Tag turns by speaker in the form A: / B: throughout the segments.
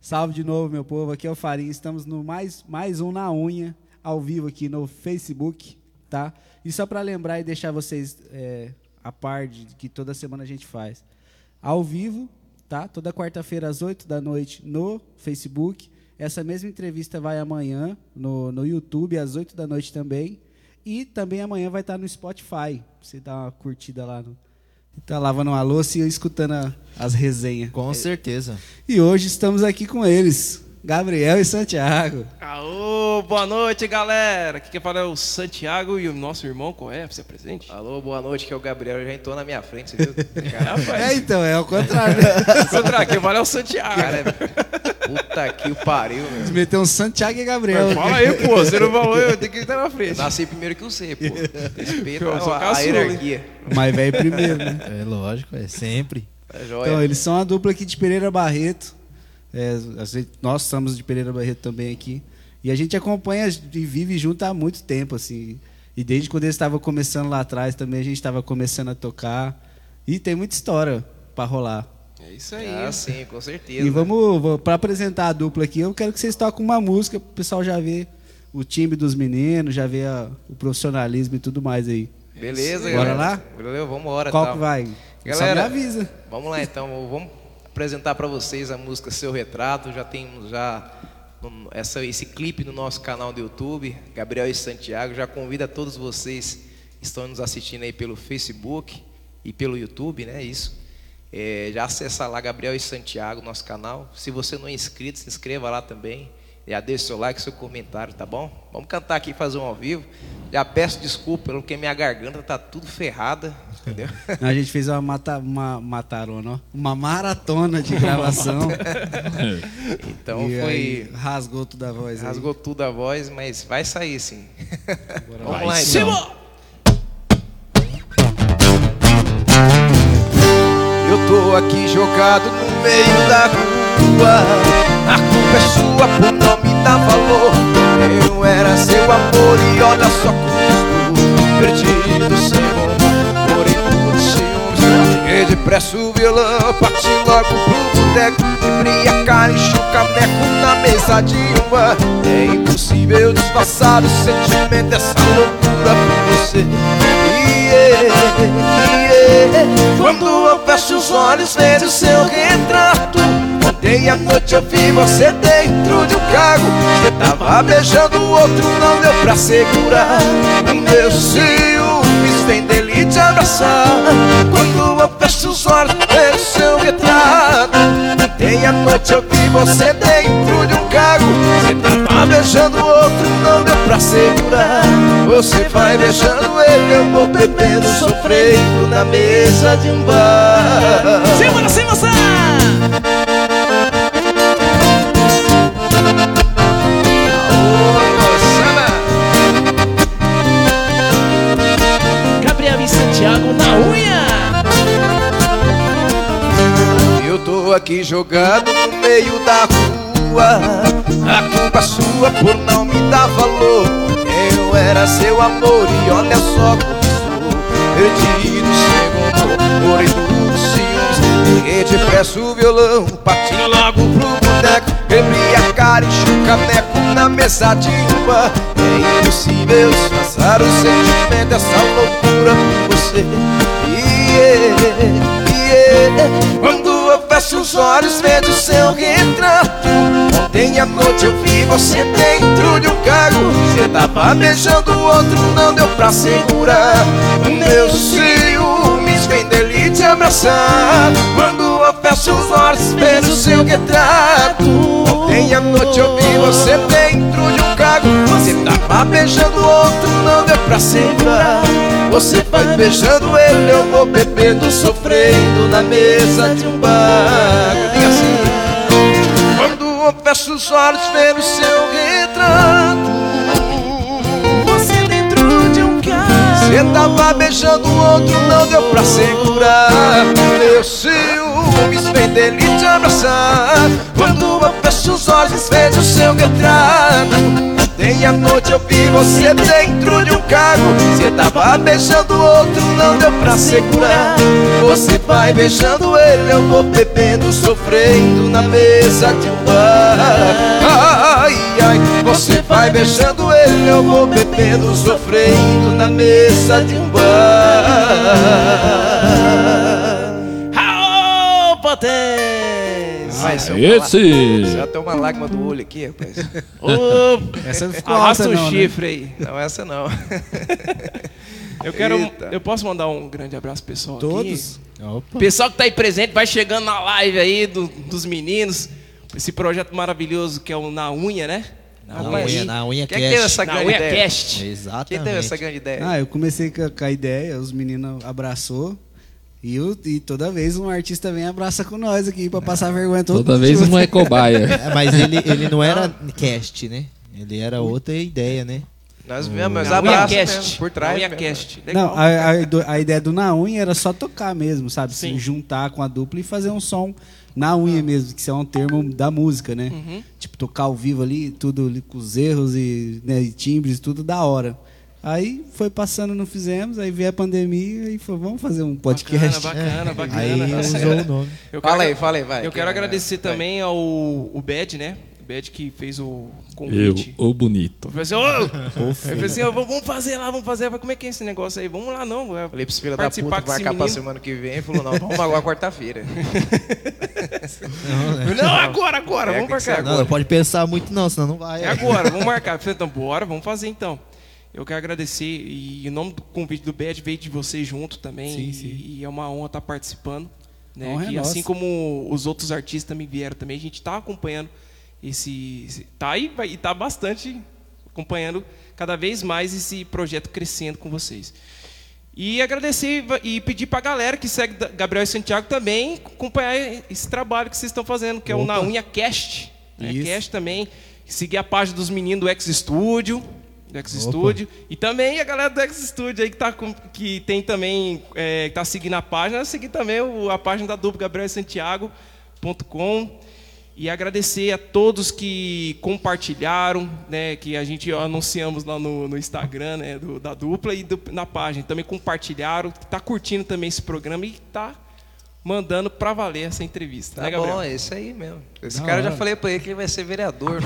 A: Salve de novo, meu povo. Aqui é o Farinha. Estamos no mais, mais um Na Unha, ao vivo aqui no Facebook, tá? E só para lembrar e deixar vocês é, a par de que toda semana a gente faz. Ao vivo, tá? Toda quarta-feira às 8 da noite no Facebook. Essa mesma entrevista vai amanhã no, no YouTube, às 8 da noite também. E também amanhã vai estar no Spotify. Você dá uma curtida lá no. Tá lavando uma louça e escutando a- as resenhas.
B: Com certeza.
A: E hoje estamos aqui com eles, Gabriel e Santiago.
C: Alô, boa noite, galera! Aqui quem fala é o Santiago e o nosso irmão Coé, você é presente?
D: Alô, boa noite, que é o Gabriel, já entrou na minha frente, você viu?
A: É,
C: Rapaz,
A: então, é ao contrário. né?
C: Santiago, quem fala é o Santiago.
D: Cara, puta que o pariu, meu.
A: Meteu um Santiago e Gabriel.
C: Fala aí, pô, você não falou, eu tenho que entrar na frente.
D: Eu nasci primeiro que você, pô. Respeita
C: Eu sou
D: a, a
C: caçula,
D: hierarquia.
A: Mas velho primeiro, né?
B: É lógico, é sempre.
D: Tá joia.
A: Então, eles são a dupla aqui de Pereira Barreto. É, a gente- nós somos de Pereira Barreto também aqui. E a gente acompanha e vive junto há muito tempo, assim. E desde quando eles estavam começando lá atrás também, a gente estava começando a tocar. E tem muita história pra rolar.
C: É isso aí.
D: Ah, sim, com certeza.
A: E vamos, para apresentar a dupla aqui, eu quero que vocês toquem uma música, pro pessoal já ver o time dos meninos, já ver a- o profissionalismo e tudo mais aí.
D: Beleza,
A: Bora
D: galera.
A: lá?
D: Valeu, vambora.
A: Qual
D: tal.
A: que vai? Só me
D: Galera,
A: avisa.
D: Vamos lá então, vamos apresentar para vocês a música Seu Retrato. Já temos já no- essa, esse clipe no nosso canal do YouTube, Gabriel e Santiago. Já convido a todos vocês que estão nos assistindo aí pelo Facebook e pelo YouTube, né? Isso. É, já acessa lá Gabriel e Santiago, nosso canal. Se você não é inscrito, se inscreva lá também. Já deixe seu like, seu comentário, tá bom? Vamos cantar aqui e fazer um ao vivo. Já peço desculpa, porque minha garganta tá tudo ferrada, entendeu?
A: A gente fez uma, mata, uma matarona, ó. uma maratona de gravação.
D: Então
A: E
D: foi.
A: aí rasgou toda a voz. aí.
D: Rasgou tudo a voz, mas vai sair sim. Vamos
B: Vai
D: lá
B: sim.
D: então.
C: Simão!
D: Eu tô aqui jogado no meio da rua. A culpa é sua por não me dar valor. Eu era seu amor e olha só custo. Perdido sem rumo, porém por ciúmes. Cheguei depressa o violão, parti logo pro boteco. Quebrei a cara e chucameco na mesa de uma. É impossível disfarçar o sentimento dessa loucura por você. Yeah, yeah. Quando eu fecho os olhos, vejo seu retrato. Ontem à noite eu vi você dentro de um carro. Você tava beijando o outro, não deu pra segurar. Meus ciúmes vem dele te abraçar. Quando eu fecho os olhos, vejo seu retrato. Ontem à noite eu vi você dentro de um carro. Você tava beijando o outro, não deu pra segurar. Você vai beijando ele, eu vou bebendo, sofrendo na mesa de um bar.
C: Simbora, sem moça! Gabriel e Santiago na unha!
D: Eu tô aqui jogado no meio da rua. A culpa é sua por não me dar valor. Eu era seu amor e olha só como sou. Perdido, sem rumo, porém dos ciúmes. Peguei depressa o violão, parti logo pro boteco. Quebrei a cara e chucameco na mesa de uma. É impossível disfarçar o sentimento dessa loucura por você. Yeah. Yeah. Quando eu fecho os olhos, vejo seu retrato. Ontem à noite eu vi você dentro de um carro. Você tava beijando o outro, não deu pra segurar. Meus ciúmes vem dele te abraçar. Quando eu fecho os olhos, vejo seu retrato. Ontem à noite eu vi você dentro de um carro. Você tava beijando o outro, não deu pra segurar. Você vai beijando ele, eu vou bebendo, sofrendo na mesa de um bar. Diga assim. Quando eu fecho os olhos, vejo seu retrato. Você dentro de um carro. Você tava beijando o outro, não deu pra segurar. Meu ciúmes vem dele te abraçar. Quando eu fecho os olhos, vejo seu retrato. Ontem à noite eu vi você dentro de um carro Você tava beijando o outro, não deu pra segurar Você vai beijando ele, eu vou bebendo, sofrendo na mesa de um bar Ai, ai, você vai beijando ele, eu vou bebendo, sofrendo na mesa de um bar
C: Raul Potência!
D: Vai, seu
E: Esse!
D: Já tem uma lágrima do olho aqui, rapaz.
C: Ô,
A: Essa não ficou
C: Arrasta
A: alta,
C: o
A: não, né?
C: chifre aí.
D: Não, essa não.
C: Eu quero.
D: Eita.
C: Eu posso mandar um grande abraço pro pessoal
A: Todos?
C: aqui? Todos. Pessoal que tá aí presente, vai chegando na live aí do- dos meninos. Esse projeto maravilhoso que é o Na Unha, né?
B: Na
C: Rapaz,
B: unha, na unha
D: Quem é que teve
B: cast.
D: essa
C: Na
D: grande
C: Unha
D: ideia?
C: Cast.
B: Exatamente.
D: Quem teve essa grande
C: É.
D: ideia?
A: Ah, eu comecei com a, com a ideia, os meninos abraçou. E, o- e toda vez um artista vem e abraça com nós aqui pra passar vergonha todo
E: Toda vez
A: um
E: uma é cobaia.
B: É, mas ele, ele não era cast, né? Ele era outra ideia, né?
D: Nós vemos, os
C: Na Unha
D: abraços
C: Cast.
D: mesmo, por trás.
C: Na Unha
D: mesmo.
C: Cast.
A: Não,
C: Legal.
A: a, a do- a ideia do na unha era só tocar mesmo, sabe?
C: Sim. Ah.
A: Se juntar com a dupla e fazer um som na unha mesmo, que isso é um termo da música, né?
C: Uhum.
A: Tipo, tocar ao vivo ali, tudo ali com os erros e, né, e timbres, tudo da hora. Aí foi passando, não fizemos, aí veio a pandemia e falou, vamos fazer um podcast.
C: Bacana, bacana, bacana. Tá
B: Aí usou o nome.
C: Eu
D: Fala
C: quero-
D: aí, fala aí, Ah, vai. é?
C: Eu quero agradecer também ao o Bad, né? O Bad que fez o
E: Eu,
C: convite.
E: o bonito.
C: Eu falei assim, ô! Eu falei assim, ó, vamos fazer lá, vamos fazer. Eu falei, como é que é esse negócio aí? Vamos lá, não. Eu
D: Falei
C: falei,
D: pros filhos da puta,
C: Participar
D: vai
C: com esse
D: acabar
C: menino.
D: semana que vem. Ele falou, não, vamos agora quarta-feira.
C: não, agora, agora,
D: É,
C: vamos
D: tem que ser
C: marcar.
B: Não,
C: Agora.
B: não pode pensar muito não, senão não vai.
C: É agora, vamos marcar. Eu falei, então, bora, vamos fazer então. Eu quero agradecer e o nome do convite do Bad veio de você junto também.
A: Sim,
C: e,
A: sim.
C: e é uma honra estar participando. Né?
A: Honra é
C: que
A: nossa.
C: assim como os outros artistas também vieram também, a gente tá acompanhando esse. esse- tá aí vai- e tá bastante acompanhando cada vez mais esse projeto crescendo com vocês. E agradecer e va- e pedir pra galera que segue da- Gabriel e Santiago também acompanhar esse trabalho que vocês estão fazendo, que é o Na Unha Cast. Né?
A: Isso.
C: Cast também. Seguir a página dos meninos do X Studio. Do X Studio. E também a galera do X Studio aí que, tá com- que tem também. É, que tá seguindo a página, seguir também o- a página da dupla Gabriel e Santiago.com. E agradecer a todos que compartilharam, né, que a gente anunciamos lá no, no Instagram né, do- da dupla e do- na página. Também compartilharam, que tá curtindo também esse programa e tá mandando pra valer essa entrevista.
D: Tá
C: né, Gabriel?
D: bom, é isso aí mesmo. Esse
A: Da
D: cara eu já
A: hora.
D: falei pra ele que ele vai ser vereador.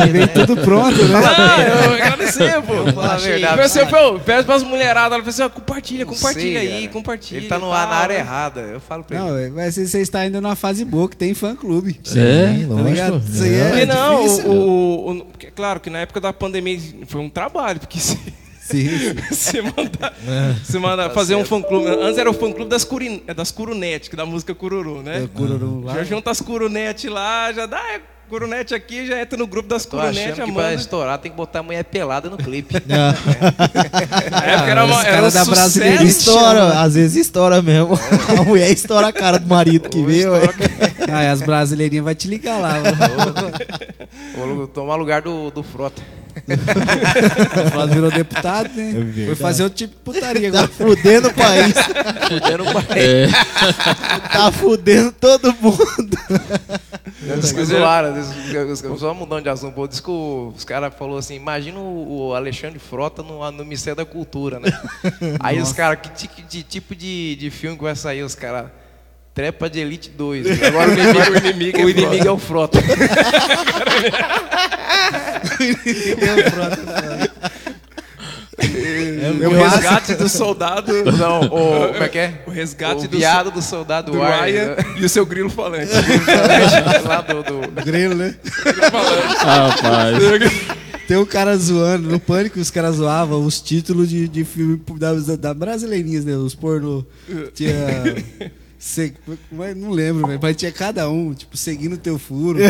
A: Então, ele veio tudo pronto, né?
C: Ah, eu agradecer, pô.
D: Vou falar a
B: Achei.
D: verdade.
C: Falei assim, pô, pede pras mulheradas, ela falou assim, ó, compartilha,
D: Não
C: compartilha
D: sei,
C: aí,
D: cara.
C: compartilha.
D: Ele tá no
C: e
D: ar na
C: tal,
D: área
C: né?
D: errada. Eu falo pra ele.
A: Não, é, mas você está ainda numa fase boa, que tem fã-clube.
E: É?
A: Tá ligado?
B: lógico.
A: Isso aí
C: Por
A: é
C: que não,
A: difícil. né?
C: o, o- o- porque, claro que na época da pandemia foi um trabalho, porque se,
A: Sim, sim.
C: se manda,
A: É.
C: se manda
D: Tá
C: fazer um fã-clube. Antes era o fã-clube das, curin, é, das Curunet, que da música Cururu, né?
A: É, Cururu lá.
C: Já junta as Curunete lá, já dá é, Curunete aqui, já entra no grupo das
D: Tô
C: Curunete,
D: achando
C: a
D: que
C: manda.
D: vai estourar, tem que botar a mulher pelada no clipe.
C: Na época era uma,
A: Ah, Os
C: era um
A: caras da Brasileira
C: sucesso.
B: É. Estoura, às vezes estoura mesmo. A mulher estoura a cara do marido que é. veio. ué.
A: Aí as brasileirinhas vão te ligar lá.
D: Vou lu- tomar lugar do, do Frota.
A: O Flávio virou deputado, né? Foi fazer outro tipo de putaria
B: Tá
A: agora.
B: fudendo o país.
D: Fudendo
C: É.
D: o pai.
B: Tá fudendo todo mundo.
D: Diz que zoaram, diz que- diz que- só mudando de assunto, pô, diz que o- os caras falaram assim, imagina o o Alexandre Frota no, no Ministério da Cultura, né? Aí os caras, que ti- de tipo de, de filme que vai sair, os caras, Trepa de Elite 2, né? agora o inimigo, o inimigo, é, o Frota.
B: É
C: O
B: eu acho-
C: resgate do soldado.
D: Não, o, como é que é?
C: O resgate
D: o
C: do
D: viado do soldado
C: do Ryan
D: Ryan. né?
C: e o seu grilo falante.
D: Lá do, do-
A: Grilo, né?
E: É, Rapaz.
A: Tem um cara zoando, no pânico os caras zoavam os títulos de, de filme da, da brasileirinhas, né? Os porno. Tinha. se- mas não lembro, velho. Mas tinha cada um, tipo, seguindo o teu furo.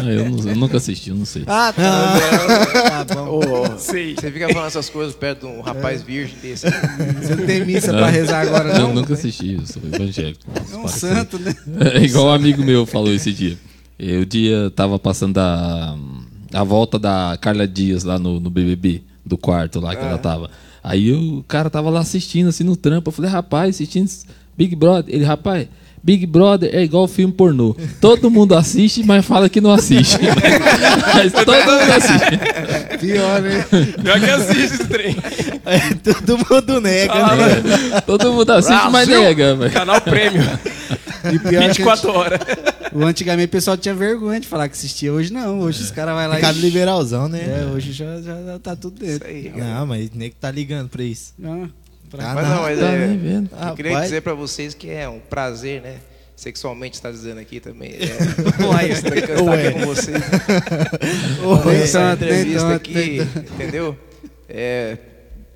E: Ah, eu, nu- eu nunca assisti, eu não sei.
A: Ah, tá. tá bom.
D: o-
C: Sei. É.
D: Você fica falando essas coisas perto de um rapaz virgem desse.
A: Você não tem missa pra rezar agora,
E: Eu
A: É. não? né?
E: nunca assisti, eu sou evangélico.
A: É um santo, né?
E: É igual um amigo meu falou esse dia. Eh, O dia tava passando a, a volta da Carla Dias lá no, no BBB, do quarto lá que
A: Ah.
E: ela tava. Aí o cara tava lá assistindo, assim, no trampo. Eu falei, rapaz, assistindo esse Big Brother. Ele, rapaz, Big Brother é igual filme pornô. Todo mundo assiste, mas fala que não assiste. mas todo mundo assiste.
A: Pior, né?
C: Pior que assiste esse trem.
B: É, todo mundo nega, né?
E: Todo mundo assiste, mas
C: Brasil.
E: nega. velho.
C: Canal Prêmio,
A: E pior que a gente-
C: 24 horas.
A: o antigamente o pessoal tinha vergonha de falar que assistia. Hoje não. Hoje os caras vão lá
B: Mercado
A: e.
B: liberalzão, né?
A: É, hoje já, já tá tudo dentro.
B: Não, mas nem que tá ligando pra isso.
A: Não.
B: Tá
D: Mas não, mas
E: Tá
D: é,
E: nem vendo.
D: eu queria
B: Rapaz.
D: dizer pra vocês que é um prazer, né? Sexualmente está dizendo aqui também. É, Uai, estar
B: Ué.
D: aqui com vocês.
A: Ué.
D: Essa
A: Nem tanto,
D: entrevista
A: nem
D: aqui, entendeu? É,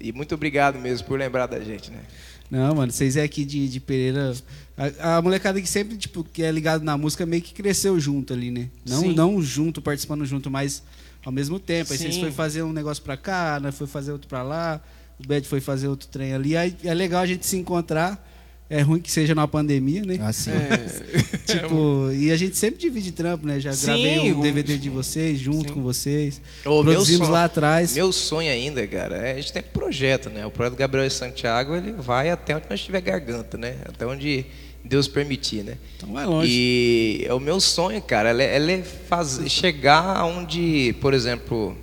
D: e muito obrigado mesmo por lembrar da gente, né?
A: Não, mano, vocês é aqui de, de Pereira. A, a molecada que sempre, tipo, que é ligado na música, meio que cresceu junto ali, né? Não,
C: Sim.
A: não junto, participando junto, mas ao mesmo tempo. Aí vocês
C: Sim.
A: foram fazer um negócio pra cá, né? foi fazer outro pra lá, o Bad foi fazer outro trem ali. Aí é legal a gente se encontrar. É ruim que seja numa pandemia, né?
D: Ah,
B: Assim.
A: Tipo, e a gente sempre divide trampo, né? Já
C: É. um Sim,
A: gravei um
C: o-
A: DVD de vocês, junto com vocês.
D: Ô, meu
A: Produzimos
D: sonho-
A: lá atrás.
D: Meu sonho ainda, cara, é, a gente tem um projeto, né? O projeto Gabriel e Santiago, ele vai até onde nós tiver garganta, né? Até onde Deus permitir, né?
A: Então vai longe.
D: E é o meu sonho, cara, ela é, ela é faz- chegar aonde, por exemplo,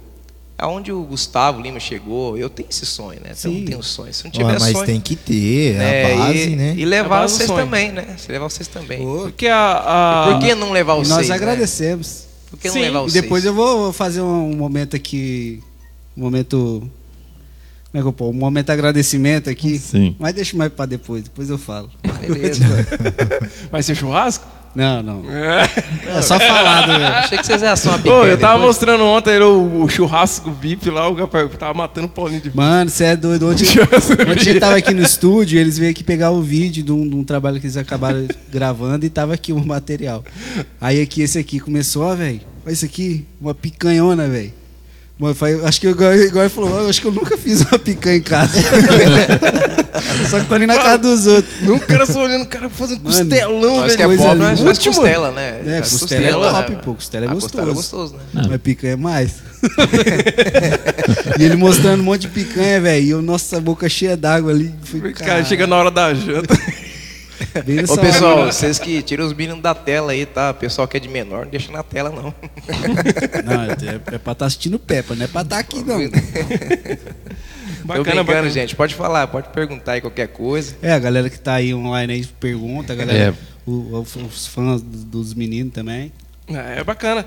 D: aonde o Gustavo Lima chegou. Eu tenho esse sonho, né? Eu
A: Sim.
D: não tenho sonho. Se não
B: Ué,
D: tiver
B: mas
D: sonho,
B: tem que ter
D: né?
B: a base,
D: e,
B: né?
D: e
C: É a
D: levar
C: base do
D: vocês
C: sonho.
D: também, né? Se levar vocês também.
C: Porque a. a-
D: Por que não levar
A: E
D: os
A: nós
D: seis, né?
A: agradecemos.
D: Por que
C: Sim,
D: não levar
A: E
D: os
A: depois eu
D: seis?
A: vou vou fazer um, um momento aqui. Um momento. Como é que eu pô? Um momento de agradecimento aqui.
E: Sim.
A: Mas deixa mais pra depois, depois eu falo.
D: Beleza.
C: Vai ser churrasco?
A: Não, não.
C: É.
A: É só falado, velho.
D: Achei que vocês eram só uma né?
C: Pô, eu tava
D: depois.
C: mostrando ontem era o, o churrasco VIP lá, o rapaz tava matando o Paulinho de
A: Mano, você é doido. Ontem, ontem eu tava aqui no estúdio, eles veio aqui pegar o vídeo de um, de um trabalho que eles acabaram gravando e tava aqui o material. Aí aqui, esse aqui começou, ó, velho. Olha isso aqui, uma picanhona, velho. Mano, foi- acho que eu, igual igual ele falou, "Eu acho que eu nunca fiz uma picanha em casa. Só que tô ali na casa dos outros.
C: O cara só olhando, o cara fazendo
A: Mano,
C: costelão,
D: Nós
C: velho.
D: que é
A: Coisa
D: pobre, nós faz
A: última.
D: costela, né?
A: É,
D: Faz
A: costela é top,
D: né?
A: pô, costela é
D: Ah, Costela é
A: gostoso.
D: gostoso, né?
E: Não.
A: Mas picanha é mais. e ele mostrando um monte de picanha, velho. E eu, nossa, boca cheia d'água ali. Fui,
C: O cara
A: "Caralho,
C: chega na hora da janta.
A: bem nessa
D: Ô
A: hora."
D: pessoal, vocês que tiram os meninos da tela aí, tá? Pessoal que é de menor, não deixa na tela não.
A: Não, é, é pra estar assistindo Peppa, não é pra estar aqui, não.
D: Tô
C: Bacana,
D: brincando,
C: bacana.
D: gente. Pode falar, pode perguntar aí qualquer coisa.
A: É, a galera que tá aí online aí pergunta, a galera,
E: É.
A: o- o- os fãs do- dos meninos também.
C: É, é bacana.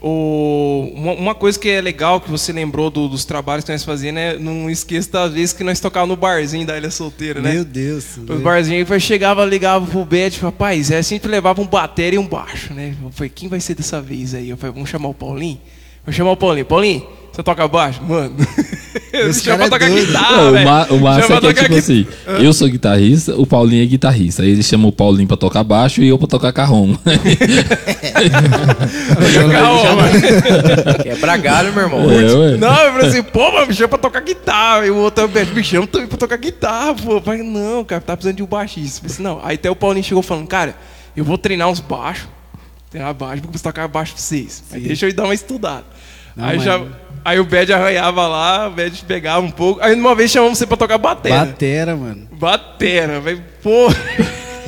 C: O- uma, uma coisa que é legal que você lembrou do- dos trabalhos que nós fazíamos, né? Não esqueça da vez que nós tocávamos no barzinho da Ilha Solteira, né?
A: Meu Deus.
C: Os barzinhos aí chegava, ligava pro Bet, rapaz, é sempre levava um bater e um baixo, né? Eu falei, quem vai ser dessa vez aí? Eu falei, vamos chamar o Paulinho? Vou chamar o Paulinho. Paulinho, você toca baixo? Mano. Ele
A: Esse
C: chama
A: cara é
C: pra tocar
A: doido.
C: guitarra,
E: Não, o,
C: Tá, velho.
E: ma o
C: Chama
E: massa é que é
C: tocar
E: tipo
C: gui-
E: assim, eu sou guitarrista, o Paulinho é guitarrista. Aí ele chama o Paulinho pra tocar baixo e eu pra tocar carrom.
C: Calma, mano.
D: Quebra galho, É meu irmão.
E: É, ué.
C: Não, eu falei assim, pô, mano, me chama pra tocar guitarra. E o outro "Bet, me chama também pra tocar guitarra, pô. Eu falei, não, cara, tá precisando de um baixista. Eu falei assim, não. Aí até o Paulinho chegou falando, cara, eu vou treinar uns baixos. Treinar baixo, vou tocar baixo pra vocês. Mas deixa eu dar uma estudada.
A: Não,
C: aí,
A: mas-
C: já, aí o Bad arranhava lá, o Bad pegava um pouco. Aí uma vez chamamos você pra tocar batera.
A: Batera, mano.
C: Batera, velho, pô.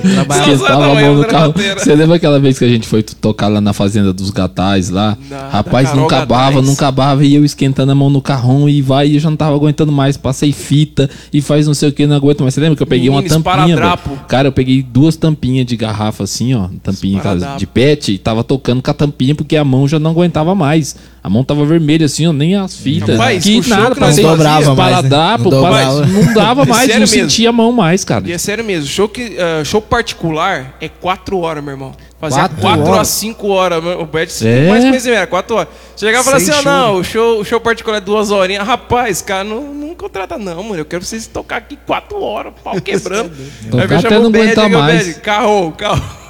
A: Trabalho.
C: Só-
E: Esquentava a mão no
C: Batera.
E: carro. Você lembra aquela vez que a gente foi tocar lá na fazenda dos gatais lá?
C: Na-
E: Rapaz,
C: da
E: não
C: Carol
E: acabava,
C: Gatais.
E: não acabava. E eu esquentando a mão no carrão e vai, e eu já não tava aguentando mais. Passei fita e faz não sei o que, não aguento mais. Você lembra que eu peguei uma
C: Menino,
E: tampinha?
C: esparadrapo.
E: velho? Cara, eu peguei duas tampinhas de garrafa assim, ó. Tampinha aquelas
C: Esparadrapo.
E: de pet e tava tocando com a tampinha porque a mão já não aguentava mais. A mão tava vermelha assim, ó, nem as fitas.
C: Rapaz,
E: que
C: o show
E: nada,
C: que nós fazíamos-
E: passei
B: Não dobrava mais, né?
E: esparadrapo,
B: Não
E: pa-
B: dobrava.
E: não dava mais,
C: Sério
E: não
C: mesmo.
E: sentia a mão mais, cara.
C: E é sério mesmo, show, que, ah, show particular é 4 horas, meu irmão. Fazia
E: Quatro
C: 4 a
E: horas?
C: 5 horas, meu- o Bet
E: É?
C: mais conhecido era 4 horas. Chegava e falava assim,
A: Sem
C: ó,
A: show.
C: não, o show, o show particular é 2 horinhas. Rapaz, cara, não, não contrata não, mano, eu quero vocês tocar aqui 4 horas, pau quebrando.
E: Tocar
C: vem,
E: até
C: chama o
E: não
C: Bad,
E: aguentar
C: chama o Bad,
E: mais.
C: Carro, carro.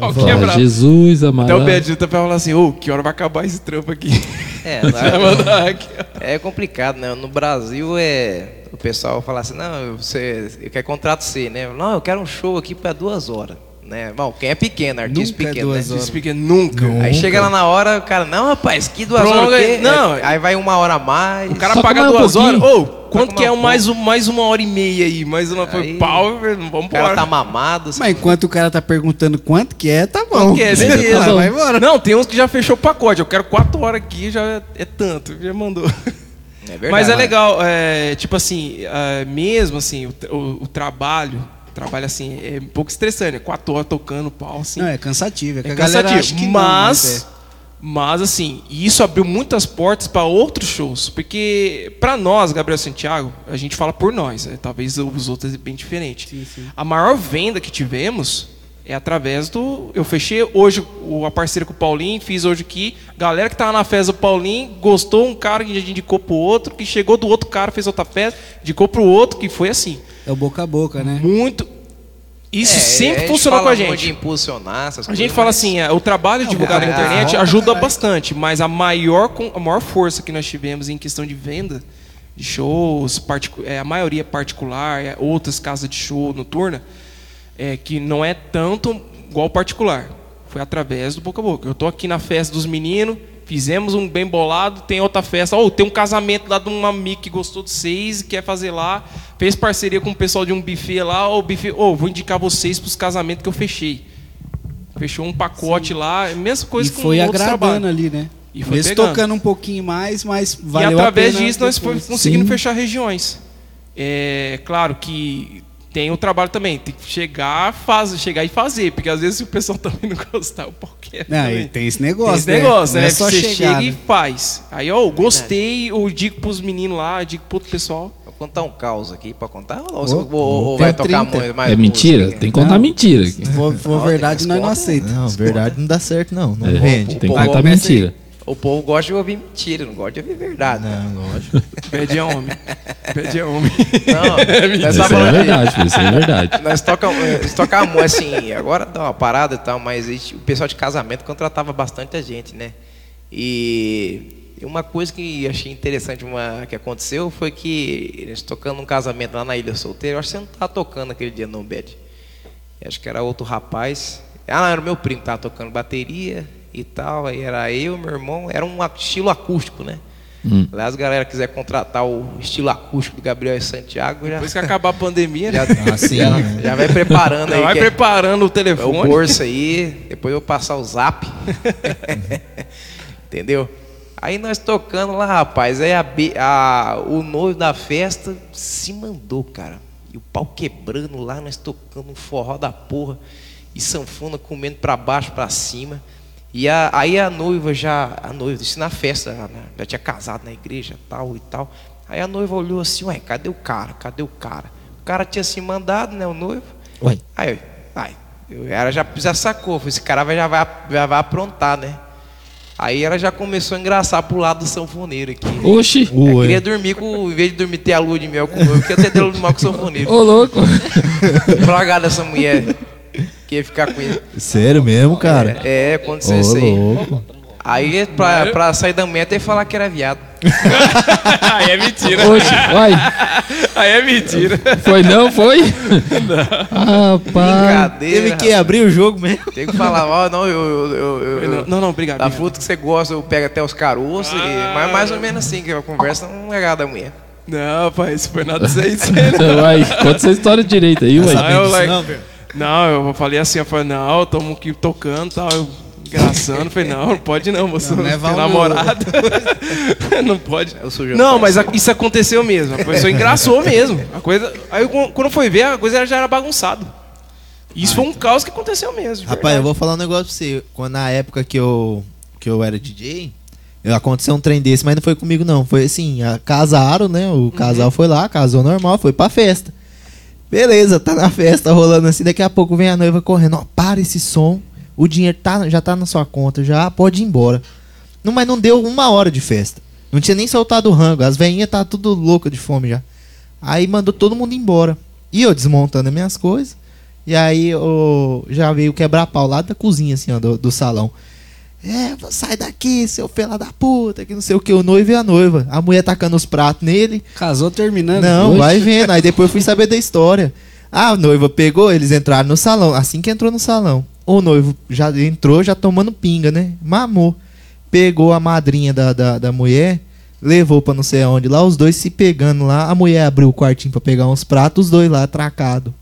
C: Pau
E: Fala,
C: quebrado.
E: Jesus amado.
C: Até o Bad tá pra falar assim, ô, que hora vai acabar esse trampo aqui?
D: É,
C: Vai
D: lá-
C: mandar aqui, ó.
D: é complicado, né? No Brasil é. O pessoal fala assim, não, você eu quero contrato C, né? Não, eu quero um show aqui pra duas horas. né? Bom, quem é pequeno, artista
A: Nunca é
D: pequeno,
A: duas
D: né?
A: horas.
C: Speaker nunca.
D: Aí chega lá na hora, o cara, não, rapaz, que duas
C: Prolonga
D: horas o quê?
C: aí. Não.
D: Aí vai uma hora a mais.
C: O cara
E: Só
C: paga
E: comer um
C: duas horas.
E: pouquinho.
C: Ô,
D: Só
C: quanto
D: comer
C: que é
D: um
C: um mais, um, mais uma hora e meia aí? Mais uma. Foi
D: Aí-
C: pau, velho, vamos
D: o cara
C: embora.
D: tá mamado. assim.
A: Mas enquanto o cara tá perguntando quanto que é, tá bom.
C: Quanto que é?
A: Sei
C: Beleza.
A: lá, vai embora.
C: Não, tem uns que já fechou o pacote. Eu quero quatro horas aqui, já é- é tanto. Já mandou.
D: verdade.
C: Mas é legal, é, tipo assim, é, mesmo assim, o, tra- o- o trabalho, o trabalho assim, é um pouco estressante, é quatro horas tocando pau, assim.
A: Não, é cansativo. É, que
C: É
A: a galera acha
C: cansativo,
A: que não,
C: mas, mas assim, isso abriu muitas portas para outros shows, porque para nós, Gabriel Santiago, a gente fala por nós, né? talvez os outros é bem diferente.
A: Sim, sim.
C: A maior venda que tivemos é através do eu fechei hoje o a parceria com o Paulinho, fiz hoje aqui, galera que tava na festa do Paulinho, gostou um cara que a gente indicou pro outro, que chegou do outro cara, fez outra festa, indicou pro outro, que foi assim,
A: É o boca a boca, né?
C: muito isso
D: É,
C: sempre
D: gente
C: funcionou
D: fala
C: com a
D: muito
C: gente.
D: De impulsionar essas
C: A gente fala assim, é, o trabalho divulgado na
D: cara,
C: internet
A: rola,
C: ajuda
A: caralho.
C: bastante, mas a maior, con- a maior força que nós tivemos em questão de venda de shows, particu- é, a maioria é particular, é, outras casas de show noturna, é, que não é tanto igual particular. Foi através do boca a boca. Eu tô aqui na festa dos meninos, fizemos um bem bolado, tem outra festa, ou tem um casamento lá de uma amiga que gostou de vocês e quer fazer lá, fez parceria com o pessoal de um buffet lá, ou buffet, ou vou indicar vocês para os casamentos que eu fechei. Fechou um pacote lá, mesma coisa
A: e
C: com
A: foi
C: outros
A: agradando
C: trabalhos.
A: ali, né?
C: E foi
A: Mesmo
C: pegando.
A: tocando um pouquinho mais, mas valeu
C: e
A: a
C: através
A: pena
C: disso nós
A: depois.
C: fomos conseguindo
B: Sim.
C: fechar regiões. É claro que tem o trabalho também, tem que chegar, faz, chegar e fazer, porque às vezes o pessoal também não gostar, o pau quebra
A: Não,
C: também.
A: Ah, e tem esse negócio,
C: Tem esse negócio,
A: né? Não
C: né?
A: é
C: Que
A: só chegar,
C: você chega e
A: né?
C: faz. Aí, ó, eu gostei, eu digo pros meninos lá, eu digo pro outro pessoal.
D: Vou contar um caos aqui pra contar? Ou, ou-
A: Ô,
D: ou- ou
A: tem
D: vai
A: a
D: tocar
A: 30.
D: muito mais?
E: É mentira?
D: música?
E: Tem que contar
A: Não.
E: mentira.
A: Se for, for
D: Não,
A: verdade,
D: tem
A: nós não
D: resposta.
C: né?
A: aceitamos.
B: Não, verdade não dá certo, não. Não
E: É,
B: vende.
E: tem que
D: O povo
E: contar
D: começa aí.
E: mentira.
D: O povo gosta de ouvir mentira, não gosta de ouvir verdade. né?
B: Não, lógico.
C: Pede é homem. Pede é homem.
D: Não, nós
E: Isso
D: tá
E: é
D: falando de-
E: verdade, isso é verdade.
D: Nós tocamos, nós tocamos assim, agora dá uma parada e tal, mas a gente- o pessoal de casamento contratava bastante a gente, né? E e uma coisa que achei interessante uma, que aconteceu foi que eles tocando um casamento lá na Ilha Solteira, eu acho que você não estava tocando aquele dia não, Bed. Acho que era outro rapaz. Ah, não, era o meu primo, que tava tocando bateria e tal. Aí era eu, meu irmão, era um ac- estilo acústico, né?
E: Hum.
D: Aliás, galera quiser contratar o estilo acústico do Gabriel e Santiago, já,
C: Depois que acabar a pandemia,
D: já,
C: já, tá
B: Ah, sim.
D: já- já vai preparando aí.
C: vai
D: que é-
C: preparando o
D: é o
C: telefone.
D: bolso aí, depois eu vou passar o zap. Entendeu? Aí nós tocando lá, rapaz. Aí a, Bi- a- o noivo da festa se mandou, cara. E o pau quebrando lá, nós tocando um forró da porra. E sanfona comendo pra baixo, pra cima. E a- aí a noiva já. A noiva, isso na festa, né? já tinha casado na igreja, tal e tal. Aí a noiva olhou assim, ué, cadê o cara? Cadê o cara? O cara tinha se mandado, né? O noivo.
B: Ué.
D: Aí, eu- aí eu- ela já, já sacou, falou, esse cara vai, já, vai, já vai aprontar, né? Aí ela já começou a engraçar pro lado do sanfoneiro aqui.
E: Oxi,
D: Eu
B: Ué.
D: queria dormir com, em vez de dormir ter a lua de mel com o meu, eu queria ter ter a lua de mel com o sanfoneiro.
E: ô louco.
D: Plagada essa mulher. Que ia ficar com ele.
B: Sério mesmo, cara?
D: É, aconteceu isso aí.
B: Ô, louco.
D: Aí pra, pra sair da manhã até falar que era viado.
C: Aí é mentira.
E: Oxi, vai.
C: Aí é mentira.
E: Foi não, foi? Rapaz.
D: Brincadeira.
B: Teve que
D: rapaz.
B: abrir o jogo mesmo.
D: Tem que falar, ó, não, eu. eu, eu- eu- eu-
C: Não, não, obrigado.
D: Da
C: obrigado.
D: fruta que você gosta, eu pego até os caroços. e- mas mais ou menos assim, que a conversa não é gada da mulher.
C: Não, pai, isso foi nada disso aí. isso aí não.
E: Então, Vai, conta essa história direito aí,
C: Ah,
E: ué.
C: eu,
B: disso
C: like,
B: não, velho?
C: não, eu falei assim, eu falei, não, estamos aqui tocando e tal, eu engraçando, eu falei, não, não pode não, você
A: Não,
C: não,
A: leva
C: tem
A: o-
C: namorado. não pode.
D: Eu sou
C: Não, mas a- isso aconteceu mesmo, a pessoa engraçou mesmo. A coisa, aí eu- quando foi ver, a coisa já era bagunçada. Isso foi um caos que aconteceu mesmo. de
B: Rapaz, eu
C: verdade.
B: vou falar um negócio pra você. Quando, na época que eu, que eu era DJ, eu- aconteceu um trem desse, mas não foi comigo, não. Foi assim, a- casaram, né? O
D: Uhum.
B: casal foi lá, casou normal, foi pra festa. Beleza, tá na festa rolando assim. Daqui a pouco vem a noiva correndo. Ó, para esse som. O dinheiro tá, já tá na sua conta, já pode ir embora. Não, mas não deu uma hora de festa. Não tinha nem soltado o rango. As veinhas tá tudo louca de fome já. Aí mandou todo mundo embora. E eu desmontando as minhas coisas. E aí ô, já veio quebrar pau lá da cozinha, assim, ó, do, do salão. É, sai daqui, seu fela da puta, que não sei o que, o noivo e a noiva. A mulher tacando os pratos nele.
C: né?
A: Casou terminando.
B: Não,
A: Oxe.
B: vai vendo. Aí depois eu fui saber da história. A noiva pegou, eles entraram no salão. Assim que entrou no salão, o noivo já entrou já tomando pinga, né? Mamou. Pegou a madrinha da, da, da mulher, levou pra não sei aonde lá, os dois se pegando lá. A mulher abriu o quartinho pra pegar uns pratos, os dois lá atracados.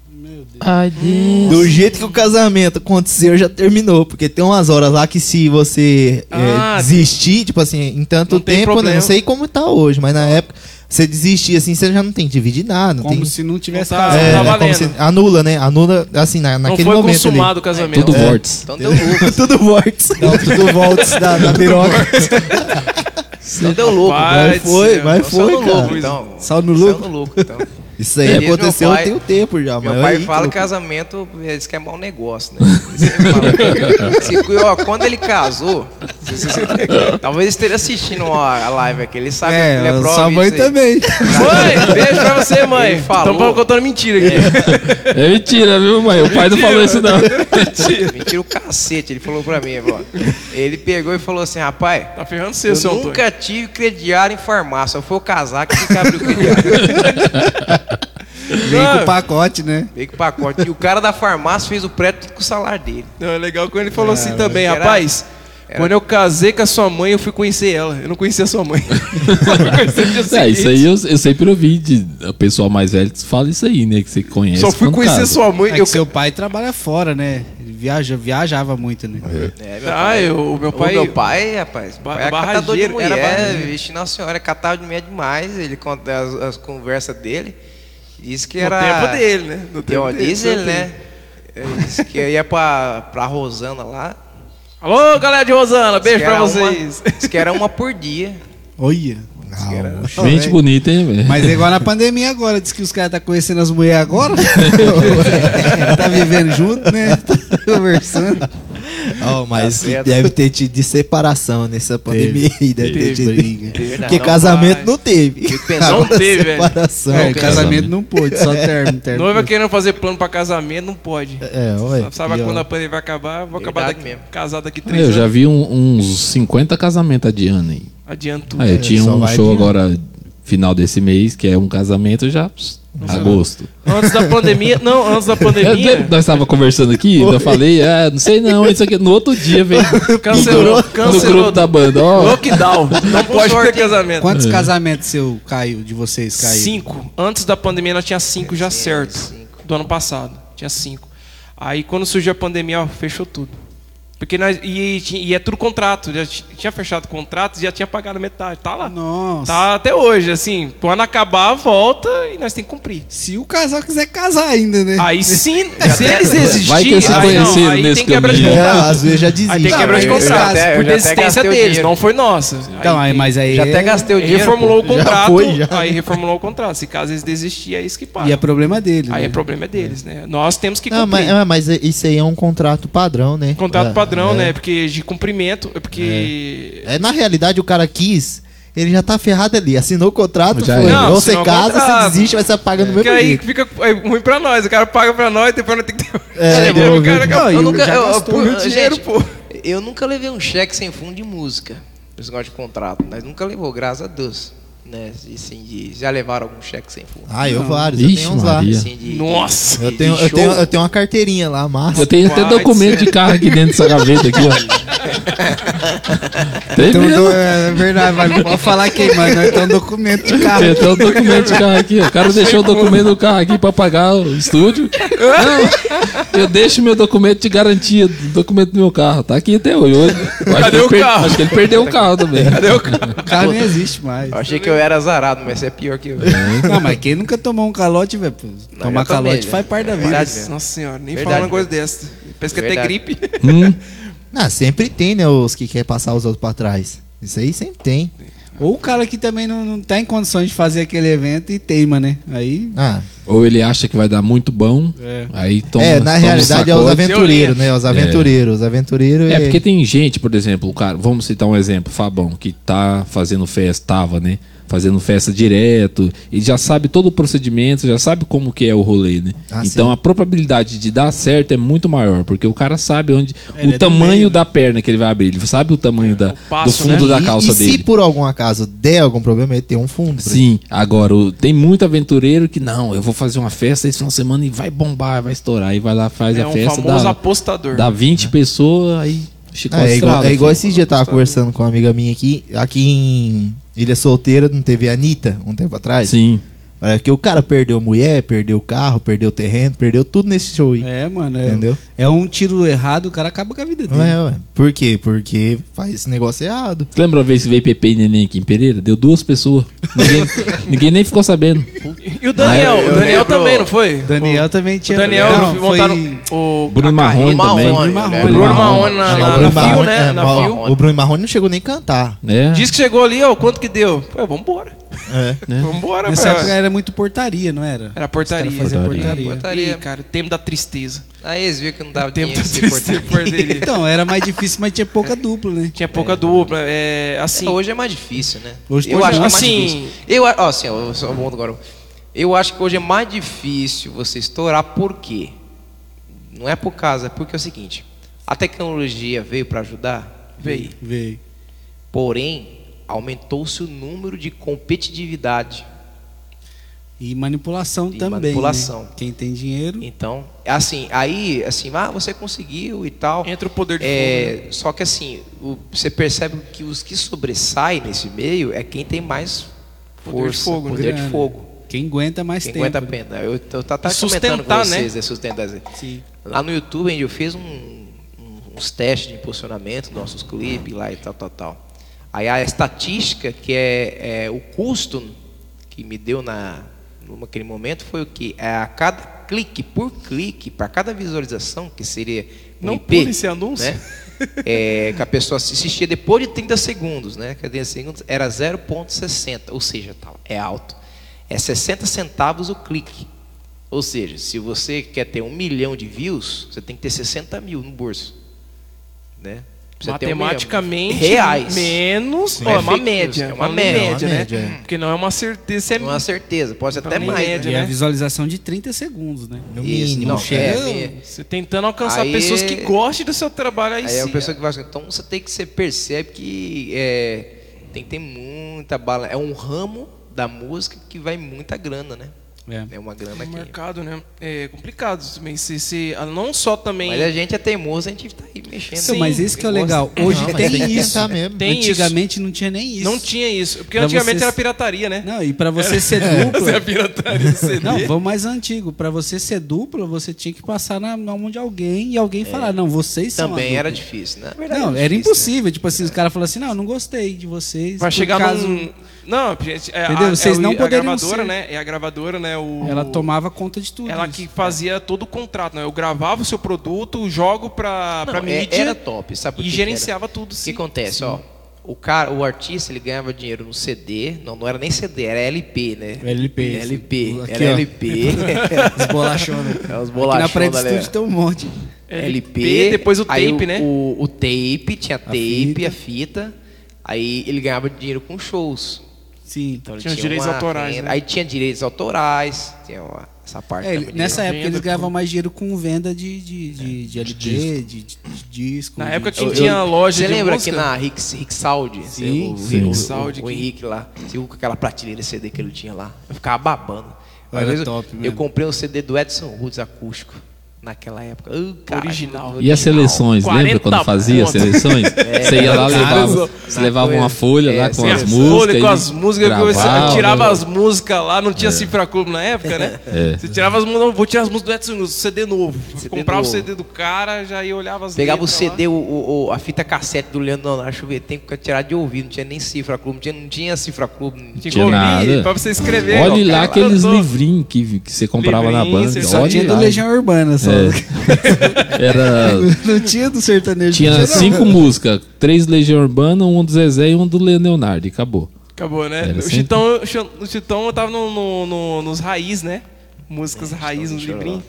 F: Ai, Deus.
B: Do jeito que o casamento aconteceu, já terminou. Porque tem umas horas lá que se você é,
C: Ah,
B: desistir, tipo assim, em tanto
C: não tem
B: tempo, né?
C: problema.
B: Não sei como tá hoje, mas na época, você desistir assim, você já não tem que dividir nada. Não
A: Como
B: tem,
A: se não tivesse
C: Não tá-
A: casado.
B: é,
C: não tá
B: como
C: valendo.
B: se- anula, né? Anula, assim, na,
C: Não
B: naquele
C: foi
B: momento
C: consumado o casamento.
E: Tudo vórtice.
D: Então deu lucro.
B: ali. Tudo morte.
A: Então, tudo volts da, da piroca.
D: Então deu lucro.
C: Rapaz,
B: Mas foi,
C: é,
B: mas
D: Então saiu
B: foi,
D: no
B: cara.
D: lucro, então.
A: Saiu no
D: Saiu
A: lucro?
D: no lucro, então.
B: Isso aí
D: É, diz meu
B: aconteceu
D: pai-
B: tem um tempo já,
D: Meu
B: mas
D: pai
B: aí, que
D: fala que
B: louco.
D: casamento, diz que é mau negócio, né? Ele sempre fala. Se- ó, quando ele casou, se- se- se- talvez esteja assistindo uma- a live aqui, ele sabe que ele é
A: É,
D: prova
A: sua mãe
D: disso aí.
A: também.
C: Mãe, beijo pra você, mãe.
D: Ele falou.
C: Estão contando mentira aqui.
E: É mentira, viu, mãe? O pai não falou isso, não.
D: Mentira o cacete, ele falou pra mim, ó. Ele pegou e falou assim, rapaz,
C: Tá ferrando você,
D: eu
C: seu Antônio.
D: nunca tive crediário em farmácia, foi o casaco que abriu o crediário.
A: Vem com o pacote, né?
D: Veio com o pacote. E o cara da farmácia fez o prédio tudo com o salário dele.
C: Não, é legal quando ele falou assim também,
D: era-
C: rapaz. Quando eu casei com a sua mãe, eu fui conhecer ela. Eu não conhecia a sua mãe. Só fui conhecer no dia
E: É,
C: seguinte.
E: isso aí eu, eu sempre ouvi de a pessoa mais velha que fala isso aí, né? Que você conhece.
C: Só fui
E: quando
C: conhecer
E: casa.
C: sua mãe.
A: É
C: eu...
A: que seu pai trabalha fora, né? Ele viaja, viajava muito, né?
D: É, meu
C: Ah, eu, o meu
D: O
C: pai.
D: meu pai, rapaz,
C: Ba-
D: pai era catador de
C: barrageiro, era
D: mulher,
C: barrageiro.
D: vixe, nossa senhora, catava de mulher demais, ele conta as, as conversas dele, disse que
C: No
D: era...
C: tempo dele, né? No tempo
D: Eu,
C: dele,
D: diz
C: no
D: ele,
C: tempo
D: né? Ele disse que ia pra, pra Rosana lá,
C: Alô, galera de Rosana,
D: disse
C: beijo
D: que
C: pra
D: era
C: vocês.
D: Uma, disse que era uma por dia.
A: Olha.
E: Gente bonita, hein, velho?
A: Mas é igual na pandemia agora, diz que os caras tá conhecendo as mulheres agora. tá vivendo junto, né? Tá conversando.
B: Ó, mas
D: Tá certo.
B: deve ter tido de separação nessa pandemia aí, deve ter tido. Porque
D: Não,
B: casamento
D: mas-
B: não teve.
D: Fico pensando,
C: Não teve, velho.
B: separação.
A: É,
B: É,
A: casamento não pôde, só termo, termo.
C: Noiva querendo fazer plano pra casamento, não pode.
B: É, ué.
C: Sabe
B: pior.
C: quando a pandemia vai acabar? Vou acabar
D: Verdade
C: daqui,
D: mesmo.
C: casado daqui três
E: Ah, Eu
C: anos.
E: já vi um- uns 50 casamentos adiando aí.
C: Adianto tudo.
E: Ah, eu tinha
B: só
E: um
B: vai
E: show
B: adiando.
E: agora, final desse mês, que é um casamento já. pss, agosto.
C: Antes da pandemia. Não, antes da
E: Eu lembro
C: pandemia.
E: que nós estávamos conversando aqui, eu falei, ah, não sei não, isso aqui. No outro dia, velho.
C: Cancelou,
E: No
C: cancelou.
E: grupo tá da banda, ó.
C: Lockdown. Não pode ter
D: sorte, hein?
C: casamento.
A: Quantos casamentos seu caiu, de vocês caiu?
C: Cinco. Antes da pandemia nós tinha cinco já certo. Do ano passado. Tinha cinco. Aí quando surgiu a pandemia, ó, fechou tudo. Porque nós. E, ti- e é tudo contrato. Já ti- tinha fechado contrato já tinha pagado metade. Tá lá.
A: Nossa.
C: Tá até hoje, assim. Quando acabar, volta e nós tem que cumprir.
A: Se o casal quiser casar ainda, né?
C: Aí sim, se eles
E: Vai
C: existirem,
E: que eles se
C: aí, não,
E: conheceram
C: aí tem
E: nesse
C: quebra de
E: caminho.
B: É,
C: contrato.
B: às vezes já
C: Aí
B: desiste.
C: tem quebra de
D: eu já
C: contrato.
D: até-
C: Por
D: eu já até
C: desistência
D: gastei o
C: deles,
D: dinheiro.
C: não foi nossa.
A: Então, aí, mas aí
D: Já até
A: é,
D: gastei o
C: Aí
D: dinheiro.
C: reformulou o
B: Já
C: contrato,
B: foi, já.
C: aí reformulou o contrato. Se caso eles desistirem, é isso que paga.
A: e é problema dele.
C: Aí
A: né?
C: é problema deles, né? Nós temos que
B: Não, mas,
C: cumprir.
B: ah, mas isso aí é um contrato padrão, né?
C: Contrato
B: É, é.
C: padrão, né? Porque de cumprimento, é porque.
B: É, na realidade, o cara quis, ele já tá ferrado ali. Assinou o contrato,
E: Já
B: foi.
E: é.
C: Não,
B: ou você
C: assinou o
B: casa,
C: contrato.
B: você desiste, vai se apaga no
C: Porque
B: mesmo
C: aí
B: jeito.
C: fica é ruim pra nós. O cara paga pra nós, depois nós temos que ter.
B: É,
C: Devolve o
B: devolve.
C: cara que-
A: Não, e
D: Eu
A: o-
D: nunca,
A: já
D: eu, eu-
A: gastou
D: pô,
A: muito
C: dinheiro,
D: gente,
C: pô.
D: eu nunca levei um cheque sem fundo de música. Esse negócio de contrato. Nós nunca levou, graças a Deus. Né? E, assim, de- já levaram algum cheque sem fundo.
B: Ah, eu vários, eu
E: Ixi,
B: tenho uns lá.
E: Maria.
D: Assim, de- de-
C: Nossa!
B: Eu tenho,
D: de
B: eu,
D: show.
B: tenho, eu tenho uma carteirinha lá, massa.
E: Eu tenho até
C: Vai
E: documento de carro aqui dentro dessa gaveta aqui, ó. Tem
B: um
A: Então,
E: mesmo.
A: do- é verdade, mas não pode falar quem, mas nós temos um documento de
E: Tem
A: carro.
E: até o documento de carro aqui. ó. O cara deixou o documento do carro aqui pra pagar o estúdio. Não, eu deixo meu documento de garantia, do documento do meu carro. Tá aqui até hoje. Eu acho que
C: Cadê
E: ele
C: o
E: per-
C: carro?
E: Acho que ele perdeu o carro também. Cadê o carro?
A: O carro nem existe mais.
D: Eu achei que eu era azarado, mas você é pior que eu.
A: Não, mas quem nunca tomou um calote, velho? pô, Tomar
D: já tomei,
A: calote
C: né?
D: já.
A: faz parte da vida.
D: Verdade
C: Nossa,
D: mesmo.
C: Nossa senhora, nem
D: Verdade
C: fala uma
D: mesmo.
C: coisa dessa. Parece que é até
D: Verdade.
C: gripe.
B: Ah, sempre tem, né, os que quer passar os outros pra trás. Isso aí sempre tem.
A: Ou o cara que também não, não tá em condições de fazer aquele evento e teima, né? Aí.
B: Ah,
E: Ou ele acha que vai dar muito bom, aí toma.
B: é, na
E: toma um
B: realidade é os
E: sacode.
B: aventureiros, né? Os aventureiros. Os aventureiros
E: É porque tem gente, por exemplo, o cara, vamos citar um exemplo, Fabão, que tá fazendo festa, tava, né? fazendo festa direto, e já sabe todo o procedimento, já sabe como que é o rolê, né?
B: Ah,
E: então
B: sim.
E: a probabilidade de dar certo é muito maior, porque o cara sabe onde
D: Ele é
E: o
D: do
E: tamanho
D: meio, né? É,
E: da perna que ele vai abrir, ele sabe o tamanho da,
C: passo,
E: do fundo
B: E-
E: da calça
B: né? e
E: dele.
B: se por algum acaso der algum problema, ele tem um fundo. pra
E: Sim, agora o- tem muito aventureiro que não, eu vou fazer uma festa esse final de semana e vai bombar, vai estourar, e vai lá, faz
C: É
E: a
C: um
E: festa,
C: famoso
E: dá,
C: apostador.
D: né?
E: dá 20 pessoas, aí Chico
B: É, é igual,
E: Estrada,
B: é igual
E: filho.
B: esse dia eu tava conversando com uma amiga minha aqui, aqui em Ilha Solteira, não teve a Anitta um tempo atrás.
E: Sim.
B: É que o cara perdeu mulher, perdeu carro, perdeu terreno, perdeu tudo nesse show aí.
A: É, mano. É,
B: Entendeu?
A: é um tiro errado, o cara acaba com a vida dele.
B: Não é, ué. Por quê? Porque faz esse negócio errado.
E: Você lembra uma vez que veio Pepe e Neném aqui em Pereira? Deu duas pessoas. Ninguém, ninguém nem ficou sabendo.
C: E o Daniel?
D: eu
C: o Daniel
D: lembro-
C: também, não foi?
A: Daniel também
C: O
A: tinha.
C: Daniel
A: não,
C: montaram
A: foi...
C: o
E: Bruno Marrone também.
A: Marrone.
D: Marrone, né?
C: Bruno
E: Bruno
C: Marrone na,
B: Não,
C: na, na fio, né?
B: é,
C: na
B: ó,
C: fio.
B: o Bruno Marrone não chegou nem a cantar.
E: É.
C: Diz que chegou ali, ó, quanto que deu? Pô, vambora.
B: É.
C: Né? Vambora,
A: Nessa época
C: velho.
A: era muito portaria, não era?
C: Era portaria.
A: Os caras faziam
E: Portaria.
A: portaria.
C: Portaria, cara. Tempo da tristeza.
D: Aí eles viram que não dava
C: Tempo da
D: dinheiro pra se
C: tristeza.
D: portar.
C: portaria.
A: Então, era mais difícil, mas tinha pouca dupla, né?
C: Tinha pouca dupla. É, assim,
D: Sim, Hoje é mais difícil, né?
A: Hoje
D: eu
A: tem
D: acho que é mais
C: assim-
D: difícil. Eu, a- ó, assim, ó, eu só volto agora. Eu acho que hoje é mais difícil você estourar por quê? Não é por causa, é porque é o seguinte, a tecnologia veio para ajudar? Veio.
A: Veio.
D: Porém, aumentou-se o número de competitividade.
A: E manipulação
D: E
A: também.
D: manipulação.
A: né? Quem tem dinheiro.
D: Então, assim, aí, assim, ah, você conseguiu e tal.
C: entra o poder de fogo, né?
D: É, só que assim, o- você percebe que os que sobressaem nesse meio é quem tem mais
C: Poder de
D: força, poder de
C: fogo,
D: fogo.
C: né?
A: grana. Quem aguenta mais
D: Quem
A: tempo.
D: aguenta a pena. Eu, eu tava
C: E
D: comentando
C: sustentar,
D: com
C: né?
D: vocês, né? Sustentar.
A: Sim.
D: Lá no YouTube, a gente fez um- um- uns testes de impulsionamento, dos nossos clipes lá e tal, tal, tal. Aí a estatística, que é, é o custo que me deu na, naquele momento, foi o que? É a cada clique, por clique, para cada visualização, que seria um
C: Não
D: IP,
C: pule esse anúncio.
D: Né? É, que a pessoa assistia depois de 30 segundos, né? Que 30 segundos era 0,60, ou seja, tal, é alto. É 60 centavos o clique. Ou seja, se você quer ter um milhão de views, você tem que ter 60 mil no bolso. Né? Pra você ter um milhão.
C: Matematicamente,
D: reais.
C: menos.
D: Sim.
C: Ó, é uma
D: Efeitos,
C: média. É uma média, né?
B: média, é.
C: Porque não é uma certeza. se É
D: Não é uma certeza, pode ser
C: Então,
D: até
C: nem
D: mais.
C: média,
A: E a
C: né?
A: visualização de 30 segundos, né?
B: No
D: Isso,
B: mínimo,
D: não,
B: chefe.
D: é, minha-
C: Você tentando alcançar
D: Aí-
C: pessoas que gostem do seu trabalho aí,
D: Aí
C: sim.
D: a pessoa que vai assim, então você tem que você percebe que é, tem que ter muita bala. É um ramo da música que vai muita grana, né?
A: É.
D: É uma grana
C: O
D: que.
C: mercado, né? É complicado também. Se, se, ah, não só também.
D: Mas a gente é teimoso, a gente tá aí mexendo.
A: Então, mas esse que é o
D: gosta.
A: legal. Hoje
B: Não, mas
A: tem,
B: tem que
A: isso.
B: tentar mesmo.
C: Tem isso.
A: Antigamente não tinha nem isso.
C: Não tinha isso. Porque
A: Pra
C: antigamente
A: você-
C: era pirataria, né?
A: Não, e pra você ser dupla.
C: Era pirataria do CD.
A: Não, vamos mais antigo. Pra você ser dupla, você tinha que passar na na mão de alguém e alguém falar, não, vocês são.
D: É. Também
A: a
D: era
A: dupla.
D: difícil, né?
A: é Não, era impossível. Tipo assim, os caras falaram assim: não, não gostei de vocês.
C: Vai
A: por
C: chegar
A: causa-
C: num. Não, gente, é,
A: Entendeu?
C: A,
A: Vocês
C: é o-
A: não
C: a
A: poderiam
C: gravadora,
A: ser.
C: né? É a gravadora, né? O,
A: Ela tomava conta de tudo.
C: Ela
A: isso.
D: é.
C: que fazia todo o contrato, né? Eu gravava o seu produto, jogo pra,
D: Não,
C: pra
D: é-
C: mídia
D: era top, sabe por
C: e
D: que que
C: gerenciava tudo.
D: O que
C: Sim.
D: acontece, ó? O cara, o artista, ele ganhava dinheiro no CD, não, não era nem CD, era LP, né?
A: LP,
D: LP,
A: esse-
D: era
A: aqui, ó.
D: LP.
A: Os bolachona.
D: é os
A: Aqui na
D: bolachões
A: prédio
D: da
A: estúdio tem um monte.
D: LP,
C: depois o
D: aí
C: tape, né?
D: O, o tape, tinha tape,
A: fita.
D: a fita. Aí ele ganhava dinheiro com shows.
A: Sim.
D: Então ele
C: Tinha os direitos
D: uma
C: autorais,
D: renda.
C: né?
D: Aí tinha direitos autorais, tinha uma- essa parte.
A: É, ele-
D: também né? de-
A: nessa
C: Venda
A: época eles
C: com-
A: ganhavam mais dinheiro com venda de, de, de, de LP, de, de- de disco.
C: Na
A: de-
C: época
D: Eu-
C: que tinha
D: eu-
C: loja
D: Você
C: de
D: lembra
C: música?
D: que na Rix, Rixaudi?
A: Sim,
D: o,
E: sim.
D: O,
C: Rixaudi
D: o,
C: que-
D: Henrique lá, você viu com aquela prateleira CD que ele tinha lá? Eu ficava babando. Uma
A: Era
D: vez eu-
A: top
D: eu
A: mesmo.
D: comprei um CD do Edson Woods acústico. Naquela época. Ô, cara,
C: Original.
E: E as seleções,
C: 40
E: lembra quando fazia as
C: pontos.
E: seleções?
C: É,
E: Você ia lá,
D: cara,
E: levava, um-
D: usou.
E: você levava uma
D: Coisa.
E: folha lá
D: É,
E: com
D: sim,
E: as
D: as
E: músicas.
C: folha, com
E: e
C: as músicas, eu comecei-
E: gravava.
C: eu tirava as músicas lá, não tinha cifra clube na época, né?
E: É.
C: Você tirava as músicas, não, vou tirar as músicas do Edson, Nunes, CD novo.
D: CD
C: Comprava
D: novo.
C: o CD do cara, já ia olhava as
D: Pegava o
C: letras lá.
D: CD, o, o- o- a fita cassete do Leandro Leonardo Chuvetem, que eu tirava de ouvido, não tinha nem cifra clube, não tinha, não tinha cifra clube. não tinha-
C: Tinha que
E: Tinha
C: ouvir
E: nada.
C: pra você escrever.
E: É. Olha
C: ó,
E: lá
C: cara,
E: aqueles
C: eu tô-
E: livrinhos que, que você comprava
C: Livrinho,
E: na
C: você
E: banca.
C: só
A: Só tinha
E: Olha
A: do
E: lá.
A: Legião Urbana, só.
E: É. Era
A: Não tinha do sertanejo.
E: Tinha assim.
A: não.
E: cinco músicas, três Legião Urbana, um do Zezé e um do Le- Leonardo, e acabou.
C: Acabou, né?
E: Era assim.
C: O
E: sempre-
C: Chitão, eu- o Chitão eu tava no, no- no- nos raiz,
D: É,
C: né? Músicas raiz nos livrinhos.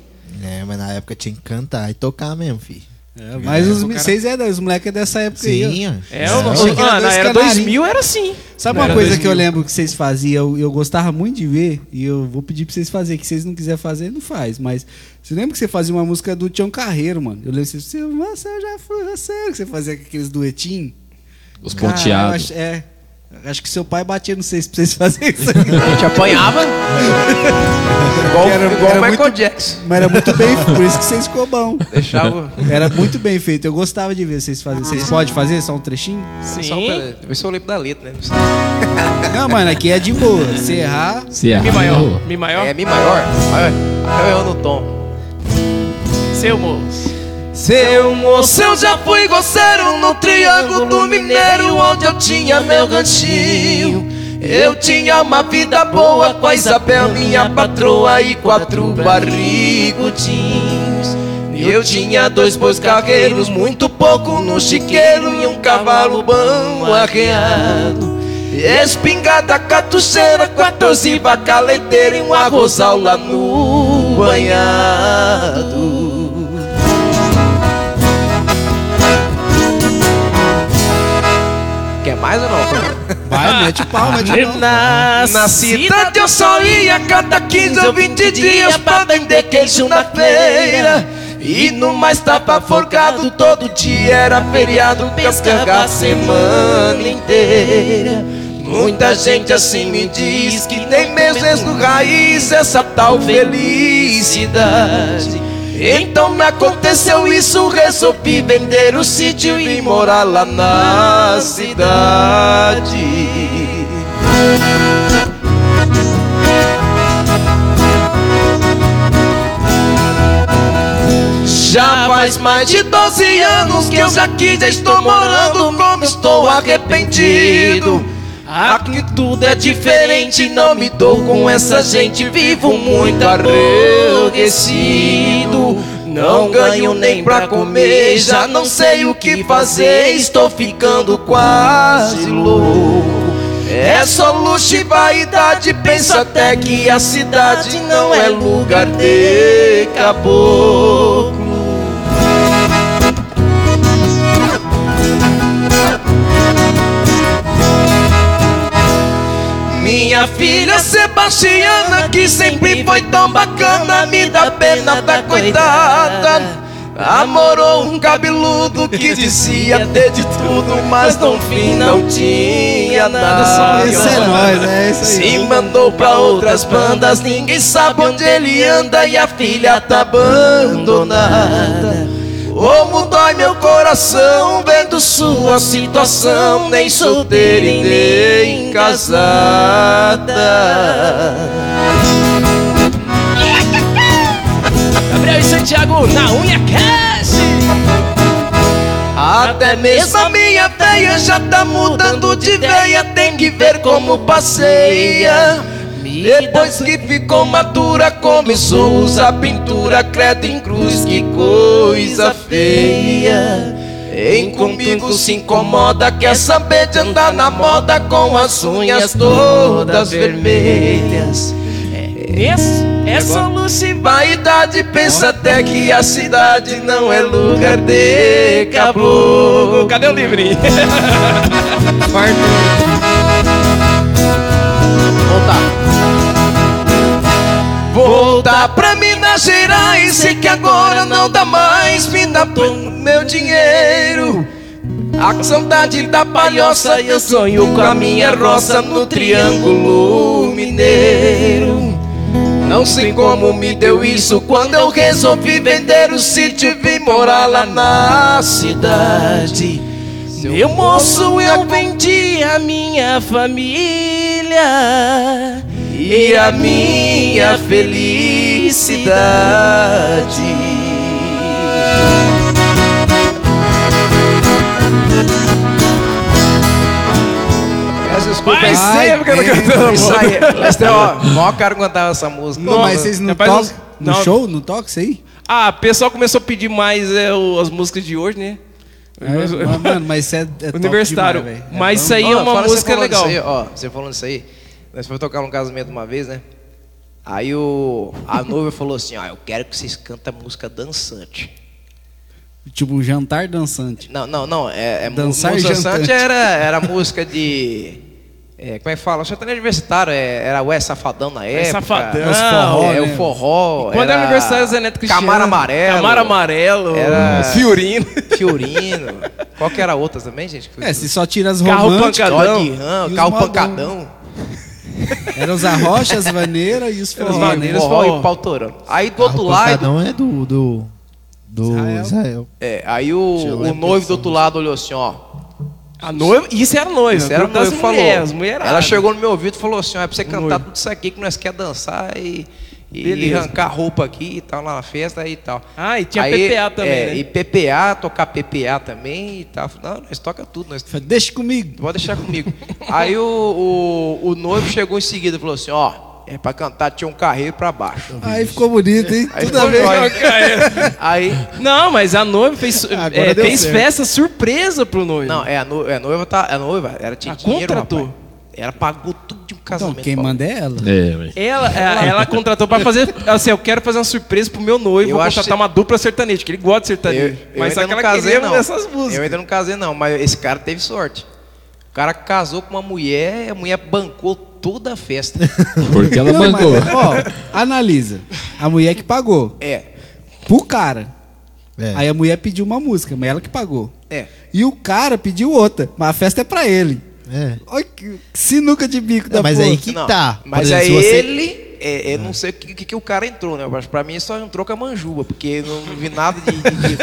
B: É, mas na época tinha que cantar e tocar mesmo, filho.
A: É, mas os mi- vocês é, os moleques é dessa época aí. ó.
B: Sim, ó.
C: É, o nosso.
A: achei que era
C: Ah, na
A: dois
C: era
A: canarinhos.
C: 2000 era assim.
A: Sabe uma
C: Na era
A: coisa que eu
C: 2000.
A: lembro que vocês faziam, eu, eu gostava muito de ver, e eu vou pedir pra vocês fazerem, que vocês não quiserem fazer, não faz, mas você lembra que você fazia uma música do Tião Carreiro, mano? Eu lembro que você, você eu já foi, é sério, que você fazia aqueles duetinhos?
E: Os
A: Cara, eu
E: ponteados.
A: acho- é, acho que seu pai batia no vocês pra vocês fazerem isso aqui.
D: A gente apanhava. igual
A: Era-
D: igual
A: era
D: o Michael
A: muito-
D: Jackson.
A: Mas era muito bem, por isso que vocês ficou bom.
D: Deixava.
A: Era muito bem feito, eu gostava de ver vocês fazerem. Vocês podem fazer só um trechinho?
D: Só
C: Sim.
D: pra, depois eu lembro da letra, né?
A: Não, mano, aqui é de boa. Se errar,
E: Se errar,
C: Mi maior.
E: errou.
C: Mi maior.
D: É Mi maior. maior. Eu no tom.
C: Seu moço.
D: Seu moço,
G: eu já fui goceiro no Triângulo do Mineiro, onde eu tinha meu ganchinho. Eu tinha uma vida boa com a Isabel, minha patroa, e quatro barrigudinhos. Eu tinha dois bois carreiros, muito pouco no chiqueiro, e um cavalo bom arreado. Espingada, catucheira, 14 vaca leiteira e um arrozal lá no banhado.
D: quer mais ou não?
A: vai, mete o pau, mete o pau.
G: Na cidade eu só ia cada 15 ou 20 dias pra vender queijo na feira. E numa estava forgado todo dia, era feriado, pescava a semana inteira. Muita gente assim me diz que tem mesmo raiz essa tal felicidade. Então me aconteceu isso, resolvi vender o sítio e morar lá na cidade. Já faz mais de 12 anos que eu já aqui já estou morando, como estou arrependido. Aqui tudo é diferente, não me dou com essa gente, vivo muito arrogecido. Não ganho nem pra comer, já não sei o que fazer, estou ficando quase louco. É só luxo e vaidade, penso até que a cidade não é lugar de caboclo. Minha filha Sebastiana, que
C: Então
G: sempre foi tão bacana, me dá pena da coitada. Amorou um cabeludo que dizia ter de tudo, mas no fim não tinha nada. Só
A: Isso é nóis, é isso aí.
G: se mandou pra outras bandas, ninguém sabe onde ele anda e a filha tá abandonada. Como dói meu coração vendo sua situação, nem solteira e nem casada.
C: Gabriel e Santiago na unha cash.
G: Até mesmo a minha veia já tá mudando de veia Tem que ver como passeia Depois que ficou madura começou a usar pintura Credo em cruz, que coisa feia Em comigo se incomoda Quer saber de andar na moda Com as unhas todas vermelhas
C: Esse, essa
G: se vaidade pensa até que a cidade não é lugar de caboclo
C: Cadê o livrinho?
G: Voltar pra Minas Gerais, sei que agora não dá mais, me dá todo meu dinheiro. A saudade da palhoça, eu sonho com a minha roça no Triângulo Mineiro. Não sei como me deu isso quando eu resolvi vender o sítio e vim morar lá na cidade. Meu moço, eu vendi a minha família e a minha felicidade.
D: Peço desculpa aí.
A: Ai,
D: sempre que eu não
A: tem-
D: canto. Isso aí. Mas tem, ó, mó cara cantar essa música.
A: Pô, mas vocês não
C: Rapaz,
A: tocam
C: os-
A: no
C: não.
A: show? Não toca isso aí?
C: Ah, o pessoal começou a pedir mais é, o- as músicas de hoje, né?
A: É, mas, mano, mas isso é, é top
C: Universitário.
A: demais, velho.
C: Mas
A: bom.
C: isso aí é
D: Ó,
C: uma
D: fala, você
C: música
D: falando
C: legal.
D: isso aí, ó, você falando isso aí, nós fomos tocar num casamento uma vez, né? Aí o, a noiva falou assim, ó, eu quero que vocês cantem a música dançante.
A: Tipo, jantar dançante.
D: Não, não, não. É, é mu-
A: Dançar
D: Musa
A: jantante.
D: Sante era, era música de. é, como é que fala? Sertanejo universitário. é, era o É Safadão na época.
C: Safadão,
D: Os forró, é,
A: né?
D: o forró.
C: Quando era aniversário do Zé Neto Cristiano. Hum.
D: Camara Amarelo.
C: Camara Amarelo.
D: Era-
C: Fiorino.
D: Fiorino. Qual que era a outra também, gente?
A: É, se só tira as
C: Carro
A: românticas.
C: pancadão.
D: Todd Ram,
A: E os
D: Carro
A: modão.
D: Pancadão.
A: Eram os arrochas, as vaneiras e os
C: Era os
A: forró.
C: vaneiras.
A: né?
D: Forró
C: forró.
D: e Pautorão. Aí do outro
B: Carro
D: lado.
B: pancadão é do. do, do
A: Israel.
B: Israel.
D: É, aí o, o noivo do outro lado olhou assim, ó.
C: A noiva. Isso era noiva.
D: Isso era o
C: grupo das
D: noivo falou.
C: mulheres, mulherada.
D: Ela chegou no meu ouvido e falou assim: ó, é pra você cantar
C: noivo.
D: tudo isso aqui que nós quer dançar e, e
C: Beleza.
D: arrancar roupa aqui e tal, lá na festa e tal.
C: Ah, e tinha PPA também,
D: é,
C: né?
D: E PPA, tocar PPA também e tal. Não, nós toca tudo, nós
A: Falei, Deixa comigo.
D: Pode deixar comigo. Aí o, o, o noivo chegou em seguida e falou assim: ó, é pra cantar, tinha um carreiro pra baixo.
A: Aí ficou bonito, hein?
D: Aí
A: Tudo a
D: ficou
A: ver.
D: jóia.
C: Cara,
D: Aí
C: Não, mas a noiva fez, su-
A: Agora
C: é,
A: deu
C: fez
A: certo.
C: festa surpresa pro noivo.
D: Não, é a, no, é a noiva, tá, é a noiva, ela tinha
C: Ah,
D: dinheiro,
C: contratou.
D: rapaz. Ela pagou tudo de um
A: Então,
D: casamento.
A: quem
D: pra-
A: manda é ela.
E: É, velho.
C: Ela, é, ela contratou pra fazer. Assim, eu quero fazer uma surpresa pro meu noivo.
D: Eu
C: vou
D: acho
C: contratar
D: que-
C: uma dupla sertaneja, que ele gosta de
D: Eu,
C: sertanejo.
D: eu
C: mas só
D: ainda
C: que
D: não
C: ela
D: casei,
C: queria
D: não.
C: essas músicas.
D: Eu ainda não casei, não, mas esse cara teve sorte. O cara casou com uma mulher, a mulher bancou toda a festa.
B: É,
E: Porque ela
A: Não, mas,
E: bancou.
A: ó, analisa. A mulher que pagou.
D: é,
A: Pro cara.
B: É.
A: Aí a mulher pediu uma música, mas ela que pagou.
D: é.
A: E o cara pediu outra, mas a festa é pra ele.
B: É.
A: Olha que sinuca de bico da
B: mas
A: porra.
B: aí que
D: Não,
B: tá. Por
D: Mas
B: exemplo,
D: aí
B: se você-
D: ele, é, eu não sei o que, que, que o cara entrou, né? Mas pra mim só entrou com a manjuba, porque eu não vi nada de. de- de-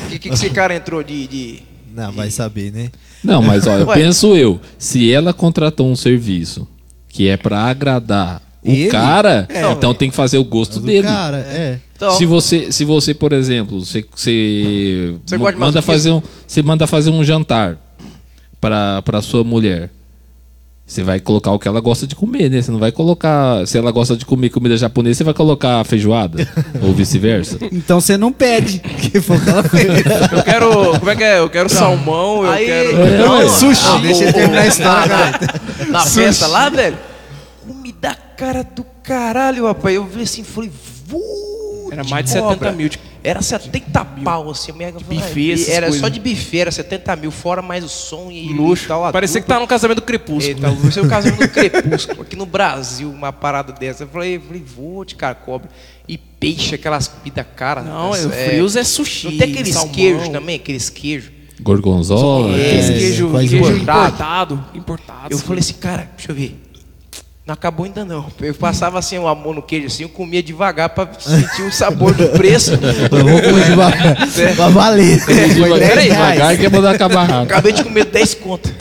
D: O que, que esse cara entrou de. de-
B: Não, vai saber, né?
E: Não, mas olha, eu
D: Ué.
E: penso eu, se ela contratou um serviço que é pra agradar o
A: Ele?
E: cara,
D: É.
E: então tem que fazer o gosto
B: Do
E: dele.
B: cara, é.
D: Então,
E: Se você, se você, por exemplo, você, você,
D: Você gosta de
E: manda
D: masoquismo?
E: fazer um, você manda fazer um jantar pra para sua mulher. Você vai colocar o que ela gosta de comer, né? Você não vai colocar, se ela gosta de comer comida japonesa, você vai colocar feijoada ou vice-versa.
A: Então você não pede. Que foi o que ela fez.
C: Eu quero. Como é que é? Eu quero salmão, eu
D: aí,
C: quero.
D: não,
A: é sushi.
D: não,
A: Deixa ele
D: o-
A: terminar a
D: o-
A: história,
D: na- Na, na festa lá, velho, comida cara do caralho, rapaz. Eu vi assim, falei, "Vô,
C: Era
D: de
C: mais de 70 mil de-
D: Era 70 pau, assim. eu me- eu falei,
C: buffet,
D: "Ah,
C: essas
D: Era só
C: coisas."
D: de buffet, era 70 mil, fora mais o som e
C: Luxo.
D: e tal. a
C: Parecia que
D: dupla.
C: tá no casamento do Crepúsculo.
D: Eita, você é o casamento do Crepúsculo. Aqui no Brasil, uma parada dessa. Eu falei, eu falei vou te cara, cobra. E peixe, aquelas pita cara.
C: Não,
D: essa-
C: eu frios é sushi.
D: Não tem aqueles
C: salmão.
D: queijos também, aqueles queijos.
E: Gorgonzola,
C: É,
E: aqueles-
C: esse queijo,
B: faz
C: queijo
D: importado.
C: importado. Importado.
D: Eu falei assim, cara, deixa eu ver. Não acabou ainda não. Eu passava assim o amor no queijo assim, eu comia devagar pra sentir o sabor do preço.
B: Eu vou comer devagar.
D: É.
B: Pra valer. Foi
E: Devagar,
B: 10
E: devagar
B: reais.
E: que é pra dar acabar rápido.
D: Acabei de comer 10 conto.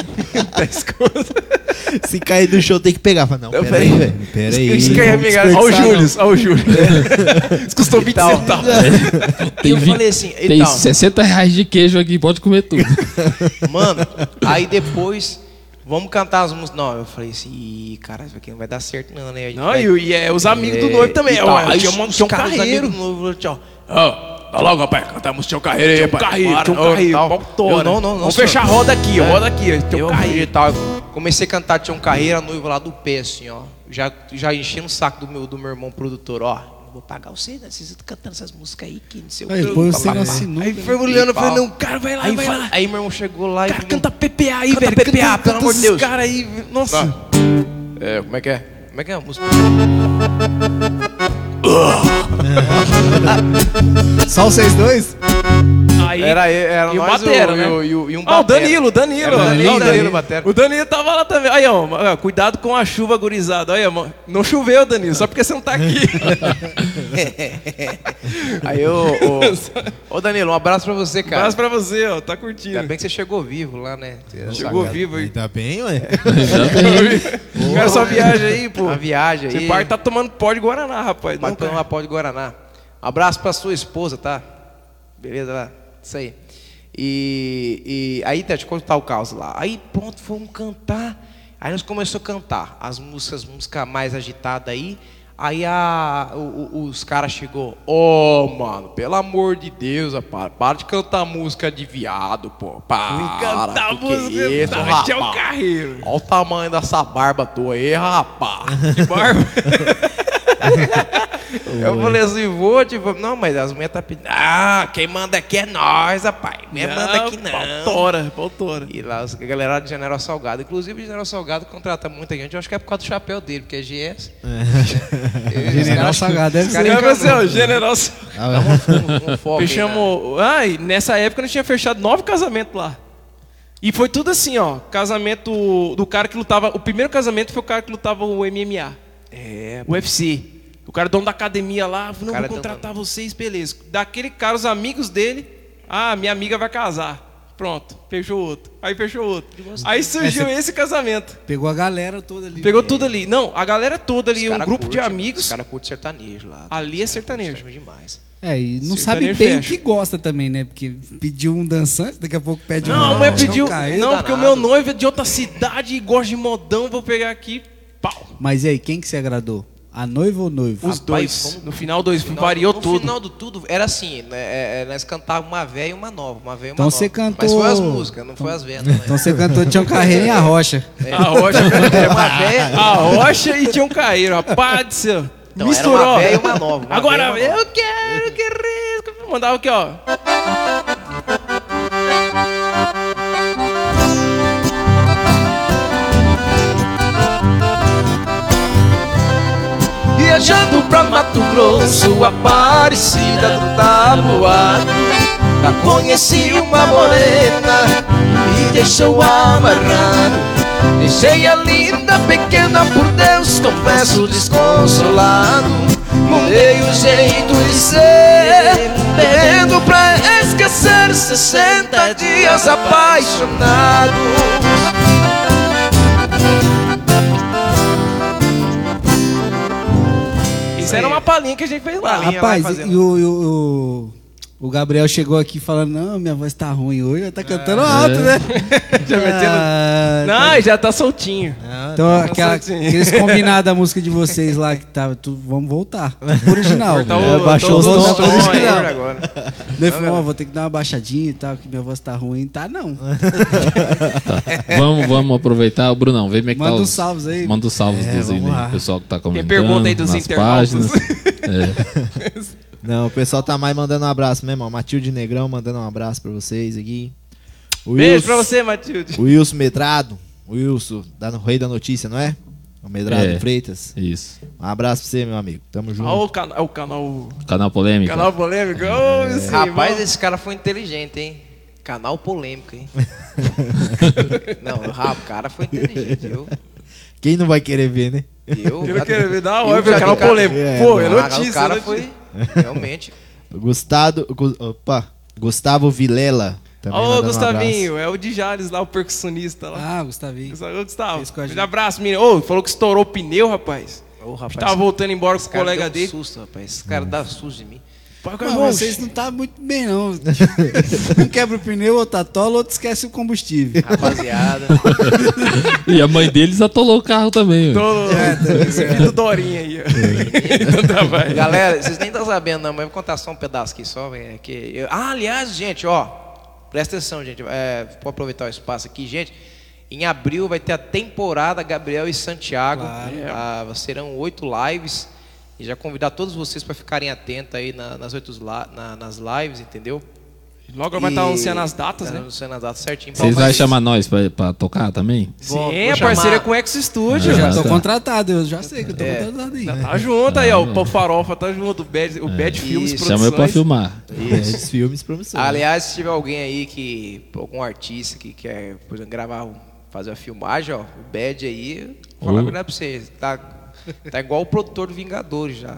C: 10 coisas.
B: Se cair do show, tem que pegar. Fala, não,
D: Eu
B: peraí,
D: falei,
B: velho. Peraí.
D: Isso que eu ia me
C: é, Olha o
D: gastar, não. É. Então, né?
C: Júlio, olha o Júlio. Isso custou 20 centavos.
D: E eu
E: vi-
D: falei assim,
E: tem
D: então,
E: 60 reais de queijo aqui, pode comer tudo.
D: mano, aí depois, vamos cantar as músicas. Não, eu falei assim, ih, cara, isso aqui não vai dar certo não, né? A gente
C: Não,
D: vai-
C: e, o- e é os amigos do noivo também.
D: e
C: ó,
D: tal. Aí
C: tinha
D: tinha
C: um
D: uns
C: tinha um
D: caras, os
C: carreiro.
D: amigos do noivo, assim, tchau.
C: Ó, logo, rapaz, cantamos Tio um Carreiro aí, rapaz.
D: um Carreiro,
C: Tio
D: Tio Carreiro,
C: Carreiro,
D: pau tora.
C: Não, não, não. É.
D: Vamos fechar a
C: roda aqui,
D: ó, um roda
C: aqui.
D: Eu ouvi e tal. Comecei a cantar Tião Carreira, a noiva lá do pé, assim, ó. Já, já enchendo o saco do meu, do meu irmão produtor, ó. Não vou pagar você, né? Vocês estão cantando essas músicas aí, que não sei
A: Aí,
D: o que.
A: põe
D: blá,
A: você
D: blá,
A: na
D: blá.
A: sinuca.
C: Aí foi olhando, eu falei,
D: Pau.
C: não, cara, vai lá,
D: Aí,
C: vai
D: fa-
C: lá.
D: aí meu irmão chegou lá
C: Cara,
D: e.
C: canta PPA aí,
D: Canta
C: velho. PPA,
D: PPA,
C: canta
D: pelo amor de Deus.
C: esses caras aí. Nossa.
D: É, como é que é? Como é que é a música?
A: Só vocês dois?
C: Aí,
D: Era, era
C: e o
D: nós
C: Batera,
D: o-
C: né?
D: e o- e o- e um
C: ah, o
D: Batera.
C: Danilo, o Danilo.
D: Era o
C: ó,
D: Danilo,
C: ó,
D: Danilo, Batera.
C: O Danilo tava lá também. Aí, ó, ó, cuidado com a chuva gurizada. Aí, ó, mo- não choveu, Danilo, só porque você não tá aqui.
D: Aí ô, ô, ô Danilo, um abraço pra você, cara.
C: Abraço pra você, ó, tá curtindo.
D: Ainda bem que você chegou vivo lá, né?
C: Chegou vivo aí.
B: Ainda Tá bem, ué.
C: O cara só viaja aí, pô.
D: A viagem aí.
C: Esse pai tá tomando pó de Guaraná, rapaz.
D: Vai
C: Não,
D: tomar uma pau de Guaraná. Abraço pra sua esposa, tá? Beleza lá? Isso aí. E, e aí, Tete, quando tá o caos lá? Aí pronto, fomos cantar. Aí nós começamos a cantar as músicas, música mais agitada aí. Aí a, o- o- os caras chegou, ô mano, pelo amor de Deus, rapaz, para de cantar música de viado, pô. Para,
C: Cantar
D: que que
C: música
D: é isso,
C: da
D: rapaz?
C: Raquel Carreiro.
D: Olha o tamanho dessa barba tua aí, rapaz.
C: Que barba.
D: Eu falei assim, vou, tipo, não, mas as mulheres tá pedindo. Ah, quem manda aqui é nós, rapaz. Mulher manda é aqui não.
C: Pautora, pautora.
D: E lá, os- a galera de General Salgado. Inclusive, o General Salgado contrata muita gente. Eu acho que é por causa do chapéu dele, porque é GS. É.
B: General Salgado deve ser.
C: Cara, você, assim, ó, general.
D: Um, um foco aí na-
C: Fechamos. Ai, nessa época nós tinha fechado nove casamentos lá. E foi tudo assim, ó. Casamento do cara que lutava. O primeiro casamento foi o cara que lutava o MMA.
D: É,
C: O UFC. O cara é dono da academia lá, não
D: cara é
C: vou
D: dono da-
C: contratar vocês, beleza. Daquele cara, os amigos dele, ah, minha amiga vai casar. Pronto, fechou outro. Aí fechou outro. Aí surgiu esse casamento.
A: Pegou a galera toda ali.
C: Pegou tudo ali. Não, a galera toda
D: os
C: ali, um
D: cara
C: grupo de
D: curte, Os
C: amigos.
D: caras curtem sertanejo lá.
C: Ali é
D: Os caras curtem
C: sertanejo.
D: demais.
A: É, e não
C: Sertanejo
A: sabe bem o
C: fecha.
A: que gosta também, né? Porque pediu um dançante, daqui a pouco pede um.
C: Não, a mulher
A: modão,
C: pediu.
A: caiu.
C: Não, porque o
D: danado.
C: meu noivo é de outra cidade e gosta de modão, vou pegar aqui. Pau.
A: Mas e aí, quem que se agradou? A noiva ou o noivo?
C: Os
D: Rapaz,
C: dois.
D: como-
C: No final, dois.
D: No-
C: variou
D: no
C: tudo.
D: final do tudo, era assim, né, é, é, nós cantávamos uma velha e uma nova, uma velha e uma
A: Então
D: nova.
A: você cantou-
D: Mas foi as músicas, não foi as velhas. né?
A: Então você cantou Tião Carreira e a Rocha.
D: É.
C: A rocha,
D: Era uma velha.
C: a rocha e tinha um caíro. Rapaz do céu.
D: Então,
C: Misturou.
D: era uma velha e uma nova, uma
C: Agora,
D: velha e uma
C: eu quero que risco. Mandava aqui, ó.
G: Viajando pra Mato Grosso, Aparecida do Taboado Lá conheci uma morena e me deixou amarrado Deixei a linda pequena por Deus, confesso desconsolado Mudei o jeito de ser, bebendo pra esquecer 60 dias apaixonados
C: Isso era uma palhinha que a gente fez lá.
D: Palinha. vai
A: Rapaz,
D: fazendo.
A: e o, e o, o- o Gabriel chegou aqui falando: Não, minha voz tá ruim hoje, ela tá cantando alto, né?
C: Ah. Já metendo-
A: Ah,
C: Não, já tá soltinho.
A: Então, aquela,
C: assim.
A: aqueles combinados da música de vocês lá que tava. tu- vamos voltar. pro Original.
C: Cortar
A: Né?
C: o-
B: baixou
C: todo
B: os tons
C: o som
B: todos
C: aí.
B: que dá.
D: agora.
A: Daí falou, ó, vou ter que dar uma baixadinha e tal, que minha voz tá ruim. Tá, não.
E: Vamos, vamos aproveitar. O Brunão, vê como é que
A: Manda
E: tá
A: uns
E: os-
A: salves aí.
E: Manda os salvos
B: É,
E: dos
B: vamos lá.
E: aí, pessoal que tá comentando.
C: pergunta aí dos
E: nas
C: internautas.
E: páginas. É.
B: Não, o pessoal tá mais mandando um abraço mesmo. ó. Matilde Negrão mandando um abraço pra vocês aqui. O
C: Beijo
B: Wilson-
C: pra você, Matilde.
B: O Wilson Medrado. O Wilson, da, no Rei da Notícia, não é? O Medrado
E: É.
B: Freitas.
E: Isso.
B: Um abraço pra você, meu amigo. Tamo junto.
C: Olha o canal. O canal.
E: Canal Polêmica.
C: Canal polêmico. Ô, esse
D: Rapaz,
C: irmão.
D: esse cara foi inteligente, hein? Canal polêmico, hein? não, o cara foi inteligente, eu.
B: Quem não vai querer ver, né?
D: Eu,
C: Eu não quero ver, dá
D: eu
C: uma hora,
D: já vi
C: canal
D: cara-
C: polêmico.
B: É,
C: Pô, é
D: Ah,
C: notícia.
D: O cara
C: notícia. Tá
D: foi realmente
B: Gustavo. Gu- Opa! Gustavo Vilela. também
C: Ô,
B: mandando um
C: Gustavinho, é o de Jales lá, o percussionista lá.
A: Ah, Gustavinho.
C: Ô, Gustavo,
A: Fez com a gente.
C: um abraço, menino. Ô, falou que estourou o pneu, rapaz.
D: Ô, rapaz,
C: Tava voltando embora com
D: esse
C: o
D: cara
C: colega
D: deu um
C: dele. Hum.
D: susto, rapaz. Esse cara dá um susto de mim.
C: Pai, cara,
A: Não,
C: irmão,
A: vocês não tá muito bem, não. um quebra o pneu, outro atola, outro esquece o combustível.
C: Ah,
D: Rapaziada.
E: E a mãe deles atolou o carro também. velho.
C: Tô...
A: É, tá
C: Esse filho do Dorinha aí. ó. então tá, vai.
D: Galera, vocês nem estão sabendo, não, mas eu vou contar só um pedaço aqui só. é, que eu- Ah, aliás, gente, ó. Presta atenção, gente. É, vou aproveitar o espaço aqui, gente. Em abril vai ter a temporada Gabriel e Santiago. Ah, serão oito lives. E já convidar todos vocês para ficarem atentos aí na- nas, oito la- na- nas lives, entendeu?
C: Logo vai estar
D: E-
C: anunciando as datas,
D: Tá
C: né?
D: Anunciando as datas certinho.
E: Vocês
D: Então,
E: vão
D: mas-
E: chamar nós pra, pra tocar também?
D: Vou-
C: Sim,
D: vou
C: a parceria
D: chamar-
C: com o Ex Studio.
A: Eu
E: Ah,
A: já tô
E: tá.
A: contratado, eu já sei que eu tô contratado aí.
C: Já tá junto aí, ó. O Pau Farofa tá junto, o Bad, o Bad Filmes
D: Isso.
E: Chama eu pra
C: Produções.
E: filmar.
B: abraço. É, esses filmes promissores.
D: Aliás, se tiver alguém aí que. algum artista que quer, por exemplo, gravar, um- fazer uma filmagem, ó, o Bad aí, vou falar a
E: Uh.
D: verdade pra vocês. Tá, tá igual o produtor do Vingadores já.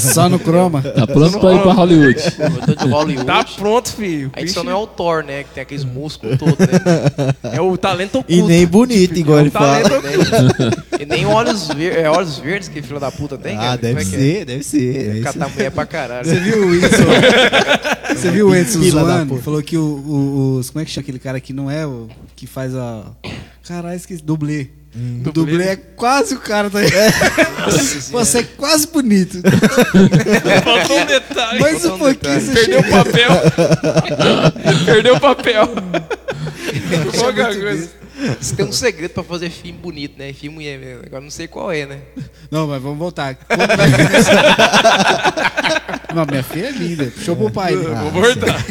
A: Só no croma.
E: Tá pronto pra ir pra Hollywood.
D: Produtor de Hollywood.
C: Tá pronto, filho.
D: Aí
C: Vixe,
D: só não é o Thor, né? Que tem aqueles músculos todos, né?
C: é o talento oculto. tipo, é
B: E nem bonito, igual ele
C: o talento
B: fala.
C: oculto.
D: E nem olhos, ver é, olhos verdes que filho da puta tem,
B: Ah,
D: cara. Como
B: deve
D: é que é?
B: ser, deve ser. é isso.
D: Catar um mulher pra caralho.
A: Você viu o Edson? Você viu o Edson
B: Fila da
A: zoando?
B: puta.
A: Falou que o, o- os. Como é que chama aquele cara que não é o. Que faz a. Caralho, esqueci. Dublê.
B: Hum.
A: O dublê é quase o cara da. Você é quase bonito.
C: Faltou um detalhe.
A: Mas um pouquinho você
C: Perdeu o papel. Perdeu o papel. Qualquer
D: é
A: muito
C: coisa.
D: Você tem um segredo pra fazer filme bonito, né? Filme mulher mesmo. Agora não sei qual é, né?
A: Não, mas vamos voltar. Como vai ficar isso? Não, minha filha é linda. Puxou pro pai. Né?
B: Ah,
C: Vou voltar.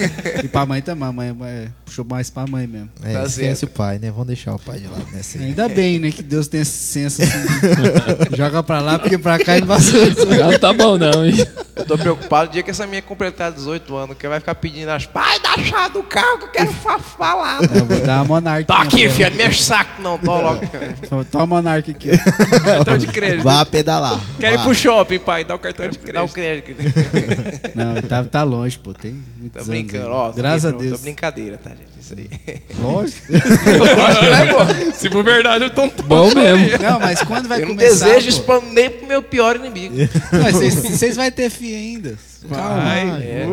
A: E pra mãe também. Mãe, mãe, puxou mais pra mãe mesmo.
B: É,
D: Tá
B: esquece o pai, né? Vamos deixar o pai de lado nessa aí.
A: Ainda bem, né? Que Deus tem esse senso. Assim, joga pra lá, porque pra cá ele passou.
E: Não tá bom, não, hein?
D: Eu tô preocupado o dia que essa minha completar 18 anos, que ela vai ficar pedindo as pai, dá a chave do carro que eu quero fa- falar.
A: É, Eu Então, vou dar uma monarca.
D: Tá
A: né,
D: aqui,
A: pô.
D: filha, não mexe saco não, tô logo.
A: Toma- Toma a monarca aqui.
D: Cartão de crédito.
B: Vá pedalar.
C: Quer ir
B: vá.
C: pro shopping, pai? Dá o cartão de
D: Dá o
C: crédito.
D: crédito. né?
A: Não, tá, tá longe, pô. Tem muitos anos
D: Tô brincando,
A: ainda.
D: ó. tô
A: Graças
D: brincando,
A: a Deus.
D: Tô brincadeira, tá, gente? Isso aí.
A: Lógico.
C: Se for verdade, eu tô um
E: Bom
C: é
E: mesmo.
A: Não, mas quando vai
D: Eu não
A: começar,
D: desejo
A: pô?
D: spam nem pro meu pior inimigo.
A: Mas vocês- Vocês vão ter filho ainda. Calma.
D: É.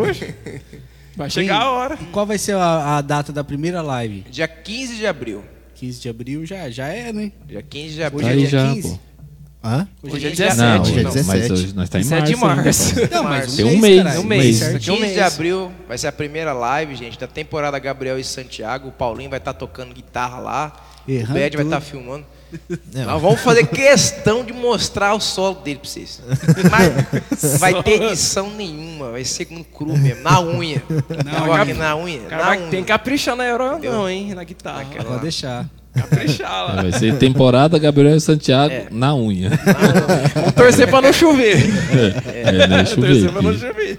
C: Vai chegar a hora.
A: Qual vai ser a, a data da primeira live?
D: Dia 15 de abril.
A: 15 de abril já, já é, né?
D: Dia 15 de abril.
A: Hoje é
E: Aí
A: dia
E: já,
A: 15?
E: pô.
B: Hã?
D: Hoje é
E: Não,
D: 17.
E: hoje é
D: não.
B: 17.
E: 17. Mas hoje nós tá
C: é
E: em
D: 17
E: março.
D: de
E: ainda,
D: março.
E: pô.
A: Não, mas
E: Tem um mês,
A: caralho.
E: um mês.
A: Certinho,
D: 15
A: é mês.
D: de abril vai ser a primeira live, gente, da temporada Gabriel e Santiago. O Paulinho vai estar tocando guitarra lá.
A: Errando
D: o Bad vai
A: tudo.
D: estar filmando. Nós vamos fazer questão de mostrar o solo dele pra vocês. Mas vai ter edição nenhuma, vai ser com cru mesmo, na unha. Não,
C: cara-
D: aqui na unha,
C: Cara,
D: na
C: vai-
D: unha.
C: tem que caprichar na Euro, não, hein? Na guitarra.
D: Aquela
A: Pode
D: lá.
A: deixar.
C: Caprichar
E: É,
C: lá.
E: Vai ser temporada Gabriel e Santiago
D: É.
E: na unha.
C: Vamos torcer pra não chover.
E: É, né? É. Chover
C: torcer pra não
E: aqui.
C: chover.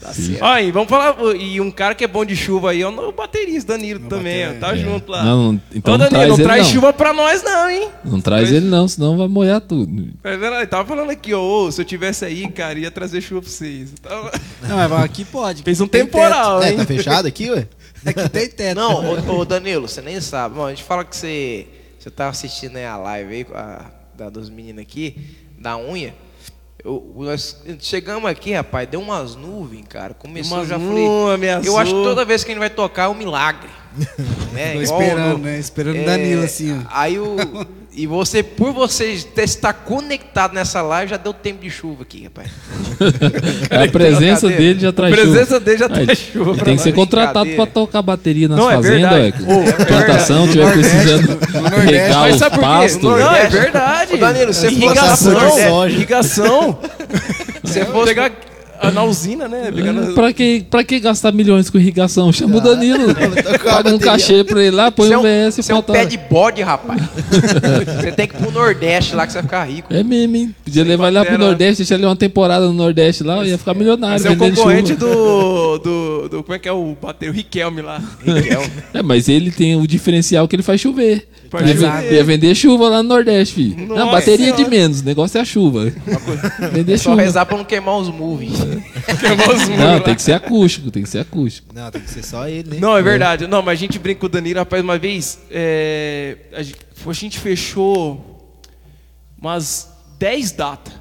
D: Tá certo.
C: Ó, e vamos falar. E um cara que é bom de chuva aí é o novo baterista Danilo também, ó.
A: baterista.
C: Tá
E: É.
C: junto lá.
E: Não, não- então
C: Ô,
E: não
C: Danilo,
E: traz ele,
C: traz
E: não.
C: chuva pra nós, não, hein?
E: Não traz ele não, senão vai molhar tudo.
C: Tá vendo? Ele tava falando aqui, ó, ô, se eu tivesse aí, cara, ia trazer chuva pra vocês. Tava-
A: Não, mas aqui pode.
C: Fez um
A: Tem
C: temporal,
B: É,
C: hein?
B: tá fechado aqui, ué?
A: teto. Aqui tem teto.
D: Não, ô, ô, Danilo, você nem sabe. Bom, a gente fala que você, você tá assistindo aí a live aí, a, da, dos meninos aqui, da unha. Eu- nós chegamos aqui, rapaz, deu umas nuvens, cara. Começou,
C: Umas
D: já
C: nuvens,
D: falei.
C: ameaçou.
D: Eu acho que toda vez que a gente vai tocar é um milagre. né?
A: Tô
D: Igual
A: esperando,
D: no-
A: né? Esperando o
D: é,
A: Danilo, assim, ó.
D: Aí o. E você, por você ter- estar conectado nessa live, já deu tempo de chuva aqui, rapaz.
E: A presença
D: Brincadeira.
E: dele já
C: A
E: traz chuva.
C: presença dele já
E: Aí,
C: traz chuva.
E: ele
C: pra
E: tem que
C: nós.
E: ser contratado
D: Brincadeira.
E: pra tocar bateria nas
C: Não, é
E: fazendas, ué.
C: verdade. Ô, é
E: plantação, tiver
A: Nordeste,
E: precisando
A: no Nordeste.
E: regar
C: Mas
E: os
C: sabe por quê?
E: pastos.
C: Não, é
D: Nordeste.
C: verdade.
D: Ô, Danilo, né? se fosse
B: assunto de
C: irrigação,
B: soja.
C: irrigação.
D: Você
C: Vou pegar a- na usina, né? Pegar na-
E: É, Pra que, pra que gastar milhões com irrigação? Chama o Danilo. Paga um cachê pra ele lá, põe
D: Você é
E: um VS e
D: você é um
E: falta.
D: pé de bode, rapaz. você tem que ir pro Nordeste lá que você vai ficar rico.
E: É mesmo, hein? Podia levar ele lá pro
C: batera.
E: Nordeste, deixar ele uma temporada no Nordeste lá, ia ficar milionário.
C: Você é o
E: vendendo
C: concorrente
E: chuva.
C: do, do, do- Como é que é o bater? O Riquelme lá.
D: Miguel.
E: É, mas ele tem o diferencial que ele faz chover.
C: Faz
E: ia,
C: chover.
E: ia vender chuva lá no Nordeste, filho.
C: Nossa
E: Não, bateria
C: Senhora.
E: de menos, o negócio é a chuva. Vender
D: É Só
E: chuva.
D: rezar né? pra não queimar os movies.
C: Queimar os muros lá.
E: Não, tem que ser acústico, tem que ser acústico.
B: Não, tem que ser só ele, né?
C: Não, é verdade. Não, mas a gente brinca com o Danilo, rapaz, uma vez. é, a, gente, a gente fechou umas 10 datas.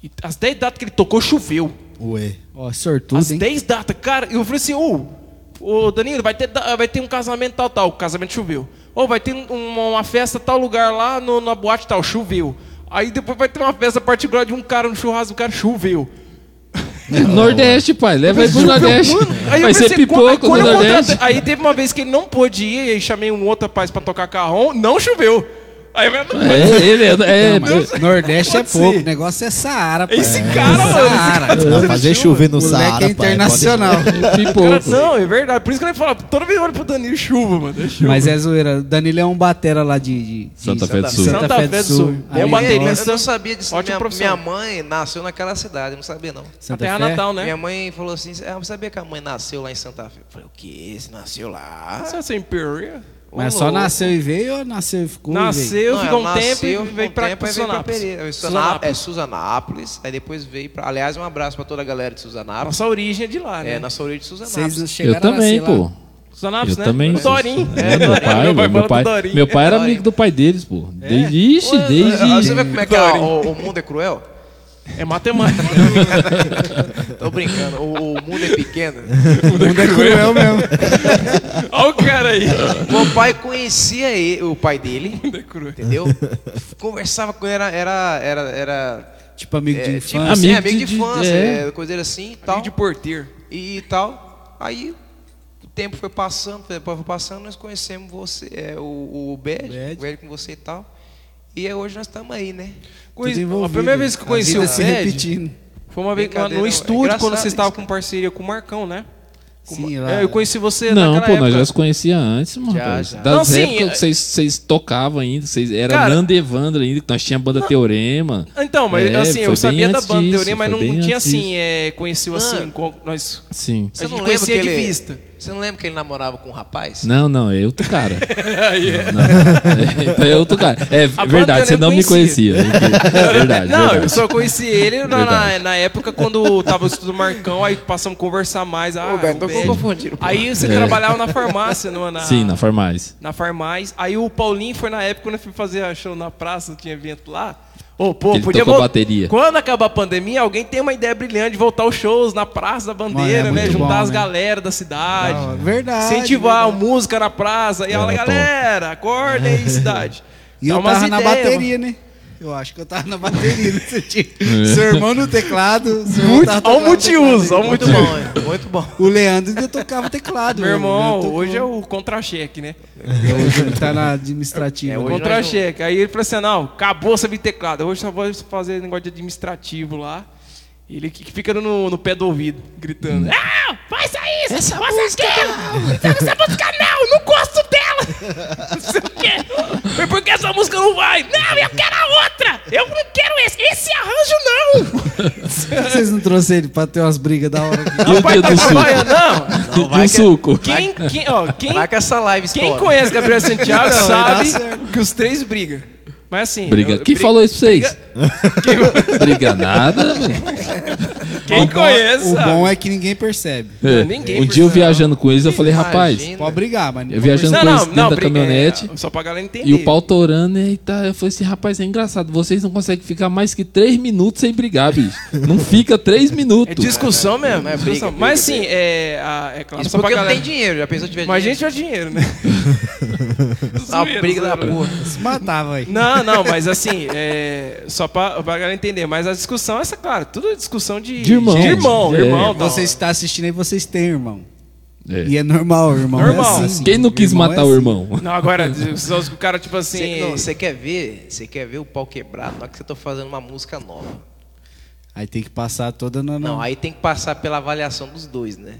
C: E as 10 datas que ele tocou, choveu.
B: Ué.
A: Ó, sortudo,
C: As
A: hein?
C: 10 datas, cara. Eu falei assim, ô, ô Danilo, vai ter, da- vai ter um casamento tal, tal. O casamento choveu. Ou vai ter um- uma, uma festa tal lugar lá no, na boate tal, choveu. Aí depois vai ter uma festa particular de um cara no churrasco, o cara choveu.
E: Nordeste, pai, leva ele pro Nordeste.
C: Aí eu
E: Vai ser
C: pensei, quando-
E: pipoco no
C: quando eu
E: Nordeste.
C: contratei- Aí teve uma vez que ele não pôde ir, e aí chamei um outro rapaz pra tocar carrom, não choveu. Aí eu falei,
E: É, ele é. é-
A: Não, mas Nordeste é
C: Pode ser.
A: pouco. O negócio é Saara, pô.
C: Esse
A: É,
C: cara, mano, esse
A: Saara.
B: Não, fazer chover no
A: Moleque
B: Saara,
A: é
B: pai, pode-
A: internacional.
C: cara,
E: pipoco.
C: não, é verdade. Por isso que ele fala, toda vez eu olho pro Danilo chuva, mano. é chuva.
A: Mas é zoeira. O Danilo é um batera lá de. de-
E: Santa
A: de
E: Fé do Sul.
A: Santa Fé do Sul.
C: É
D: Eu,
C: um
A: Aí,
C: baterista.
D: eu não sabia disso.
C: Ótima
D: Minha,
C: profissão.
D: minha mãe nasceu naquela cidade, eu não sabia não.
A: Santa
C: a terra
A: Fé?
C: natal, né?
D: Minha mãe falou assim, ah, eu sabia que a mãe nasceu lá em Santa Fé. Eu falei, o quê? Você nasceu lá?
C: Você é sem perua?
D: Ô,
A: Mas só
D: louco.
A: nasceu e veio ou nasceu e ficou? e veio?
C: Nasceu,
D: Não,
C: ficou um
D: ela
C: tempo
D: nasceu,
C: e
D: ficou
C: veio
D: um
C: pra
D: tempo, aí veio pra Pereira.
C: Susanápolis.
D: Susana- É
C: Susanápolis.
D: Susanápolis, aí depois veio pra... Aliás, um abraço pra toda a galera de Susanápolis.
C: Nossa origem é de lá, né?
D: É, na orelha de
A: Vocês não
D: Susanápolis.
A: chegaram
E: Eu também,
A: a nascer lá.
E: pô.
C: Susanápolis,
E: Eu
C: né?
E: também.
C: O Dorinho.
E: É, meu pai, meu,
C: fala do
E: pai,
C: Dorinho. É.
E: meu pai era
D: Dorinho.
E: amigo do pai deles, pô. Desde, ixi,
D: Ah, Você vê
E: desde.
D: como é que é, o, o mundo é cruel?
C: É matemática.
D: Tô brincando, o, o mundo é pequeno.
A: é
C: Olha o cara aí.
E: Tá.
D: Meu pai conhecia ele, o pai dele,
C: É cruel.
D: entendeu? Conversava com ele, era. era, era, era
A: Tipo amigo
D: é,
A: de
D: tipo
A: infância.
D: assim,
E: Amigo
D: amigo de,
E: de- de-
D: infância,
E: é.
D: é, coisa dele assim e tal.
C: Amigo de porteiro.
D: E, e tal. Aí, o tempo foi passando, foi foi passando, nós conhecemos você, é, o, o Bad,
A: Bad.
D: o Ed com você e tal. E é hoje nós estamos aí, né?
C: Conheci- a
A: envolvido.
C: primeira vez que eu
A: A
C: conheci
A: vida
C: o
A: se
C: Fred
A: repetindo.
C: foi uma vez
D: Brincadeira,
C: no
D: é
C: estúdio,
D: engraçado
C: quando você estava
D: isso,
C: com parceria com o Marcão, né? Com-
A: Sim,
C: é,
A: lá-
C: eu conheci você
E: Não,
C: naquela
E: pô,
C: época.
E: nós já se conhecia antes, mano.
D: Já,
E: pô.
D: já.
E: Das
C: Não, sim,
E: épocas
C: é-
E: que vocês- vocês tocavam ainda, vocês, era
C: Cara-
E: Nanda e Evandro ainda, que nós tinha a banda Teorema.
C: Então, mas
E: É,
C: assim,
E: foi
C: eu
E: bem
C: sabia da
E: antes
C: banda
E: disso,
C: teoria, mas
E: foi
C: não,
E: bem
C: não tinha
E: antes
C: assim, é, conheceu assim,
D: Ah.
C: com- nós.
E: Sim.
C: A gente
D: não lembra que
C: conhecia de
D: ele,
C: vista.
D: Você não lembra que ele namorava com um rapaz?
E: Não, não, é outro cara. não, não. É, é outro cara. É
C: é. banda
E: verdade,
C: eu
E: você
C: nem
E: não me
C: conhecia.
E: conhecia. É verdade.
C: não,
E: verdade.
C: eu só conheci ele na, na,
E: Verdade.
C: na época quando tava o estudo do Marcão, aí passamos a conversar mais. Ah,
D: Ô, Beto,
C: o
D: tô
C: Bad.
D: confundindo.
C: Aí você
E: É.
C: trabalhava na farmácia, não é na.
E: Sim, na farmácia.
C: na farmácia. Aí o Paulinho foi na época quando eu fui fazer a show na praça, tinha evento lá. Ô, pô,
E: Ele
C: podia
E: tocou
C: vol-
E: bateria.
C: Quando acabar a pandemia, alguém tem uma ideia brilhante de voltar os shows na Praça da Bandeira,
A: Mano, é
C: né?
A: muito
C: Juntar
A: bom,
C: as
A: né?
C: galera da cidade.
A: Da hora. é Verdade,
C: É, Incentivar a música na praça. E ela,
E: Era top.
C: galera, acorda aí, cidade.
A: E
C: Dá
A: eu
C: umas
A: tava na
C: ideias,
A: bateria, né? Eu acho que eu tava na bateria nesse dia.
E: É.
A: Seu irmão no teclado. seu irmão tava
C: Olha o
A: tocando
C: multiuso, olha o
D: Muito
C: multiuso.
D: bom, hein? muito bom.
A: teclado. O Leandro ainda tocava teclado.
C: Meu
A: eu
C: irmão,
A: tocou.
C: hoje é o contra-cheque, né?
A: Hoje ele tá na administrativa.
D: É, hoje nós não-
C: Contra-cheque. Aí ele falou assim: não, acabou essa teclado. Hoje só vou fazer negócio de administrativo lá. Ele que que fica no, no pé do ouvido, gritando. Ah, faz isso! Essa faz aquilo! Essa música não! Não gosto dela! Não sei o quê! Mas por que essa música não vai? Não, eu quero a outra! Eu não quero esse! Esse arranjo
A: Por que vocês não trouxeram ele pra ter umas brigas da hora aqui?
E: E o dia
C: não!
E: do
C: Vai,
E: suco?
C: tá não!
E: E o
C: Quem,
E: suco?
C: quem, ó, quem,
D: Vai com essa live
C: quem
D: estoura.
C: conhece Gabriel Santiago
A: Não, vai dar
C: sabe que os três brigam. Mas assim.
E: Briga.
C: eu- eu
E: Quem
C: bri-
E: falou isso pra vocês?
C: Quem,
E: Briga nada, velho.
C: quem conhece.
A: O
C: sabe.
A: bom é que ninguém percebe.
E: É,
C: Ninguém
E: um dia eu
C: percebe.
E: viajando com eles, eu falei, rapaz,
D: Imagina.
A: Pode brigar, mas
E: eu viajando
C: Não,
E: com eles
C: não,
E: um dentro
C: não,
E: da
C: briga-
E: caminhonete.
C: é, só pra galera entender.
E: E o pau torando e tá. Eu falei assim, rapaz, é engraçado. Vocês não conseguem ficar mais que três minutos sem brigar, bicho. Não fica três
C: É
E: minutos.
C: discussão mesmo.
D: Não é briga,
C: discussão.
D: briga,
C: Mas assim, é, a- é claro,
D: Isso
C: só pra
D: porque não
C: galera.
D: tem dinheiro, já pensou se tiver
C: Mas a gente né?
D: dinheiro? né?
C: já dinheiro, né?
D: a
C: Zoeira,
D: briga da
C: zoeira.
D: porra.
A: se matava aí.
C: Não, não, mas assim, é, só pra, pra galera entender. Mas a discussão é essa, claro, tudo é discussão de,
E: De irmão.
C: De irmão,
E: É.
C: irmão, tal.
A: Você está assistindo aí, vocês têm irmão.
E: É.
A: E é normal, irmão.
C: Normal.
A: É assim.
E: Quem não quis
A: Irmão é
E: matar o
A: assim.
E: irmão?
C: Não, agora, só os- o cara, tipo assim.
D: Você não, você quer ver? Você quer ver o pau quebrado na hora que você tá fazendo uma música nova.
A: Aí tem que passar toda na.
D: Não,
A: na-
D: aí tem que passar pela avaliação dos dois, né?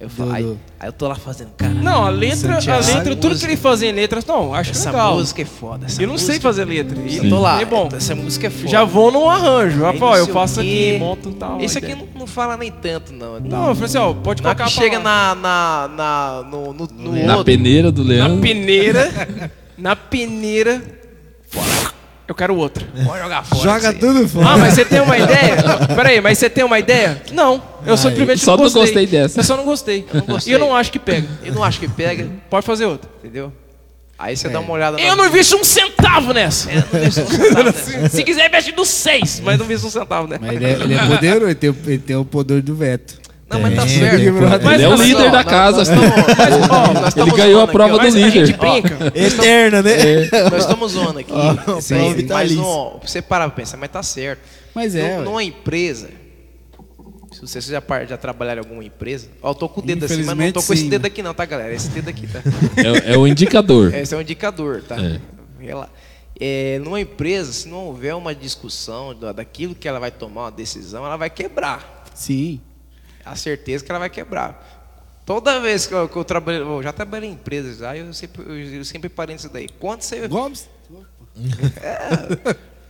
D: Eu falo,
A: Do-
D: aí,
A: do-
D: aí eu tô lá fazendo, cara.
C: Não, a letra, a
D: Santiago.
C: letra, tudo que ele fazia em letras, não, acho
D: essa
C: legal.
D: música é foda. Essa
C: Eu não sei
D: música-
C: fazer letra. E
D: Eu tô lá.
C: É bom.
D: Essa música é foda.
C: Já vou num arranjo.
D: Aí
C: Ah, pô,
D: não
C: eu
D: sei o
C: faço
D: quê.
C: aqui, monto e tal.
D: Esse
C: aí
D: aqui
C: tem.
D: não, não fala nem tanto, não. e
C: Não,
D: tal.
C: eu falei assim, ó, pode
D: Na hora
C: colocar
D: que
C: a
D: chega
C: palavra.
D: na, na, na- no, no, no
E: Na
D: outro.
E: peneira do Leandro.
C: Na peneira. na peneira. Eu quero outra.
D: Pode jogar fora.
A: Joga
D: isso aí.
A: tudo fora.
C: Ah, mas você tem uma ideia? Peraí, mas você tem uma ideia? Não. Eu simplesmente
E: só não gostei dessa.
C: Eu só não gostei.
D: não gostei.
C: E eu não acho que pega.
D: Eu não acho que pega,
C: Pode fazer outra.
D: entendeu? Aí você dá uma olhada na
C: Eu não invisto um centavo nessa.
D: Eu não deixo soltar, né?
C: Se quiser, investe do seis, mas não invisto um centavo, né?
A: Mas ele é, ele é poderoso, ele tem, o- ele tem o poder do veto.
D: Não, mas tá
B: É,
D: certo.
A: Big Brother.
E: Ele é o
C: Mas,
E: líder da casa. Ele ganhou a prova do
C: Mas a gente
E: líder.
C: brinca.
B: Eterna,
A: É.
B: né?
D: Nós estamos zoando aqui. Isso aí,
A: prova
D: mas
A: vitalícia.
D: não, você parar pra pensar, mas tá certo.
A: Mas é,
D: Num-
A: ué.
D: Numa empresa, se vocês já, par- já trabalharam em alguma empresa, ó, eu tô com o dedo assim, mas não tô
A: Infelizmente,
D: com esse
A: sim.
D: dedo aqui não, tá, galera? Esse dedo aqui, tá?
E: É, é o indicador.
D: Esse é um indicador, tá?
E: É.
D: Vê lá. É, numa empresa, se não houver uma discussão da- daquilo que ela vai tomar, uma decisão, ela vai quebrar
A: Sim.
D: a certeza que ela vai quebrar. Toda vez que eu, que eu trabalhei, eu já trabalhei em empresas, aí eu sempre, eu, eu sempre parei nisso daí. Quando você. É,
A: Gomes?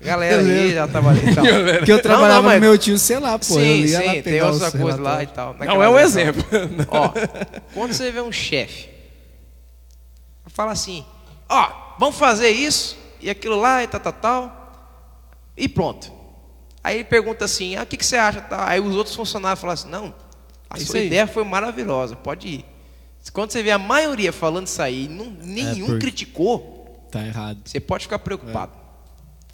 D: Galera aí, já trabalhei e tal.
A: Porque eu trabalhava
D: não,
A: no
D: mas-
A: meu tio, sei lá, pô. eu
D: sim,
A: ia lá pegar
D: sim, tem outra
A: os
D: coisa lá e
A: relatórios.
D: tal.
C: Não
D: Naquela
C: é um
D: época.
C: exemplo.
D: Ó, quando você vê um chefe, fala assim: ó, vamos fazer isso e aquilo lá e tal, tal, tal, e pronto. Aí ele pergunta assim: ah, o que, que você acha? tal? Aí os outros funcionários falam assim: não, a
C: Isso
D: sua
C: aí.
D: ideia foi maravilhosa, pode ir. Quando você vê a maioria falando isso aí, não, nenhum
A: É, porque-
D: criticou,
A: Tá errado.
D: você pode ficar preocupado.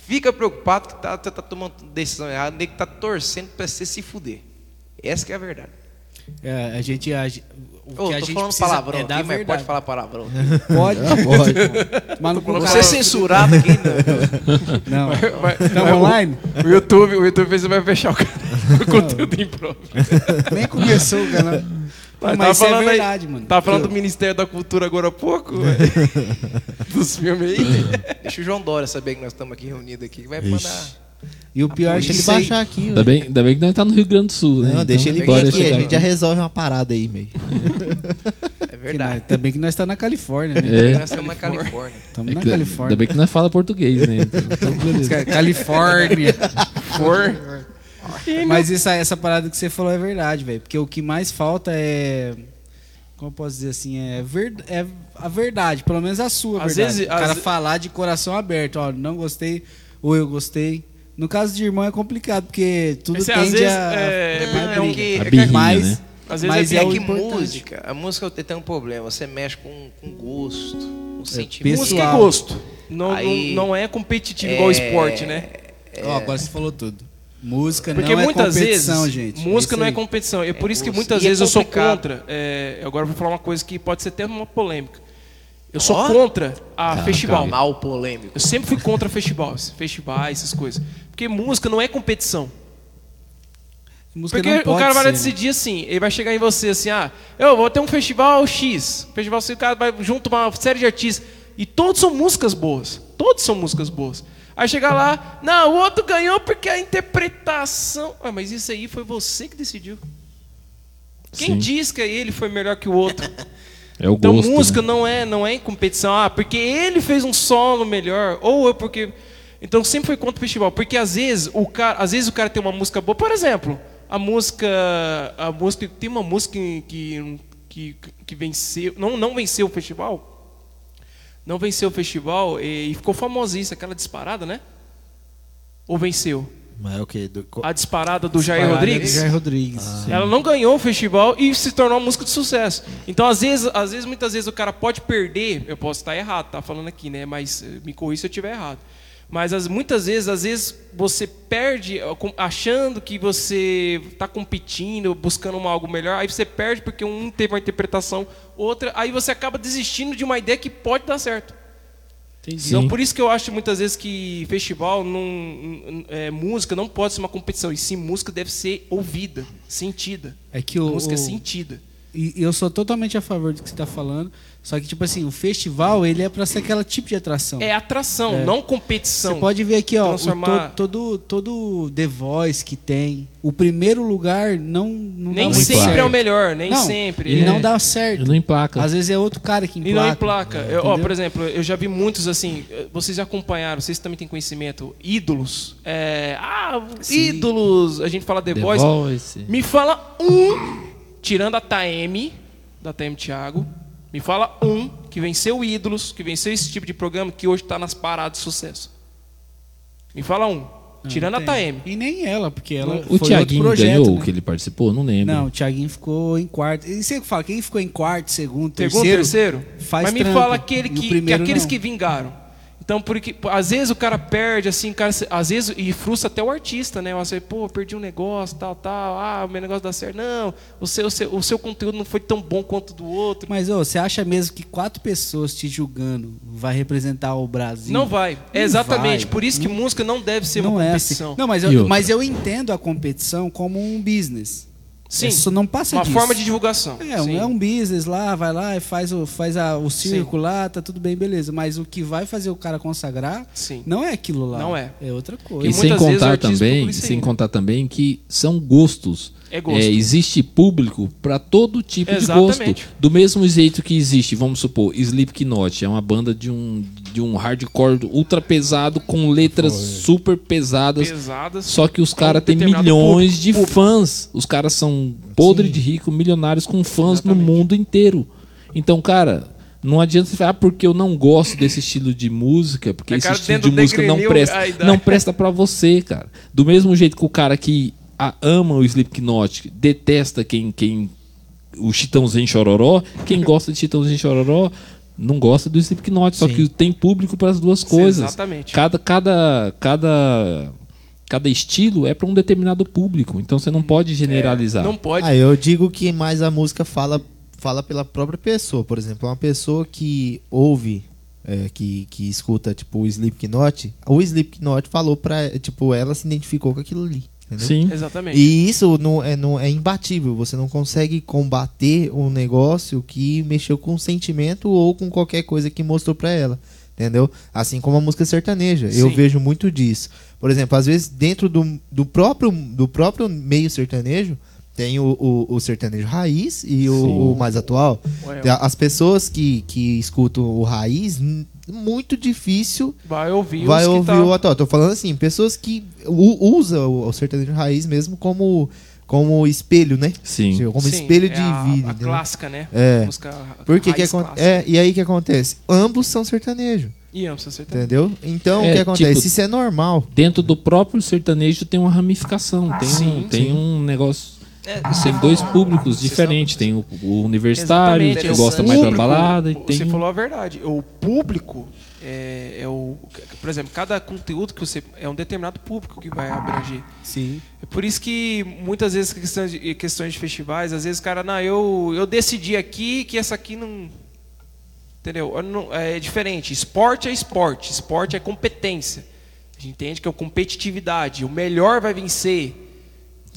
D: Fica preocupado que tá, você tá tomando decisão errada, nem que tá torcendo para você se fuder. Essa que é a verdade.
A: É, a gente. A, ge- o
D: Ô,
A: que a
D: tô
A: gente
D: falando
A: precisa
D: palavrão
A: é
D: aqui,
A: dar
D: mas pode
A: verdade.
D: falar palavrão.
A: Pode, pode. Mas não
D: Não
A: colocar.
D: ser censurado aqui, não.
A: Não. Estamos
C: Mas o-
A: online?
C: O é YouTube, o YouTube fez- vai fechar o canal. O conteúdo impróprio.
A: Nem começou o canal. Não, mas
C: tava
A: isso é
C: falando aí-
A: verdade, mano.
C: Tava falando do Ministério da Cultura agora há pouco,
E: É,
C: velho. Dos filmes aí.
D: Deixa o João Dória saber que nós estamos aqui reunidos aqui. que Vai
B: Ixi.
D: mandar.
A: E o pior é que
B: Deixa ele
A: isso aí-
B: baixar aqui,
E: Ainda bem, ainda bem que nós tá no Rio Grande do Sul, né?
B: Não, deixa ele
E: bora
B: vir aqui, a
E: chegar.
B: gente já resolve uma parada aí, meio.
A: que
D: É
A: nós-
D: verdade.
A: né? também que nós estamos na Califórnia, né?
E: É.
D: Nós estamos na Califórnia.
A: Estamos na
E: Ainda
A: Califórnia.
E: bem que nós fala português, né? Então, beleza.
A: Ca- Califórnia. For. Mas isso, aí- essa parada que você falou é verdade, velho. Porque o que mais falta é. Como eu posso dizer assim? É, ver, é a verdade, pelo menos a sua
C: Às
A: verdade.
C: vezes-
A: o cara
C: às-
A: falar de coração aberto, ó, não gostei, ou eu gostei. No caso de irmão é complicado, porque tudo
C: Esse,
A: tende
C: às vezes,
A: a.
C: é,
A: vai
D: é um
A: briga.
D: que-
E: A
D: é que-
E: birrinha,
A: Mas,
E: né?
C: Às vezes
A: mas
C: é
A: é,
D: É
A: o
D: que
A: importante.
D: música, a música tem um problema, você mexe com, com gosto, com sentimento.
A: pessoal.
C: Música é gosto. Não,
D: Aí-
C: não, não é competitivo igual esporte, né?
A: Ó, agora você falou tudo. Música
C: Porque
A: não
C: muitas
A: é competição,
C: vezes,
A: gente.
C: música
A: Isso
C: não é
A: aí.
C: competição. É por isso que
D: música.
C: muitas
D: E é
C: vezes eu sou
D: complicado.
C: contra. É, agora eu vou falar uma coisa que pode ser até uma polêmica. Eu sou
D: Ó.
C: contra a festival.
D: Mal polêmico.
C: Eu sempre fui contra festivais, festivais, essas coisas. Porque música não é competição.
A: Música
C: Porque
A: não
C: o
A: pode
C: cara vai
A: ser, né?
C: decidir assim, ele vai chegar em você assim, ah, eu vou ter um festival X, festival C, o cara vai junto uma série de artistas, e todos são músicas boas, todos são músicas boas. Aí chegar lá, não, o outro ganhou porque a interpretação... Ah, mas isso aí foi você que decidiu. Quem
E: Sim.
C: diz que ele foi melhor que o outro?
E: É o
C: Então
E: gosto.
C: música
E: né?
C: não é não é em competição, ah, porque ele fez um solo melhor ou eu porque então sempre foi contra o festival, porque às vezes o cara, às vezes o cara tem uma música boa, por exemplo, a música a música tem uma música que que, que venceu, não não venceu o festival. Não venceu o festival e, e ficou famosíssima aquela disparada, né? Ou venceu?
B: Mas é o quê? Do- co-
C: A disparada do Jair
A: Parada do
C: Rodrigues?
A: Jair Rodrigues.
C: Ela não ganhou o festival e se tornou uma música de sucesso. Então, às vezes, às vezes, muitas vezes o cara pode perder. Eu posso estar errado, tá falando aqui, né? Mas eh, me corri se eu estiver errado. Mas as- muitas vezes, às vezes, você perde ó, com- achando que você está competindo, buscando uma- algo melhor. Aí você perde porque um teve uma interpretação, outra. Aí você acaba desistindo de uma ideia que pode dar certo.
H: Entendi.
C: Então, por isso que eu acho muitas vezes que festival, não, n- é, música não pode ser uma competição. E sim, música deve ser ouvida, sentida.
A: É que o,
C: música
A: o-
C: sentida.
A: E e eu sou totalmente a favor do que você tá falando. Só que, tipo assim, o festival, ele é pra ser aquele tipo de atração.
C: É atração, não competição.
A: Você pode ver aqui, ó, o
C: transformar-
A: to- todo, todo The Voice que tem. O primeiro lugar não, não dá
C: nem
A: muito
C: sempre
A: certo.
C: é o melhor, nem
A: Não,
C: sempre.
A: E
C: é.
A: não dá
E: Eu
A: certo.
E: não emplaca.
A: Às vezes é outro cara que
C: E
A: emplaca.
C: não em placa. Eu, ó,
A: entendeu?
C: por exemplo, eu já vi muitos assim. eh, Vocês já acompanharam, vocês também têm conhecimento. Ídolos. É, ah, ídolos. A gente fala The,
E: The
C: Voice.
E: Voice.
C: Me fala um, tirando a Taeme, da Taeme Thiago, me fala um que venceu Ídolos, que venceu esse tipo de programa que hoje está nas paradas de sucesso. Me fala um,
A: Não,
C: tirando a
A: tem.
C: Taeme.
A: E nem ela, porque ela foi
E: O
A: outro
E: Thiaguinho
A: projeto,
E: ganhou
A: né?
E: o que ele participou? Não lembro.
A: Não, o Thiaguinho ficou em quarto. E você que fala, quem ficou em quarto, segundo,
C: Segundo,
A: terceiro?
C: terceiro?
A: faz
C: Mas me
A: trampo.
C: fala aquele
A: E o
C: que,
A: primeiro,
C: que aqueles
A: não.
C: que vingaram. Então, porque às vezes o cara perde, assim, o cara, se- às vezes, e frustra até o artista, né? Você, pô, eu perdi um negócio, tal, tal, ah, o meu negócio dá certo. Não, o seu, o seu, o seu conteúdo não foi tão bom quanto do outro.
A: Mas ô, você acha mesmo que quatro pessoas te julgando vai representar o Brasil?
C: Não vai. É
A: Não
C: Exatamente.
A: vai.
C: Por isso que música não deve ser
A: não
C: uma
A: é assim.
C: competição.
A: Não, mas
E: E
A: eu,
E: outra?
A: mas eu entendo a competição como um business.
C: Sim.
A: Isso não passa
C: uma
A: disso.
C: forma de divulgação.
A: É, um-
C: Sim.
A: é um business lá, vai lá e faz o, faz a- o circo lá, tá tudo bem, beleza. Mas o que vai fazer o cara consagrar
C: Sim.
A: não é aquilo lá.
C: Não é.
A: É outra coisa.
E: E
C: E
E: sem
C: muitas vezes o
E: contar
C: artista
E: também,
C: publica isso
E: sem
C: aí.
E: contar também que são gostos.
C: É gosto.
E: existe público para todo tipo de
C: Exatamente.
E: gosto. Do mesmo jeito que existe, vamos supor, Slipknot é uma banda de um de um hardcore ultra pesado com letras super pesadas.
C: Pesadas.
E: Só que os
C: com
E: caras têm
C: determinado
E: milhões
C: público.
E: de fãs. Os caras são podre de rico, milionários com fãs no mundo inteiro. Então, cara, não adianta você falar "Ah, porque eu não gosto desse estilo de música, porque
C: É,
E: esse
C: cara,
E: estilo de
C: dentro do
E: música não
C: degrenil,
E: presta.
C: aí dá.
E: Não presta pra você, cara. Do mesmo jeito que o cara que a- ama o Slipknot detesta quem quem o Chitãozinho Chororó, quem gosta de Chitãozinho Chororó não gosta do Slipknot, só que tem público para as duas coisas.
C: Exatamente.
E: Cada cada cada cada estilo é para um determinado público, então você não pode generalizar.
C: Uhum. É, Não pode.
B: Ah, eu digo que mais a música fala, fala pela própria pessoa. Por exemplo, uma pessoa que ouve, é, que, que escuta, tipo, o Slipknot, o Slipknot falou pra, tipo, ela se identificou com aquilo ali. Entendeu?
E: Sim.
C: Exatamente.
B: E isso não é, não é imbatível. Você não consegue combater um negócio que mexeu com um sentimento ou com qualquer coisa que mostrou pra ela. Entendeu? Assim como a música sertaneja. Eu
C: Sim.
B: vejo muito disso. Por exemplo, às vezes dentro do, do, próprio, do próprio meio sertanejo, tem o, o- o sertanejo raiz e o, o mais atual.
C: Ué,
B: Tem a- As pessoas que, que escutam o raiz, n- muito difícil
C: Vai ouvir
B: vai
C: os que
B: ouvir
C: tá...
B: o atual. Tô falando assim, pessoas que u- usam o, o sertanejo raiz mesmo como, como espelho, né?
E: Sim.
B: Como
C: Sim,
B: espelho
C: é
B: de
C: a,
B: vida.
C: A
B: entendeu?
C: clássica, né?
B: É.
C: Música
B: Por que que
C: raiz
B: acon-
C: clássica.
B: é, e aí que acontece? Ambos são sertanejo,
C: E ambos acertaram.
B: entendeu? Então
E: É,
B: o que acontece?
E: tipo-
B: Isso é normal.
E: Dentro do próprio sertanejo tem uma ramificação, tem, um-
C: Ah, sim,
E: tem
B: sim.
E: um negócio.
D: É,
E: Tem dois públicos diferentes. Tem o, o universitário,
C: Exatamente,
E: que
C: é o
E: gosta mais da
C: público.
E: balada, e
C: Você
E: tem.
C: falou a verdade. O público é, é o. Por exemplo, cada conteúdo que você. É um determinado público que vai abranger.
A: Sim.
C: É por isso que muitas vezes questões de, questões de festivais, às vezes, cara, não, eu, eu decidi aqui que essa aqui não. Entendeu? Eu não- É diferente. Esporte é esporte, esporte é competência. A gente entende que é competitividade. O melhor vai vencer.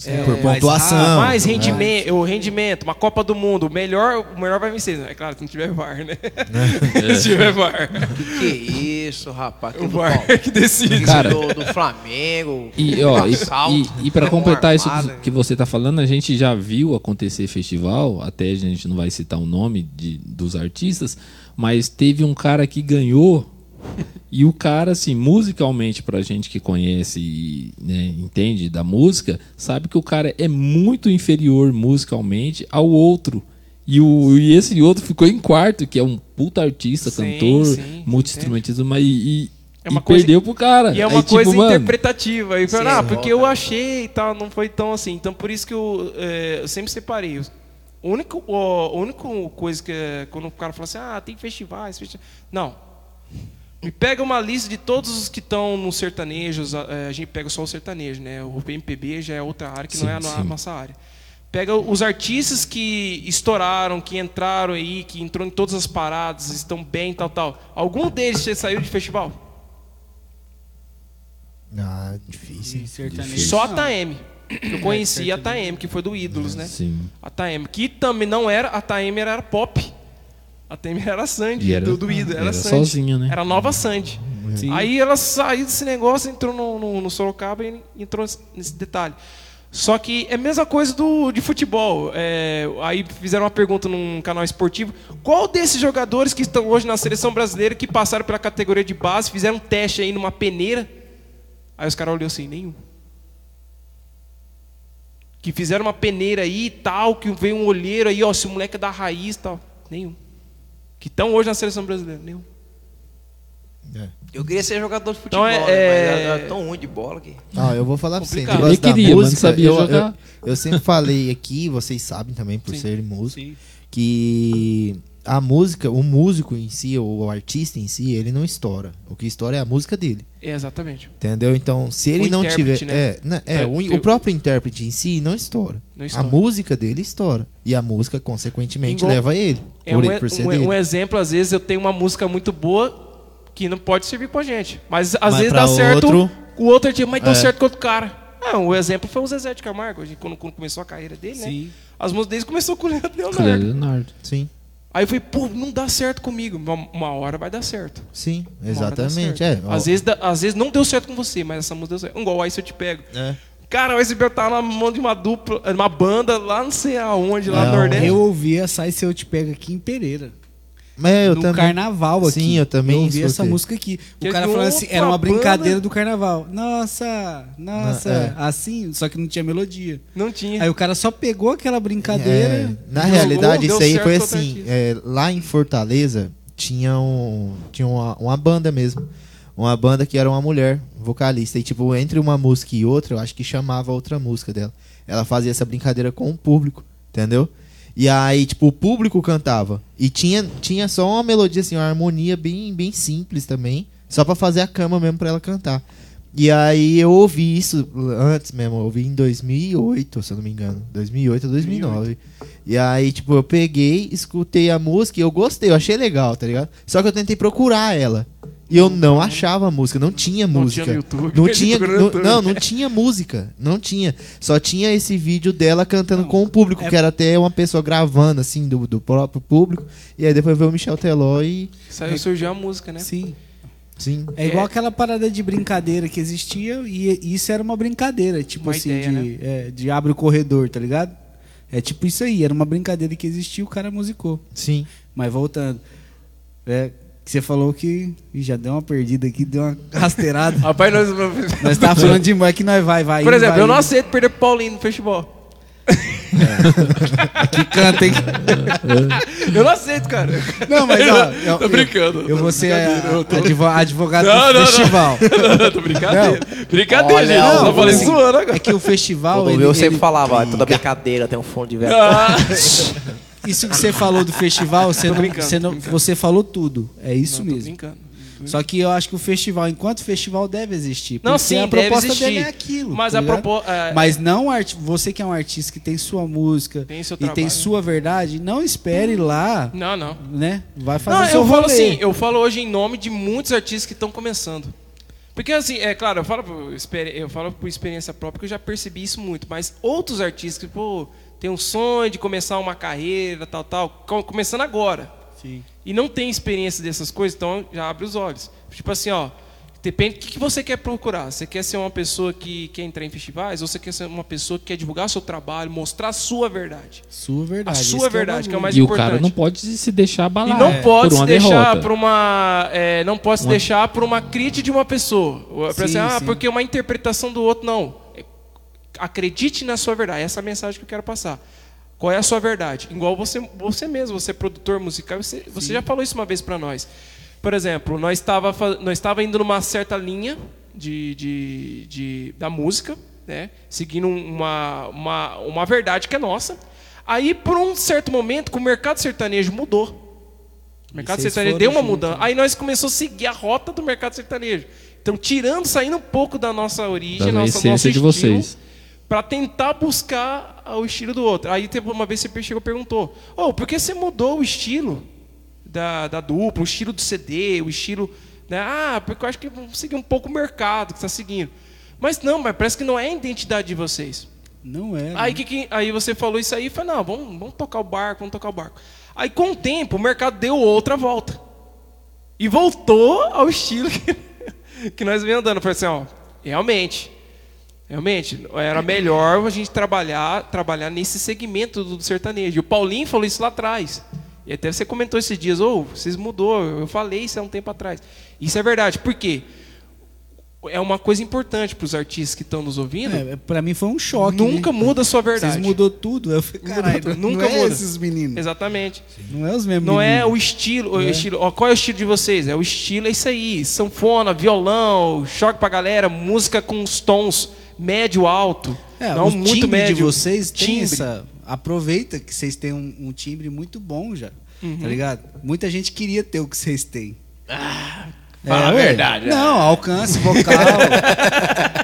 C: É,
B: por
A: mais
B: pontuação. né? é?
A: rápido,
C: mais rendimento, o rendimento, uma Copa do Mundo, o melhor, o melhor vai vencer. É claro, se não tiver VAR, né? se tiver VAR.
D: Que isso, rapaz.
B: É.
D: Que
C: O
D: do
C: VAR
D: Paulo.
C: que decide.
E: Cara.
D: do, do Flamengo.
E: E, ó, e,
D: assalto,
E: e, e para
D: mão
E: completar isso
D: armada.
E: que você tá falando, a gente já viu acontecer festival, até a gente não vai citar o nome de, dos artistas, mas teve um cara que ganhou e o cara, assim, musicalmente, pra gente que conhece e né, entende da música, sabe que o cara é muito inferior musicalmente ao outro. E, o, e esse outro ficou em quarto, que é um puta artista,
C: Sim,
E: cantor,
C: sim,
E: multi-instrumentista, mas e, e-
C: É uma
E: e
C: coisa-
E: perdeu pro cara.
C: E é
E: Aí,
C: uma
E: tipo,
C: coisa
E: mano,
C: interpretativa. E fala,
D: Sim,
C: ah, porque eu
D: volta.
C: achei e tal, não foi tão assim. Então por isso que eu, eh, eu sempre separei. O único, o, a única coisa que é- quando o cara fala assim, ah, tem festivais, festi-" Não. Me pega uma lista de todos os que estão no sertanejo, os, eh, a gente pega só o sertanejo, né? O PMPB já é outra área que não
E: Sim,
C: é a no- a
E: sim.
C: nossa área. Pega os artistas que estouraram, que entraram aí, que entrou em todas as paradas, estão bem, tal, tal. Algum deles já saiu de festival?
B: Ah, difícil.
A: E sertanejo
C: Só a
A: não.
C: Taeme. Eu conheci a Taeme, que foi do Ídolos, né?
E: Sim.
C: A Taeme, que também não era. A Taeme era, era pop. A Taeme era a Sandy,
E: E era-
C: do, do Ídolos. Era,
E: era
C: Sandy.
E: sozinha, né?
C: Era a nova Sandy.
A: Sim.
C: Aí ela saiu desse negócio, entrou no, no- no Sorocaba e entrou nesse- nesse detalhe. Só que é a mesma coisa do, de futebol. É, aí fizeram uma pergunta num canal esportivo: qual desses jogadores que estão hoje na seleção brasileira que passaram pela categoria de base, fizeram um teste aí numa peneira? Aí os caras olhou assim: nenhum que fizeram uma peneira aí e tal, que veio um olheiro aí, ó, esse moleque é da raiz e tal. Nenhum. Que estão hoje na seleção brasileira. Nenhum.
B: É.
D: Eu queria ser jogador de futebol,
C: Então é-
D: né,
C: é-
D: mas eu- eu tão ruim de bola que.
B: Ah, eu vou falar pra você.
C: Complicado.
B: negócio
E: Ele
B: da
E: queria, mas não
B: música,
E: sabia
B: eu, eu-
E: jogar.
B: eu sempre falei aqui, vocês sabem também, por
C: Sim.
B: serem músicos,
A: Sim.
B: que a música, o músico em si, ou o artista em si, ele não estoura. O que estoura é a música dele.
C: É, exatamente.
B: Entendeu? Então, se ele
C: O
B: não
C: intérprete,
B: tiver.
C: né?
B: É, né, é,
C: É,
B: o,
C: eu-
B: o próprio intérprete em si não estoura.
C: Não estoura.
B: A música dele estoura. E a música, consequentemente,
C: Igual-
B: leva ele.
C: É
B: por,
C: um,
B: por ser
C: um-
B: dele.
C: um exemplo, às vezes eu tenho uma música muito boa que não pode servir pra gente. Mas às
B: Mas
C: vezes
B: pra
C: dá certo
B: outro- é.
C: o outro dia, mas deu certo com outro cara. Ah, o exemplo foi o Zezé de Camargo, a gente- quando, quando começou a carreira dele, né?
A: Sim.
C: As músicas dele começou com o Leandro
E: Leonardo.
C: Leonardo.
E: Leonardo.
B: Sim,
C: Aí eu falei, pô, não dá certo comigo. Uma, uma hora vai dar certo.
B: sim,
C: Uma hora dá
B: exatamente. É,
C: certo.
B: ó,
C: às, vezes, dá- às vezes não deu certo com você, mas essa música deu certo. Igual aí se eu te pego.
B: é.
C: Cara, o SBL tava na mão de uma dupla, uma banda lá não sei aonde, lá no
B: Não,
C: Nordeste.
A: Eu ouvia Sai Se Eu Te Pego aqui em Pereira.
B: Mas eu
A: no
B: também.
A: carnaval aqui.
B: Sim, eu também assim.
A: Eu ouvi essa
B: escutei.
A: música aqui. O
C: Teve
A: cara falando assim,
C: outra
A: era uma
C: banda-
A: brincadeira do carnaval. Nossa, nossa,
B: é.
A: assim, só que não tinha melodia.
C: Não tinha.
A: Aí o cara só pegou aquela brincadeira.
B: É, na
C: jogou,
B: realidade,
C: deu
B: isso aí
C: certo
B: foi
C: com outro
B: assim.
C: artista.
B: é, lá em Fortaleza, tinha, um, tinha uma, uma banda mesmo. Uma banda que era uma mulher, vocalista. E, tipo, entre uma música e outra, eu acho que chamava outra música dela. Ela fazia essa brincadeira com o público, entendeu? E aí, tipo, o público cantava. E tinha, tinha só uma melodia, assim, uma harmonia bem, bem simples também. Só pra fazer a cama mesmo pra ela cantar. E aí eu ouvi isso antes mesmo, eu ouvi em 2008, se eu não me engano. 2008 ou 2009. E aí, tipo, eu peguei, escutei a música e eu gostei, eu achei legal, tá ligado? Só que eu tentei procurar ela. E eu não achava música, não tinha
C: Não
B: música.
C: tinha no YouTube.
B: Não tinha,
C: Ele
B: não,
C: procurando.
B: não, não tinha música, não tinha. Só tinha esse vídeo dela cantando com o público, que era até uma pessoa gravando, assim, do, do próprio público. E aí depois veio o Michel Teló e.
C: Saiu, surgiu a música, né?
A: Sim.
B: Sim.
A: É igual aquela parada de brincadeira que existia e isso era uma brincadeira, tipo
C: Uma
A: assim,
C: ideia, né?
A: de, é, de abre o corredor, tá ligado? É tipo isso aí, era uma brincadeira que existia e o cara musicou.
B: Sim.
A: Mas voltando, é, que você falou que Ih, já deu uma perdida aqui, deu uma rasteirada.
C: Rapaz, nós...
A: nós tava falando demais que nós vai, vai.
C: Por
A: indo,
C: exemplo,
A: vai
C: eu não
A: indo.
C: aceito perder pro Paulinho no futebol.
A: que canta, hein?
C: Eu não aceito, cara.
A: Não, mas ó, eu,
C: Tô brincando.
A: Eu, eu vou ser a- advo- advogado do festival.
C: Não, tô brincadeira. Brincadeira,
D: Olha,
C: gente.
D: não,
C: Só falei
A: assim,
C: zoando, cara.
A: É que o festival.
D: Quando
A: ele-
D: eu sempre
A: ele-
D: falava, "Ah, toda brincadeira, tem um fundo de verão.
C: Ah,
A: Isso que você falou do festival, você, não-
C: brincando,
A: você,
C: tô
A: não-
C: brincando.
A: você falou tudo. É isso
C: tô
A: mesmo.
C: brincando.
A: Só que eu acho que o festival, enquanto festival, deve existir.
C: Não,
A: porque
C: sim,
A: a
C: deve
A: proposta
C: existir.
A: dele é aquilo.
C: Mas
A: tá
C: a é,
A: ligado?
C: proposta.
A: Mas não arti- você que é um artista que tem sua música
C: Tem seu
A: e tem
C: trabalho.
A: sua verdade, não espere lá,
C: Não, não.
A: né? Vai fazer
C: Não,
A: seu
C: eu falo
A: rolê.
C: assim, eu falo hoje em nome de muitos artistas que estão começando. Porque assim, é claro, eu falo, por, experi- eu falo por experiência própria que eu já percebi isso muito, mas outros artistas que, pô, tem um sonho de começar uma carreira, tal, tal, co- começando agora. E não tem experiência dessas coisas, então já abre os olhos. Tipo assim, ó, depende do que que você quer procurar. Você quer ser uma pessoa que quer entrar em festivais ou você quer ser uma pessoa que quer divulgar seu trabalho, mostrar a sua verdade?
A: Sua
C: A
A: verdade. esse
C: sua
A: que é o
C: verdade, que é
A: bagulho.
C: o mais
E: e o
C: importante.
E: cara não pode se deixar
C: E
E: abalar.
C: não
E: é,
C: pode
E: por
C: se
E: uma
C: deixar
E: derrota.
C: por uma. é, não pode se
E: Uma-
C: deixar por uma crítica de uma pessoa. Ou pra
A: Sim,
C: dizer, ah,
A: sim.
C: porque uma interpretação do outro, não. É, Acredite na sua verdade. Essa é a mensagem que eu quero passar. Qual é a sua verdade? Igual você, você mesmo, você é produtor musical, você, você já falou isso uma vez para nós. Por exemplo, nós estava fa- nós estava indo numa certa linha de, de, de- da música, né? seguindo uma, uma, uma verdade que é nossa. Aí, por um certo momento, que o mercado sertanejo mudou. O mercado
A: vocês
C: sertanejo
A: foram
C: deu uma
A: junto,
C: mudança.
E: né?
C: Aí nós começamos a seguir a rota do mercado sertanejo. Então, tirando, saindo um pouco da nossa origem,
E: Da
C: nossa,
E: essência
C: nosso
E: de
C: estilo,
E: vocês.
C: Pra tentar buscar o estilo do outro. Aí teve uma vez você chegou e perguntou: Ô, por que você mudou o estilo da, da dupla, o estilo do CD, o estilo. né? Ah, porque eu acho que vamos seguir um pouco o mercado que está seguindo. Mas não, mas parece que não é a identidade de vocês.
A: Não é.
C: Aí, que, que- aí você falou isso aí e falou, não, vamos, vamos tocar o barco, vamos tocar o barco. Aí com o tempo o mercado deu outra volta. E voltou ao estilo que, que nós vem andando. Falei assim, ó, realmente, realmente, era melhor a gente trabalhar, trabalhar nesse segmento do sertanejo. E o Paulinho falou isso lá atrás. E até você comentou esses dias, ô, vocês mudou, eu falei isso há um tempo atrás. Isso é verdade, por quê? É uma coisa importante para os artistas que estão nos ouvindo.
A: É, pra mim foi um choque.
C: Nunca
A: né?
C: muda a sua verdade.
A: Vocês mudou tudo. Eu falei,
C: Mudou
A: caralho,
C: tudo.
A: nunca
C: Nunca
A: não é
C: muda.
A: esses meninos.
C: Exatamente.
A: Não é os mesmos
C: Não é
A: meninos.
C: o estilo. o estilo ó, qual é o estilo de vocês? É o estilo, é isso aí. Sanfona, violão, choque pra galera, música com os tons médio alto.
A: É,
C: não
A: o
C: muito
A: timbre
C: médio.
A: de vocês tem
C: timbre.
A: essa. Aproveita que vocês têm um, um timbre muito bom já.
C: Uhum.
A: Tá ligado? Muita gente queria ter o que vocês têm. Ah,
D: fala a verdade, né?
A: Não, alcance vocal.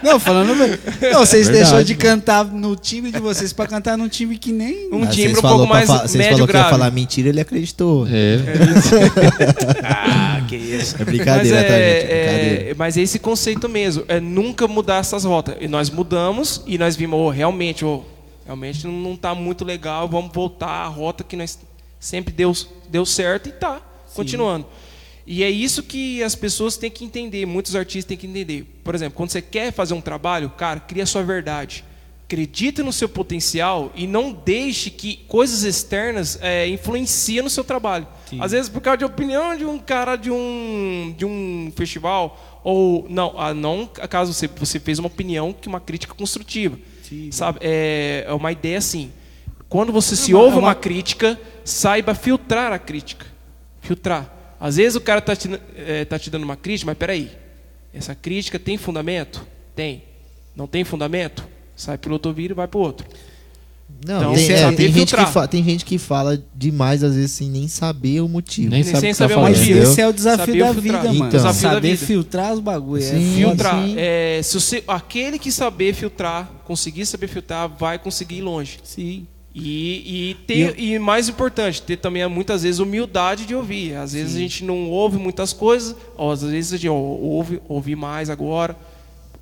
A: não, falando. Não, vocês deixaram de cantar no timbre de vocês pra cantar num timbre que nem.
C: Um
B: Mas
C: timbre
B: vocês
C: um
B: falou
C: pouco
B: pra
C: mais
B: fa- Vocês
C: médio
B: falou que ia
C: grave.
B: falar mentira, ele
C: um-
B: acreditou. É,
E: É,
D: Ah, que isso.
C: Mas
B: brincadeira, tá,
C: é,
B: gente? Brincadeira.
C: é, mas é esse conceito mesmo, é nunca mudar essas rotas. E nós mudamos e nós vimos, oh, realmente, oh, realmente não- não tá muito legal, vamos voltar à rota que nós sempre deu, deu certo e tá, continuando. E é isso que as pessoas têm que entender, muitos artistas têm que entender. Por exemplo, quando você quer fazer um trabalho, cara, cria a sua verdade. Acredita no seu potencial e não deixe que coisas externas é, influenciem no seu trabalho. Às vezes, por causa de opinião de um cara de um, de um festival, ou não, ah, não caso você, você fez uma opinião que uma crítica construtiva. Sabe? É, é uma ideia assim. Quando você se ouve É uma... crítica, saiba filtrar a crítica. Filtrar. Às vezes o cara tá te, eh, tá te dando uma crítica, mas peraí. Essa crítica tem fundamento? Tem. Não tem fundamento? Sai pelo outro vídeo e vai pro outro.
B: Não,
C: Então,
B: tem,
C: você
B: é,
C: saber
B: tem gente que
C: filtrar.
B: fa- tem gente que fala demais, às vezes, sem nem saber o motivo.
E: nem
C: Nem
E: sabe o
C: sem
E: que tá
C: saber o
E: falando.
A: Mas
B: entendeu?
A: esse é o desafio
C: Saber
A: da
C: filtrar.
A: vida, mano.
B: Então.
C: Desafio da
A: Saber
C: vida.
A: filtrar os bagulhos.
B: Sim.
A: é foda.
C: filtrar.
B: sim.
C: É, se você, aquele que saber filtrar, conseguir saber filtrar, vai conseguir ir longe.
A: Sim.
C: E, e, ter, e, mais importante, ter também muitas vezes humildade de ouvir. Às vezes a gente não ouve muitas coisas, ou às vezes a gente ó, ouve, ouve mais agora.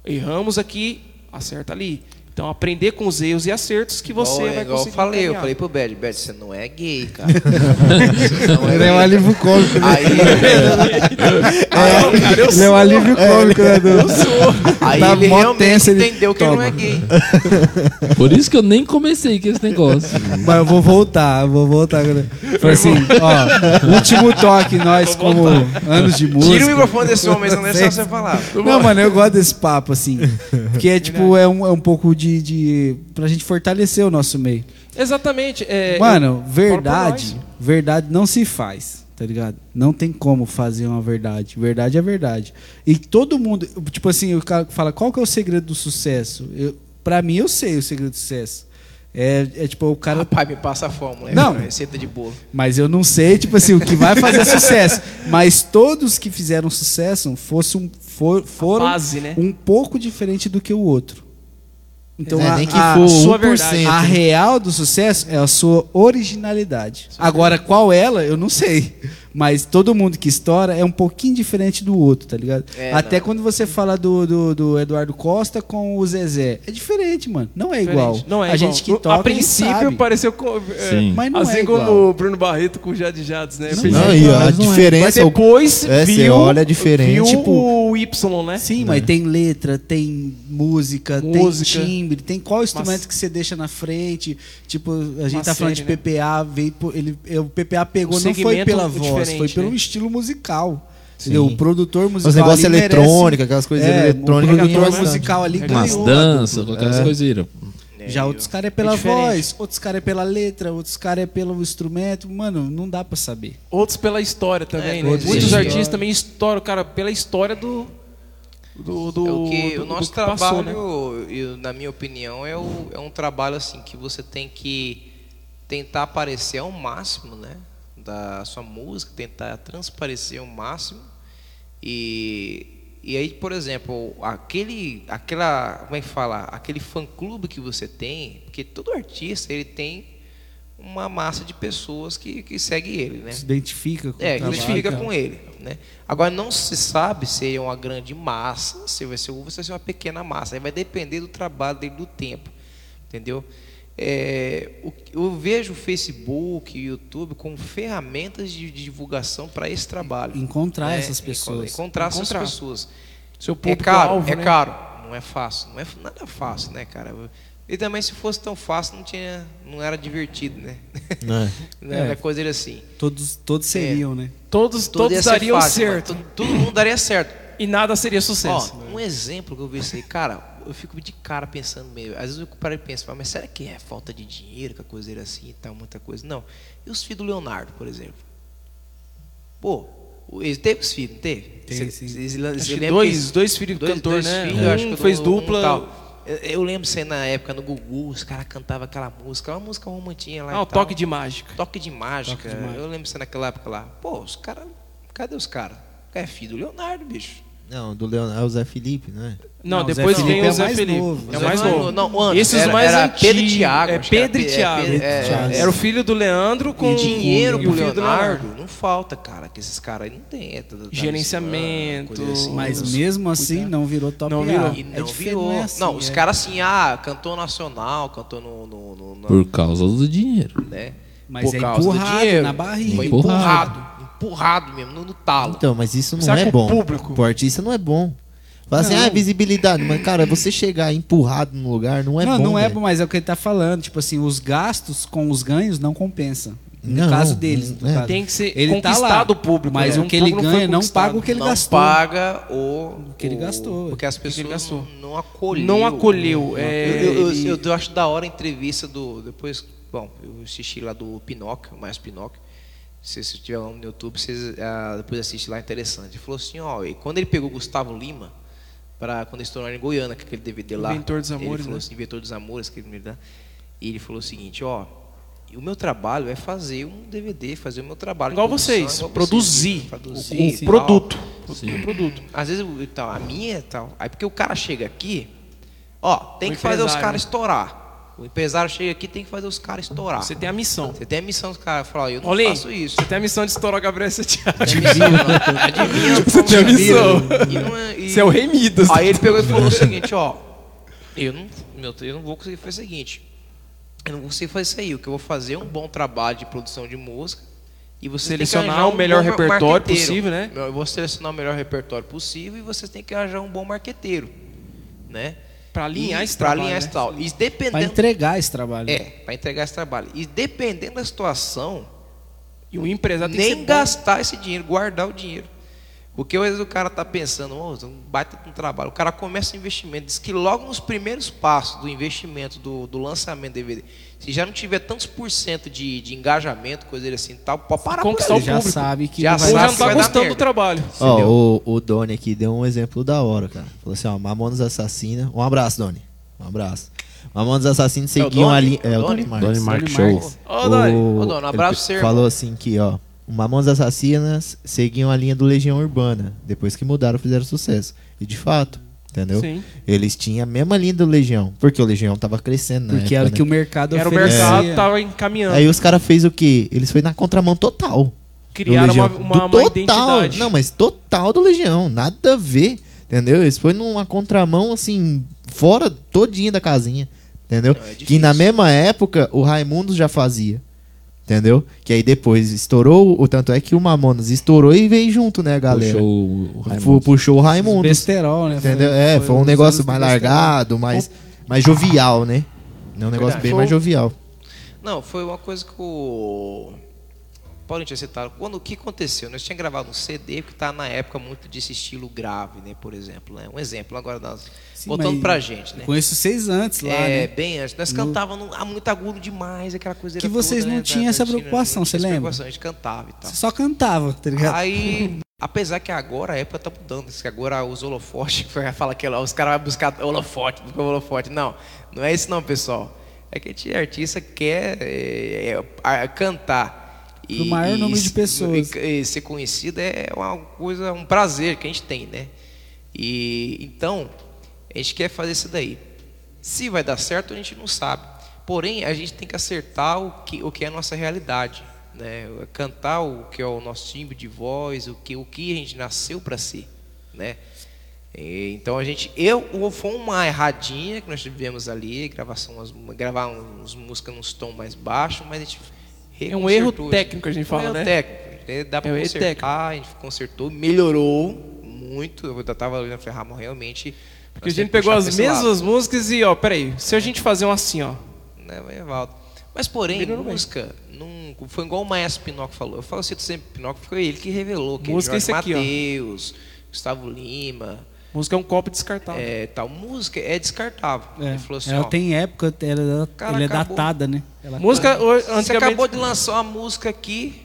C: Erramos aqui, acerta ali. Então aprender com os erros e acertos que você
D: é igual,
C: vai
D: igual eu
C: conseguir.
D: falei, eu
C: encaminhar.
D: falei pro Bad, Bad, você não é gay, cara. Você não
B: Ele é um
D: gay.
B: alívio cômico, né?
D: Aí,
C: Ah, não, cara, eu
B: Ele é um
C: sou. é
B: alívio cômico, né,
C: um
B: Dudu?
D: aí
B: Tá
D: ele
B: mó
D: realmente
B: tenso, ele
D: entendeu que ele não é
B: toma.
D: gay.
E: Por isso que eu nem comecei com esse negócio.
A: Mas eu vou voltar, eu vou voltar. Foi assim, ó, último toque, nós como anos de música.
D: Tira o microfone desse homem, senão não é só você falar.
A: Não, mano, eu gosto desse papo, assim. Porque é tipo, é um, é um pouco de, de. Pra gente fortalecer o nosso meio.
C: Exatamente. é,
A: Mano,
C: eu-
A: verdade,
C: fala
A: verdade não se faz, tá ligado? Não tem como fazer uma verdade. Verdade é verdade. E todo mundo, tipo assim, o cara fala, qual que é o segredo do sucesso? Eu, pra mim, eu sei o segredo do sucesso. É, é tipo, o
C: Ah.
A: cara.
D: Rapaz, me passa a fórmula.
A: Não.
D: É receita de bolo.
A: Mas eu não sei, tipo assim, o que vai fazer sucesso. Mas todos que fizeram sucesso fosse um, for-
C: pra
A: foram
C: nós, Base, né?
A: um pouco diferente do que o outro. Então,
B: É,
A: a,
B: nem que
A: a-
B: for
C: sua
B: 1%.
C: verdade.
A: a real do sucesso é a sua originalidade. Agora, qual ela, eu não sei. Mas todo mundo que estoura é um pouquinho diferente do outro, tá ligado?
D: É,
A: Até
D: não.
A: quando você fala do, do, do Eduardo Costa com o Zezé. É diferente, mano. Não é igual.
C: Diferente. Não é
A: a
C: igual.
A: gente que toca,
C: A princípio
A: a gente sabe.
C: pareceu com, é,
E: Sim.
A: Mas não
C: assim
A: é
C: como
A: igual.
C: o Bruno Barreto com o Jade Jades, né? Eu pensei-
B: Não,
H: Mas
B: e a
H: não é.
C: Mas
B: diferença...
C: depois
B: É, você
C: viu,
B: olha diferente,
C: viu
B: tipo-
C: o Y, né?
A: Sim,
D: É.
A: mas tem letra, tem música,
C: Música.
A: tem timbre, tem qual instrumento
C: Mas-
A: que você deixa na frente. Tipo, a gente
C: Uma
A: tá falando de
C: série, né?
A: PPA, veio por- ele, é, o PPA pegou,
C: Um
A: não foi
C: segmento
A: pela voz,
C: diferente,
A: foi pelo
C: né?
A: estilo musical. Entendeu? O produtor musical.
B: Os negócios
A: ali merece-
B: eletrônicos, aquelas coisas
A: É,
B: eletrônicas.
A: O
B: ganham
A: produtor
B: bastante.
A: musical ali
E: Umas
A: ganhou.
E: danças, qualquer
B: É.
E: essas coisas.
A: Já outros caras é pela
C: diferente.
A: voz, outros caras é pela letra, outros caras é pelo instrumento. Mano, não dá pra saber.
C: Outros pela história também, né?
D: outros
C: Muitos
D: pela
C: artistas também estouram, cara, pela história do. do, do
D: É o que
C: do-
D: o
C: do
D: nosso
C: que passou, né?
D: trabalho, é eu- na minha opinião, é, o- é um trabalho assim que você tem que tentar aparecer ao máximo, né, da sua música, tentar transparecer ao máximo. E, e aí, por exemplo, aquele aquela, como é que fala, aquele fã-clube que você tem, porque todo artista ele tem uma massa de pessoas que, que segue ele, né?
A: Se identifica com
D: É,
A: o
C: Tá
D: que a gente
A: trabalho.
D: fica com ele. Né? Agora, não se sabe se é uma grande massa, se vai ser ou se vai ser uma pequena massa. Aí vai depender do trabalho dele, do tempo. Entendeu? É, o- eu vejo o Facebook e o YouTube como ferramentas de, de divulgação para esse trabalho.
A: Encontrar
D: né?
A: essas pessoas.
D: Encontrar, essas
C: Encontrar.
D: pessoas.
C: Seu
D: É
C: público
D: caro,
C: alvo,
D: é
C: né?
D: caro. Não é fácil. Não é f- nada fácil, né, cara? E também, se fosse tão fácil, não, tinha, não era divertido, né?
B: É.
D: Não era coisa dele assim.
A: Todos, todos seriam, né?
C: Todos,
D: Tudo ia
C: todos
D: ser
C: dariam
D: fácil,
C: certo.
D: mano. Todo, todo mundo daria certo.
C: E nada seria
D: Ó,
C: sucesso.
D: um exemplo que eu vi isso aí, cara, eu fico de cara pensando meio. Às vezes eu paro e penso, mas será que é falta de dinheiro, que a coisa era assim e tal, muita coisa? Não. E os filhos do Leonardo, por exemplo? Pô, o- ele teve os filhos, não teve?
A: Teve,
D: Cê-
A: sim.
D: cês lembram
C: Acho
D: que
C: que dois, dois filhos do
D: dois,
C: cantor,
D: dois
C: né?
D: filhos,
C: um
D: eu acho que
C: fez
D: um- um
C: dupla.
D: tal. Eu, eu lembro você na época no Gugu, os caras cantavam aquela música, uma música romantinha lá.
C: ah,
D: e
C: o
D: tal.
C: toque de mágica.
D: Toque de mágica.
A: Toque de mágica.
D: Eu lembro você naquela época lá. Pô, os caras. Cadê os caras? É filho do Leonardo, bicho.
B: Não, do Leonardo, é o Zé Felipe, né?
C: Não,
A: Não,
C: depois
A: Zé
C: vem
A: Felipe
C: o
A: é
C: Zé
A: mais
C: Felipe.
A: novo.
C: É o mais
D: Não,
C: novo.
D: não, não, antes
C: Esses
D: era-
C: mais
D: era
C: antigos.
D: Pedro e Thiago,
C: É
D: acho que era
C: Pedro e
D: Pe- é,
C: Thiago.
D: Pedro- é,
C: Thiago.
D: é.
C: Era o filho do Leandro com
D: e dinheiro
C: com
D: pro
C: o filho do
D: Leonardo não falta, cara, que esses caras aí não tem. É, tá- tá-
C: Gerenciamento,
D: coisa Ah,
A: Mas
C: Os-
A: mesmo assim não virou top
C: Não
A: A.
C: virou.
D: E
A: É
D: não
A: diferente,
D: virou.
A: é
D: Não,
A: assim,
D: os
A: é.
D: caras assim, ah, cantor nacional, cantor no. no, no- no-
E: Por causa do dinheiro.
D: né?
A: Mas
D: Por
A: é
D: causa do
A: empurrado
D: dinheiro.
A: na barriga.
D: Foi
E: Empurrado.
D: empurrado. Empurrado mesmo, no, no talo.
B: Então, mas isso não
C: Você acha
B: é
C: que o
B: bom.
C: público-
B: Pro artista não é bom. Fala assim, ah, visibilidade. Mas, cara, você chegar empurrado no lugar não é
A: não,
B: bom.
A: não é
B: velho.
A: bom, mas é o que ele tá falando. Tipo assim, os gastos com os ganhos não compensa. No
B: Não,
A: caso deles. no
B: é.
A: caso.
C: Tem que ser
A: ele tá lá,
C: conquistado o público,
A: Mas
C: né?
A: o que
C: O
A: ele
C: público não foi
A: ganha não
C: conquistado,
A: paga o que ele
D: não
A: gastou.
D: paga o,
A: que ele
D: o-
A: gastou.
D: Porque as
C: que ele
D: pessoas
C: gastou.
D: não- não acolheu.
C: Não acolheu, é,
D: eu, eu- eu-
C: ele-
D: eu- eu acho da hora a entrevista do. Depois, bom, eu assisti lá do Pinóquio, mais Pinóquio. Se você tiver lá no YouTube, vocês, ah, depois assiste lá, interessante. Ele falou assim: ó, e quando ele pegou o Gustavo Lima, pra, quando eles tornaram em Goiânia, que aquele DVD lá.
C: Inventor dos
D: Ele
C: Amores,
D: falou
C: né?
D: assim, Inventor dos Amores, que ele me dá. E ele falou o seguinte: ó, o meu trabalho é fazer um DVD, fazer o meu trabalho. de
C: Igual
D: produção,
C: vocês,
D: igual
C: produzir,
D: produzir
C: o,
D: e tal.
C: produto. O produto.
D: Às vezes, eu- tal, a minha e tal. Aí porque o cara chega aqui, ó, tem
C: Um
D: que fazer os
C: empresário,
D: caras
C: né?
D: estourar. O empresário chega aqui tem que fazer os caras estourar.
C: Você tem a missão.
D: Você tem a missão dos caras. Falar, ó, eu não
C: Rolim,
D: faço isso.
C: Você tem a missão de estourar o Gabriel Santiago.
D: Tem missão, não. Adivinha
C: Você tem a
D: como
C: missão.
D: vira. E não é- e-
C: Você é o rei Midas.
D: Aí ele pegou e falou o seguinte, ó. Eu não, meu, eu não vou conseguir fazer o seguinte. Eu não vou conseguir fazer isso aí. O que eu vou fazer é um bom trabalho de produção de música. E você tem que
C: Selecionar
D: arranjar um
C: o melhor
D: bom mar-
C: repertório
D: marqueteiro.
C: possível, né?
D: Eu vou selecionar o melhor repertório possível e você tem que arranjar um bom marqueteiro, né?
C: Pra alinhar
D: E-
C: esse
D: pra
C: trabalho,
D: alinhar esse
C: né?
D: tal. E
A: Pra
D: dependendo
A: entregar esse trabalho.
D: é, para entregar esse trabalho. E dependendo da situação,
C: E o empresário tem que
D: nem
C: ser
D: gastar esse dinheiro, guardar o dinheiro. Porque às vezes o cara tá pensando, "Ô, um baita de um trabalho. O cara começa o investimento, diz que logo nos primeiros passos do investimento, do, do lançamento do DVD, se já não tiver tantos por cento de, de engajamento, coisa assim e tal, pode parar
C: Conquistar
D: por
A: Você
C: o
D: aí.
A: já
C: público.
A: sabe que
D: Já
A: não
C: bom.
A: vai
C: Ou
D: sabe
C: já
A: dar
C: não
D: vai
C: tá
D: dar
C: gostando do
D: merda.
C: trabalho.
B: Ó, o, o Doni aqui deu um exemplo da hora, cara. Falou assim, ó, Mamonas Assassina. Um abraço, Doni. Um abraço. Mamonas Assassina seguiam
D: Doni?
B: a linha.
D: É o
B: É o Doni
D: Doni?
B: Marques.
E: Doni Mark
A: Doni
E: Show.
A: Marques.
C: Ô, Doni.
B: O-
D: Ô, Doni, um
B: ele
D: abraço pra você,
B: Falou assim que, ó, o Mamonas Assassinas seguiam a linha do Legião Urbana. Depois que mudaram, fizeram sucesso. E de fato, entendeu?
C: Sim.
B: Eles tinham a mesma linha do Legião. Porque o Legião tava crescendo, né?
A: Porque era o que o mercado
C: Era o
A: oferecia.
C: mercado, tava encaminhando.
B: Aí os caras fez o quê? Eles foi na contramão total.
C: Criaram
B: Do
C: uma,
B: Legião.
C: uma,
B: Do
C: uma
B: total.
C: identidade.
B: Não, mas total do Legião. Nada a ver. Entendeu? Eles foi numa contramão, assim, fora todinha da casinha. Entendeu?
D: Não, é difícil.
B: que na mesma época o Raimundo já fazia. Entendeu? Que aí depois estourou. O tanto é que o Mamonas estourou e veio junto, né, galera? Fu-
E: Puxou o
B: Puxou,
E: Raimundo.
B: o Raimundo.
A: Besterol, né? Foi-
B: Entendeu? é, foi, um
A: nos
B: negócio
A: anos do
B: mais
A: besterol.
B: largado, mais, mais jovial, né? É um negócio
D: Verdade.
B: bem mais jovial.
D: Não, foi uma coisa que o Paulinho tinha citado. Quando o que aconteceu? Nós tínhamos gravado um CD que tá na época muito desse estilo grave, né? Por exemplo, né? Um exemplo agora nós
A: Sim,
D: voltando
A: mas
D: pra gente, né?
A: Conheço vocês antes lá,
D: é,
A: né?
D: bem antes. Nós
A: No-
D: cantávamos no- ah, muito agudo demais, aquela coisa
A: Que
D: era
A: vocês
D: toda,
A: não
D: né,
A: tinham
D: da-
A: essa
D: da- não
A: preocupação,
D: tinha
A: você
D: essa
A: lembra?
D: preocupação, A gente cantava e tal.
A: Você só cantava, tá ligado?
D: Aí, apesar que agora a época tá mudando, que agora os holofotes, fala que lá, os caras vão buscar holofote, buscar holofote. Não, não é isso não, pessoal. É que a gente, artista quer é, é, a- cantar. E,
A: Pro maior número de
D: e-
A: pessoas.
D: E, e ser conhecido é uma coisa, um prazer que a gente tem, né? E então, a gente quer fazer isso daí. Se vai dar certo, a gente não sabe. Porém, a gente tem que acertar o que, o que é a nossa realidade. Né? Cantar o que é o nosso timbre de voz, o que, o que a gente nasceu para ser. Né? E, então a gente. Eu o- foi uma erradinha que nós tivemos ali, gravação, umas- gravar uns músicas nos tom mais baixos, mas a gente
C: É um erro
D: reconsertou isso.
C: técnico, a gente fala,
D: é um
C: né?
D: técnico. é, Dá pra
C: É um erro
D: consertar,
C: técnico.
D: a gente consertou, melhorou muito. Eu tava olhando e falei, "Ah, realmente.
C: Porque a gente
D: nós temos que
C: pegou
D: puxar
C: as
D: pra esse lado."
C: mesmas músicas e, ó, peraí, se a gente fazer um assim, ó.
D: né, vai, Evaldo. Mas porém,
C: Melhorou bem.
D: música, não, foi igual o maestro Pinóquio falou. Eu falo assim sempre, Pinóquio foi ele que revelou que
C: Música é
D: Jorge
C: isso aqui, ó.
D: Mateus, Gustavo Lima,
C: Música é um copo descartável.
D: é, tal música é descartável. Ele falou assim,
C: é
A: ela
D: ó,
A: tem época, ela,
D: Cara,
A: ela é
D: acabou.
A: datada, né? Ela
C: música, hoje,
D: você
C: antigamente,
D: acabou de lançar uma música aqui,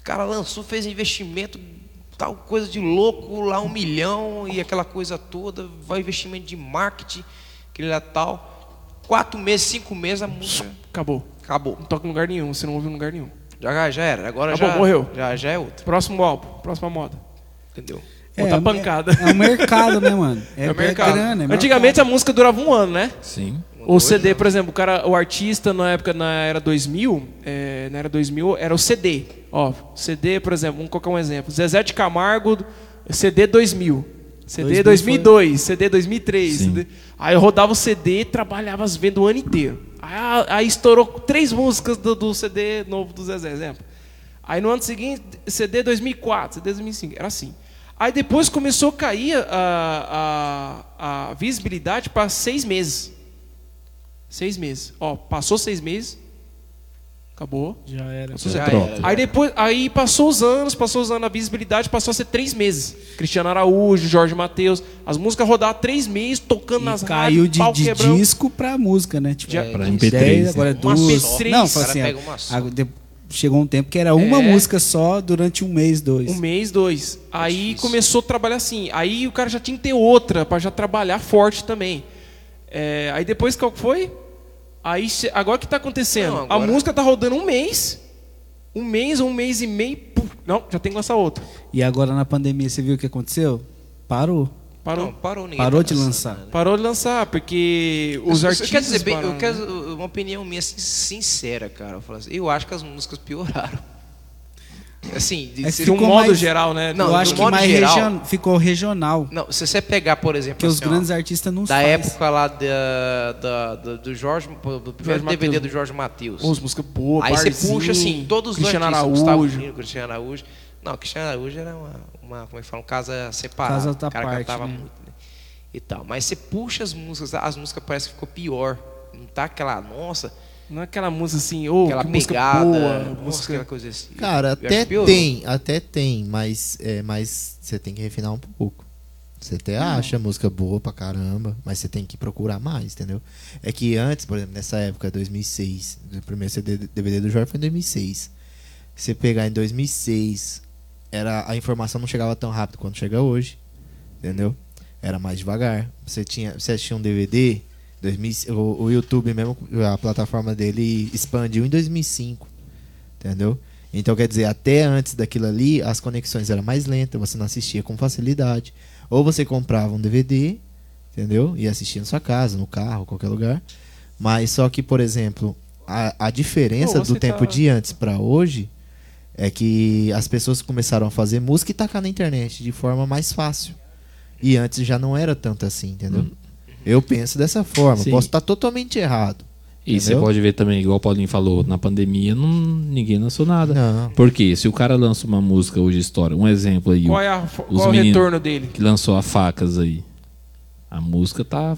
D: o cara lançou, fez investimento, tal coisa de louco, lá um milhão e aquela coisa toda, vai investimento de marketing, aquele lá tal. Quatro meses, cinco meses, a música
C: acabou.
D: acabou.
C: Não toca em lugar nenhum, você não ouve em lugar nenhum.
D: Já, já era, agora
C: Acabou,
D: já,
C: morreu.
D: já já é outro,
C: Próximo álbum, próxima moda.
D: entendeu?
C: Outra
A: é,
C: pancada.
A: É, é o mercado, né, mano? É,
C: É
A: é
C: o
D: um
C: mercado.
A: grana, é
C: Antigamente a música durava um ano, né?
E: Sim.
C: O CD, por exemplo, o cara, o artista na época, na era 2000, é, na era 2000, era o CD. Ó, CD, por exemplo, vamos colocar um exemplo. Zezé de Camargo, CD 2000. CD 2002, CD 2003.
E: Sim.
C: CD. Aí eu rodava o CD, trabalhava as vendas o ano inteiro. Aí, aí estourou três músicas do, do CD novo do Zezé, exemplo. Aí no ano seguinte, CD 2004, CD 2005, era assim. Aí depois começou a cair a, a, a visibilidade para seis meses. Seis meses. Ó, passou seis meses. Acabou.
A: Já era.
C: Passou
D: Já
C: seis-
E: pronto.
D: era.
C: Aí depois, aí passou os anos, passou os anos, a visibilidade passou a ser três meses. Cristiano Araújo, Jorge Mateus, as músicas rodaram três meses, tocando nas
A: E
C: rádios,
A: caiu de,
C: pau
A: de
C: quebrando.
A: disco pra música, né? Tipo,
C: Já-
E: Pra
A: de
E: MP3,
A: 10,
E: né?
A: agora é
D: Uma
A: duas.
D: só.
A: Não,
D: O
A: foi
D: cara
A: assim,
D: pega uma só.
A: a- de- chegou um tempo que era uma
C: É.
A: música só durante um mês, dois.
C: Um mês, dois. Aí começou a trabalhar assim. Aí o cara já tinha que ter outra pra já trabalhar forte também. É, aí depois qual que foi? Aí che- agora o que tá acontecendo?
D: Não, agora-
C: A música tá rodando um mês. Um mês, um mês e meio. puf, não, já tem que lançar outra.
A: E agora na pandemia, você viu o que aconteceu? Parou.
C: Parou.
D: Não, parou ninguém.
A: Parou
D: tá
A: de
D: lançando,
A: lançar.
D: né?
C: Parou de lançar, porque os
D: eu,
C: artistas.
D: Eu quero dizer, bem,
C: pararam,
D: eu
C: né?
D: quero uma opinião minha assim, sincera, cara. Eu, falo assim, eu acho que as músicas pioraram. Assim, de-
A: É
D: se-
C: De um
A: ficou
C: modo
A: mais-
C: geral, né?
D: Não,
C: Do-
A: eu acho
D: no
A: que
D: modo
A: mais
D: geral-
A: region- ficou regional.
D: não, se você pegar, por exemplo,
A: Porque os
D: assim, ó,
A: grandes artistas não
D: da
A: faz.
D: época lá da, da- da- do Jorge, do primeiro
C: Jorge
D: DVD
C: Mateus.
D: do Jorge Matheus.
C: Os músicas boas,
D: Aí você
C: Barzinho,
D: puxa assim, todos os
C: Cristiano
D: artistas,
C: Araújo.
D: Gustavo Lima, Cristiano Araújo. Não, Cristiano Araújo era uma, uma como é que fala, um casa separado.
A: Casa da
D: o cara
A: parte,
D: cantava
A: né?
D: muito, né? E tal. Mas você puxa as músicas, as músicas parece que ficou pior. Não tá aquela, nossa,
C: Não é aquela música assim, ô,
D: aquela
C: que música
D: pegada, né?
C: boa,
D: nossa, aquela
C: música.
D: coisa assim.
B: Cara,
D: Eu acho que
B: até
D: piorou.
B: tem, até tem, mas é, mas você tem que refinar um pouco. Você até acha música boa pra caramba, mas você tem que procurar mais, entendeu? É que antes, por exemplo, nessa época, 2006, o primeiro CD, do- DVD do Jorge foi em 2006. Você pegar em 2006, era, a informação não chegava tão rápido quanto chega hoje, entendeu? Era mais devagar. Você tinha, você assistia um DVD, 2000, o, o YouTube mesmo, a plataforma dele expandiu em 2005, entendeu? Então quer dizer, até antes daquilo ali, as conexões eram mais lentas, você não assistia com facilidade. Ou você comprava um DVD, entendeu? E assistia na sua casa, no carro, qualquer lugar. Mas só que, por exemplo, a, a diferença
C: Pô, você
B: do tempo
C: tá-
B: de antes pra hoje é que as pessoas começaram a fazer música e tacar na internet de forma mais fácil. E antes já não era tanto assim, entendeu? Eu penso dessa forma.
E: Uhum. Sim.
B: Posso estar totalmente errado.
E: E você
B: Entendeu?
E: pode ver também, igual o Paulinho falou, na pandemia não, ninguém lançou nada.
B: Não.
E: Porque se o cara lança uma música hoje, história, um exemplo aí,
C: Qual
E: o
C: é, a- qual é o
E: meninos.
C: retorno dele?
E: que lançou a facas aí, a música tá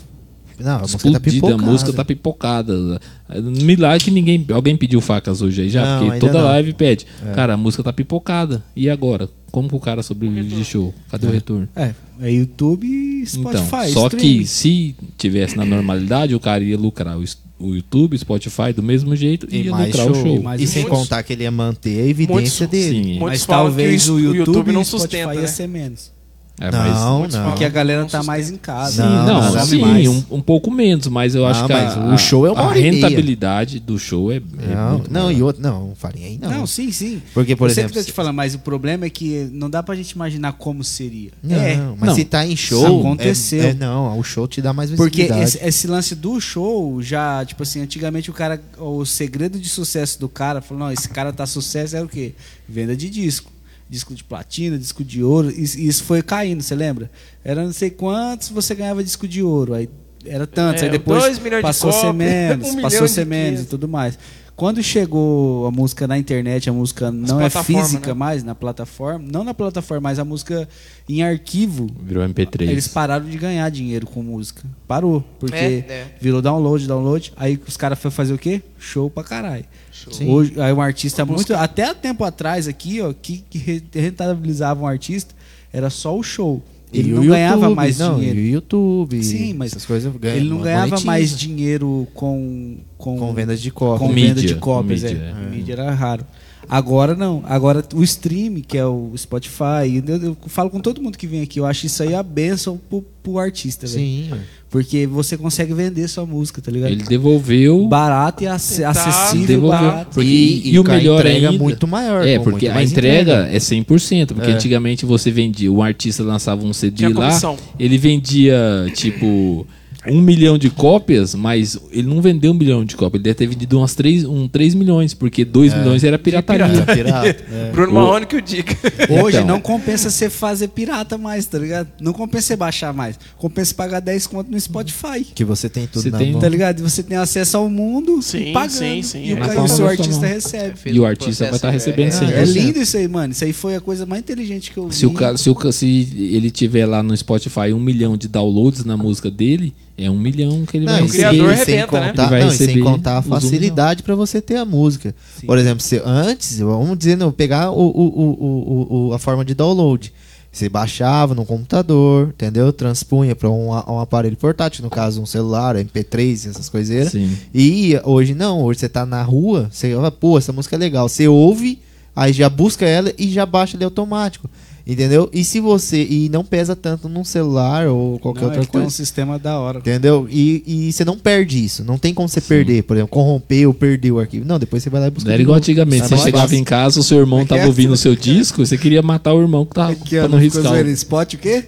B: Não, a música tá
E: explodida,
B: pipocada.
E: a música tá pipocada. Milagre que ninguém, alguém pediu facas hoje aí já,
B: Não,
E: porque
B: ainda
E: toda
B: não. É.
E: live pede. Cara, a música tá pipocada. E agora? Como que o cara sobrevive de show? Cadê o retorno?
A: É, é YouTube e
E: Então,
A: Spotify.
E: só
A: streaming.
E: que se tivesse na normalidade, o cara ia lucrar o, es- o YouTube, Spotify do mesmo jeito e
B: E
E: ia
B: mais
E: lucrar
B: show.
E: o show.
B: E,
A: mais
B: sem
A: muitos-
B: contar que ele ia manter a evidência
C: muitos-
B: dele.
E: Sim,
C: Muitos
A: Mas
C: falam que
A: talvez
C: o
A: o
C: YouTube
A: YouTube,
C: não
A: e o Spotify
C: sustenta,
A: ia
C: né?
A: ser menos.
E: É, mas-
B: Não, não.
A: Porque a galera tá mais em
E: Sim,
A: casa. né?
B: Não,
E: não,
B: nada mais.
E: sim, um, um pouco menos, mas eu acho
B: Ah,
E: que a,
B: mas o show é uma
E: a
B: hora e meia.
E: rentabilidade do show é, é
B: Não,
E: muito
B: não
E: maior.
B: e outro. Não, farinha aí não.
A: Não, sim, sim.
B: Porque, por
A: eu
B: exemplo,
A: Sempre tô te
B: se-
A: falando, mas o problema é que não dá pra gente imaginar como seria.
B: Não,
A: é.
B: mas
E: não.
B: se tá em show.
A: Aconteceu.
B: é- é, não, o show te dá mais
A: Porque
B: visibilidade.
A: esse, esse lance do show já, tipo assim, antigamente o cara, o segredo de sucesso do cara, falou, não, esse cara tá sucesso era o quê? Venda de disco. Disco de platina, disco de ouro, e e isso foi caindo, você lembra? Era não sei quantos você ganhava disco de ouro, aí era tantos,
C: É,
A: aí depois
C: dois milhões de
A: passou a ser
C: cópias,
A: menos,
C: um
A: passou
C: milhão
A: a ser
C: de
A: menos e
C: quinhentos.
A: tudo mais. Quando chegou a música na internet, a música não é
C: plataformas,
A: física
C: né?
A: mais na plataforma, não na plataforma, mas a música em arquivo,
E: Virou MP3.
A: eles pararam de ganhar dinheiro com música. Parou. Porque
D: É, é.
A: virou download, download. Aí os caras foram fazer o quê? Show pra caralho. Hoje, aí um
B: Tá
A: artista muito. Até há tempo atrás aqui, ó, que, que re- rentabilizava um artista era só o show. Ele
B: E
A: não
B: o
A: ganhava
B: YouTube,
A: mais
B: não,
A: dinheiro.
B: E o YouTube.
A: Sim, mas
B: essas coisas ganham.
A: Ele não
B: mo-
A: ganhava
B: monetiza.
A: mais dinheiro com, com,
B: Com vendas de cópia.
A: com
E: Com
A: venda
E: mídia,
A: de cópias.
E: com
A: é.
E: mídia, é.
A: Com mídia era raro. Agora não. Agora o stream, que é o Spotify, eu, eu falo com todo mundo que vem aqui, eu acho isso aí a benção pro, pro artista, velho.
B: Sim, ué.
A: Porque você consegue vender sua música, tá ligado?
E: Ele um devolveu.
A: Barato e ace-
C: Tentar
A: acessível,
E: devolveu.
A: barato.
E: Porque-
B: E-
E: um e,
B: e
E: o
B: com a
E: melhor
B: entrega
E: ainda,
B: muito maior,
E: É,
B: com
E: porque
B: muito
E: a
B: mais
E: entrega, é 100%. Porque
B: É.
E: antigamente você vendia, um artista lançava um CD
C: Tinha
E: lá,
C: comissão.
E: ele vendia tipo um milhão de cópias, mas ele não vendeu um milhão de cópias, ele deve ter vendido umas 3, um, três milhões, porque 2 milhões era pirataria.
B: Era É. pirata. é.
C: Bruno Marrone que o diga.
A: Hoje
E: Então.
A: não compensa você fazer pirata mais, tá ligado? Não compensa você baixar mais. Compensa você pagar 10 conto no Spotify.
B: Que você tem tudo
E: Você
B: na
E: tem-
B: mão.
A: Tá ligado? E Você tem acesso ao mundo
C: Sim,
A: pagando.
C: sim, sim. tá
A: E o
E: É.
A: cara-
E: Na
A: o seu
E: palma da sua
A: artista
E: mão.
A: recebe.
D: Fez
E: E o
D: um
E: artista vai
D: processo,
E: estar recebendo
D: é,
E: sempre.
A: É lindo isso aí, mano. Isso aí foi a coisa mais inteligente que eu vi.
E: Se, o cara, se, o, ca- se ele tiver lá no Spotify um milhão de downloads na música dele, é um milhão que ele
B: Não,
E: vai
B: e é
E: receber.
B: sem-
C: criador
B: e sem
C: arrebenta, né?
B: contar,
E: Ele vai
B: não, e sem
E: receber
B: contar a
E: os um milhão.
B: facilidade pra você ter a música. Por exemplo, se antes, vamos dizer, não, pegar o, o- o- o- o- o- a forma de download. Você baixava no computador, entendeu? Transpunha pra um, a- um aparelho portátil, no caso um celular, MP3, essas coiseiras.
E: Sim.
B: E hoje não, hoje você tá na rua, você fala, pô, essa música é legal. Você ouve, aí já busca ela e já baixa ele automático. Entendeu? E se você. E não pesa tanto num celular ou qualquer
A: Não,
B: outra
A: ele tem
B: coisa.
A: um sistema da hora.
B: Entendeu? E, e você não perde isso. Não tem como você perder, por exemplo, corromper ou perder o arquivo. Não, depois você vai lá e busca.
E: Não Né, era
B: de
E: igual
B: novo.
E: antigamente.
B: Ah,
E: Você
B: mais
E: chegava
B: fácil.
E: em casa, o seu irmão tava ouvindo o seu disco, você queria matar o irmão é? que tava
A: Aqui, ó,
E: pra não
A: não ficou
E: riscar. o-
A: zoeira. Spot o quê?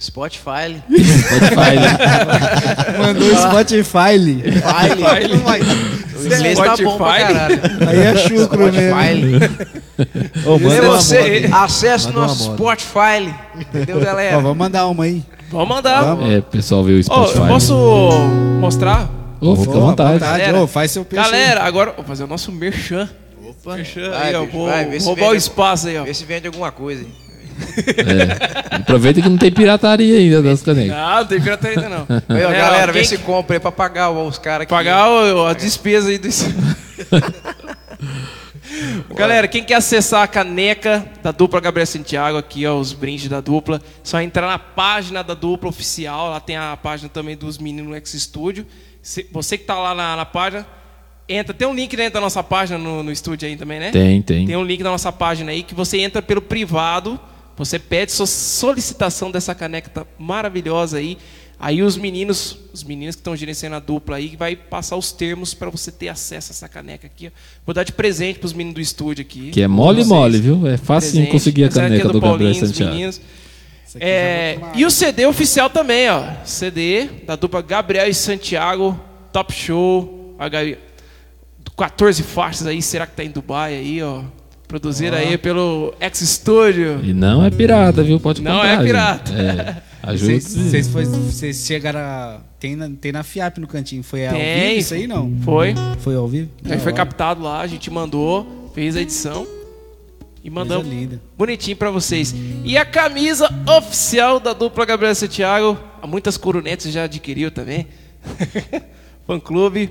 D: Spotify.
E: Spotify, né?
A: Mandou o Spotify. Lee.
D: O inglês tá bom pra
C: Spotify.
D: caralho.
A: Aí é chucro mesmo.
D: Spotify.
B: Ô, manda
D: Se
B: uma
D: você
B: moda aí.
D: acesse
B: Manda uma
D: nosso
B: moda.
D: Spotify. Entendeu,
A: Ó,
D: galera?
A: vamos mandar uma aí.
C: Vamos mandar.
A: Vamos.
E: É, pessoal viu o
C: Ó,
E: Spotify.
C: eu posso mostrar?
E: Ô, fica à
A: Boa,
E: vontade.
C: Galera.
A: Ô, faz seu peixe. aí.
C: Galera, agora vou fazer o nosso merchan. Opa. Merchan
D: Vai,
C: aí, ó.
D: bicho,
C: Vou
D: vai, vê se
C: roubar o
D: vende-
C: espaço aí, ó.
D: Vê se vende alguma coisa. hein?
E: É. Aproveita que não tem pirataria ainda das canecas.
C: Não, não tem pirataria ainda não.
D: Aí, ó,
C: É,
D: galera,
C: quem
D: vê se compra aí pra pagar os caras aqui.
C: Pagar o- a despesa aí desse. Galera, quem quer acessar a caneca da dupla Gabriel Santiago, aqui ó, os brindes da dupla, só entrar na página da dupla oficial, lá tem a página também dos meninos no X Studio. Se- Você que tá lá na, na página, entra, tem um link dentro da nossa página no, no estúdio aí também, né?
E: Tem, tem.
C: Tem um link na nossa página aí que você entra pelo privado, você pede sua solicitação dessa caneca tá maravilhosa aí. Aí os meninos, os meninos que estão gerenciando a dupla aí, vai passar os termos para você ter acesso a essa caneca aqui. ó. Vou dar de presente para os meninos do estúdio aqui.
E: Que é mole,
C: Vocês.
E: mole, viu? É facinho
C: Presente.
E: conseguir a
C: Essa aqui
E: caneca
C: é
E: do Gabriel
C: Paulinho, dos
E: Santiago.
C: meninos. É, e o CD oficial também, ó. CD da dupla Gabriel e Santiago, Top Show, H- 14 faixas aí, será que tá em Dubai aí, ó? Produzir aí pelo X Studio.
E: E não é pirata, viu? Pode
C: Não
E: comprar.
C: é
E: gente.
C: pirata.
E: É. Ajuda.
A: Vocês- Vocês foi- vocês chegaram a. Tem na, tem na FIAP no cantinho. Foi ao
C: Tem.
A: vivo isso aí, não?
C: Foi.
A: Foi ao vivo?
C: A gente foi
A: Da hora.
C: captado lá, a gente mandou, fez a edição e
A: Coisa
C: mandamos
A: linda.
C: bonitinho pra vocês. E a camisa oficial da dupla Gabriel Santiago, há muitas coronetes já adquiriu também. Fã clube,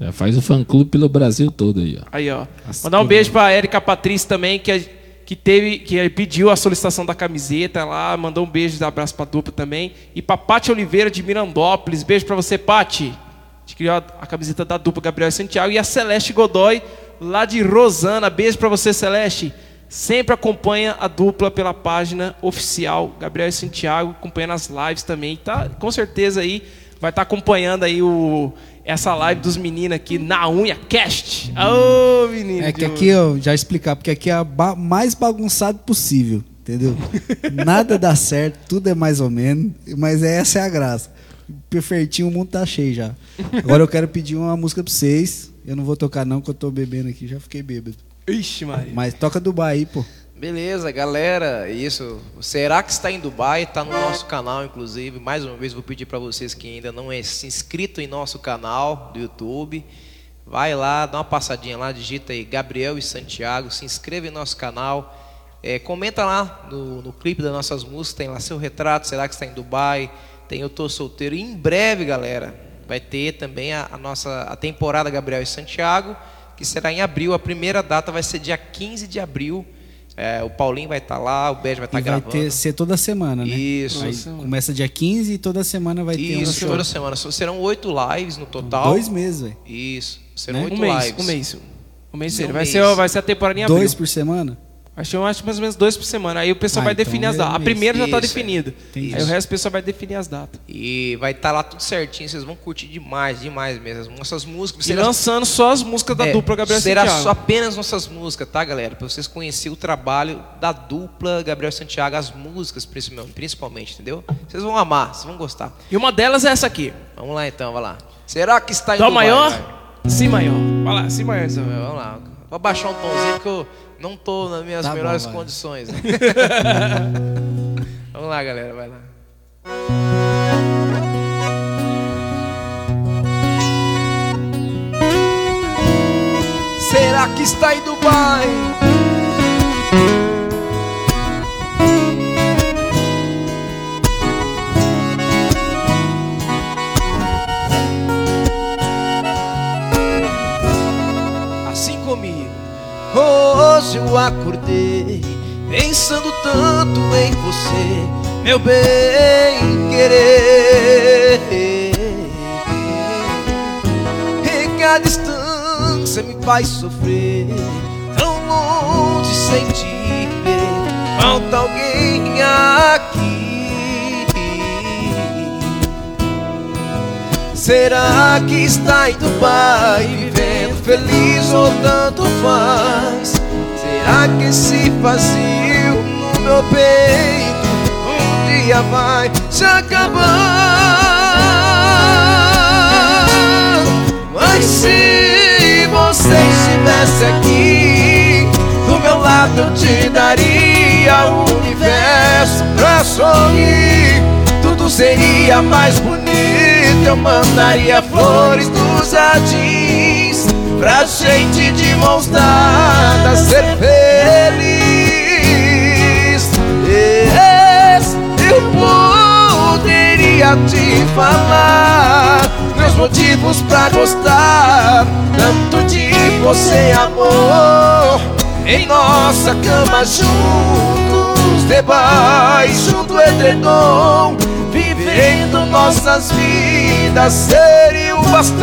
E: Já É, faz o fã clube pelo Brasil todo aí, ó.
C: Aí, ó.
A: As
C: Mandar um
A: cores.
C: beijo pra Érica Patrícia também, que, a- que teve, que pediu a solicitação da camiseta lá. Mandou um beijo e abraço pra dupla também. E pra Paty Oliveira de Mirandópolis. Beijo pra você, Paty. A gente criou a, a camiseta da dupla Gabriel e Santiago. E a Celeste Godoy, lá de Rosana. Beijo pra você, Celeste. Sempre acompanha a dupla pela página oficial Gabriel e Santiago, acompanhando as lives também. Tá, com certeza aí vai estar acompanhando aí o essa live dos meninos aqui na unha cast. Ô, menino.
A: É que
C: de-
A: aqui, eu já explicar, porque aqui é a ba- mais bagunçado possível, entendeu? Nada dá certo, tudo é mais ou menos, mas essa é a graça. Perfeitinho, o mundo tá cheio já. Agora eu quero pedir uma música pra vocês. Eu não vou tocar não, que eu tô bebendo aqui, já fiquei bêbado.
C: Ixi, Maria.
A: Mas toca Dubai aí, pô.
D: Beleza, galera, isso. Será que está em Dubai? Está no nosso canal, inclusive. Mais uma vez vou pedir para vocês que ainda não é se inscrito em nosso canal do YouTube, vai lá, dá uma passadinha lá, digita aí Gabriel e Santiago, se inscreva em nosso canal, É, comenta lá no, no clipe das nossas músicas, tem lá seu retrato. Será que está em Dubai? Tem eu tô solteiro. E em breve, galera, vai ter também a, a nossa a temporada Gabriel e Santiago, que será em abril. A primeira data vai ser dia 15 de abril. É, o Paulinho vai estar lá, o Bege vai estar
A: E vai
D: Tá gravando.
A: ter, ser toda semana, né?
D: Isso.
A: Aí começa dia 15 e toda semana vai ter um
D: Isso,
A: show.
D: toda semana. Serão oito lives no total.
A: Dois meses, velho.
D: Isso. Serão
A: Né?
D: oito
C: um mês,
D: lives.
C: um mês. Um mês,
D: Um
C: sério. vai,
D: mês.
C: Ser, vai ser a temporada em abril.
A: Dois por semana?
C: Acho, eu acho mais ou menos dois por semana. Aí o pessoal
A: Ah,
C: vai
A: então
C: definir as
A: é
C: datas. A
A: isso.
C: primeira já está
D: Isso, é.
C: definida.
A: Entendi.
C: Aí o resto o pessoal vai definir as datas.
D: E vai estar lá tudo certinho. Vocês vão curtir demais, demais mesmo. As nossas músicas.
C: E lançando só as músicas da
D: É,
C: dupla Gabriel
D: Será
C: Santiago.
D: só apenas nossas músicas, tá, galera? Pra vocês conhecerem o trabalho da dupla Gabriel Santiago, as músicas principal- principalmente, entendeu? Vocês vão amar, vocês vão gostar.
C: E uma delas é essa aqui.
D: Vamos lá então, vai lá. Será que está em
C: Dó
D: Dubai,
C: maior,
D: vai?
C: Si maior. Vai lá, Si maior. Samuel.
D: Vamos lá. Vou abaixar um tomzinho porque eu não tô nas minhas
A: Tá bom,
D: melhores
A: vai.
D: condições. né? Vamos lá, galera, vai lá. Será que está em Dubai? Assim comigo. Hoje eu acordei pensando tanto em você, meu bem querer. E que a distância me faz sofrer, tão longe sem te ver. Falta alguém aqui. Será que está em Dubai vivendo feliz ou tanto faz? Será que esse vazio no meu peito um dia dia vai se acabar. Mas se você estivesse aqui, do meu lado eu te daria o universo pra sorrir. Tudo seria mais bonito, eu mandaria flores dos jardins pra gente de mãos dadas ser feliz. Yes, eu poderia te falar meus motivos pra gostar tanto de você, amor. Em nossa cama juntos, debaixo do edredom, vivendo nossas vidas seria o bastante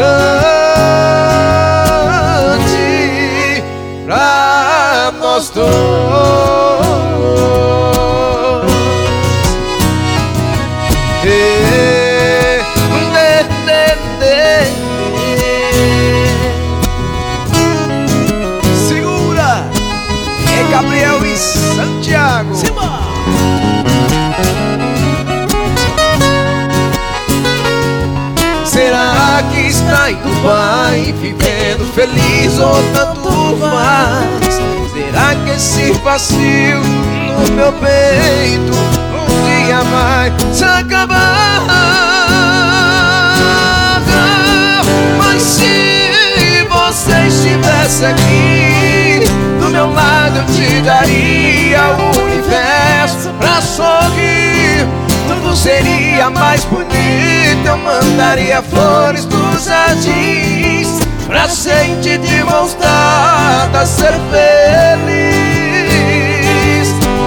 D: pra nós dois. Eh, né, né, né. Segura! É Gabriel e Santiago. Será que está em Dubai vivendo feliz ou tanto faz? Será que esse vazio no meu peito um dia vai se acabar? Mas se você estivesse aqui do meu lado, eu te daria o universo pra sorrir. Tudo seria mais bonito, eu mandaria flores dos jardins pra gente de mãos dadas ser feliz.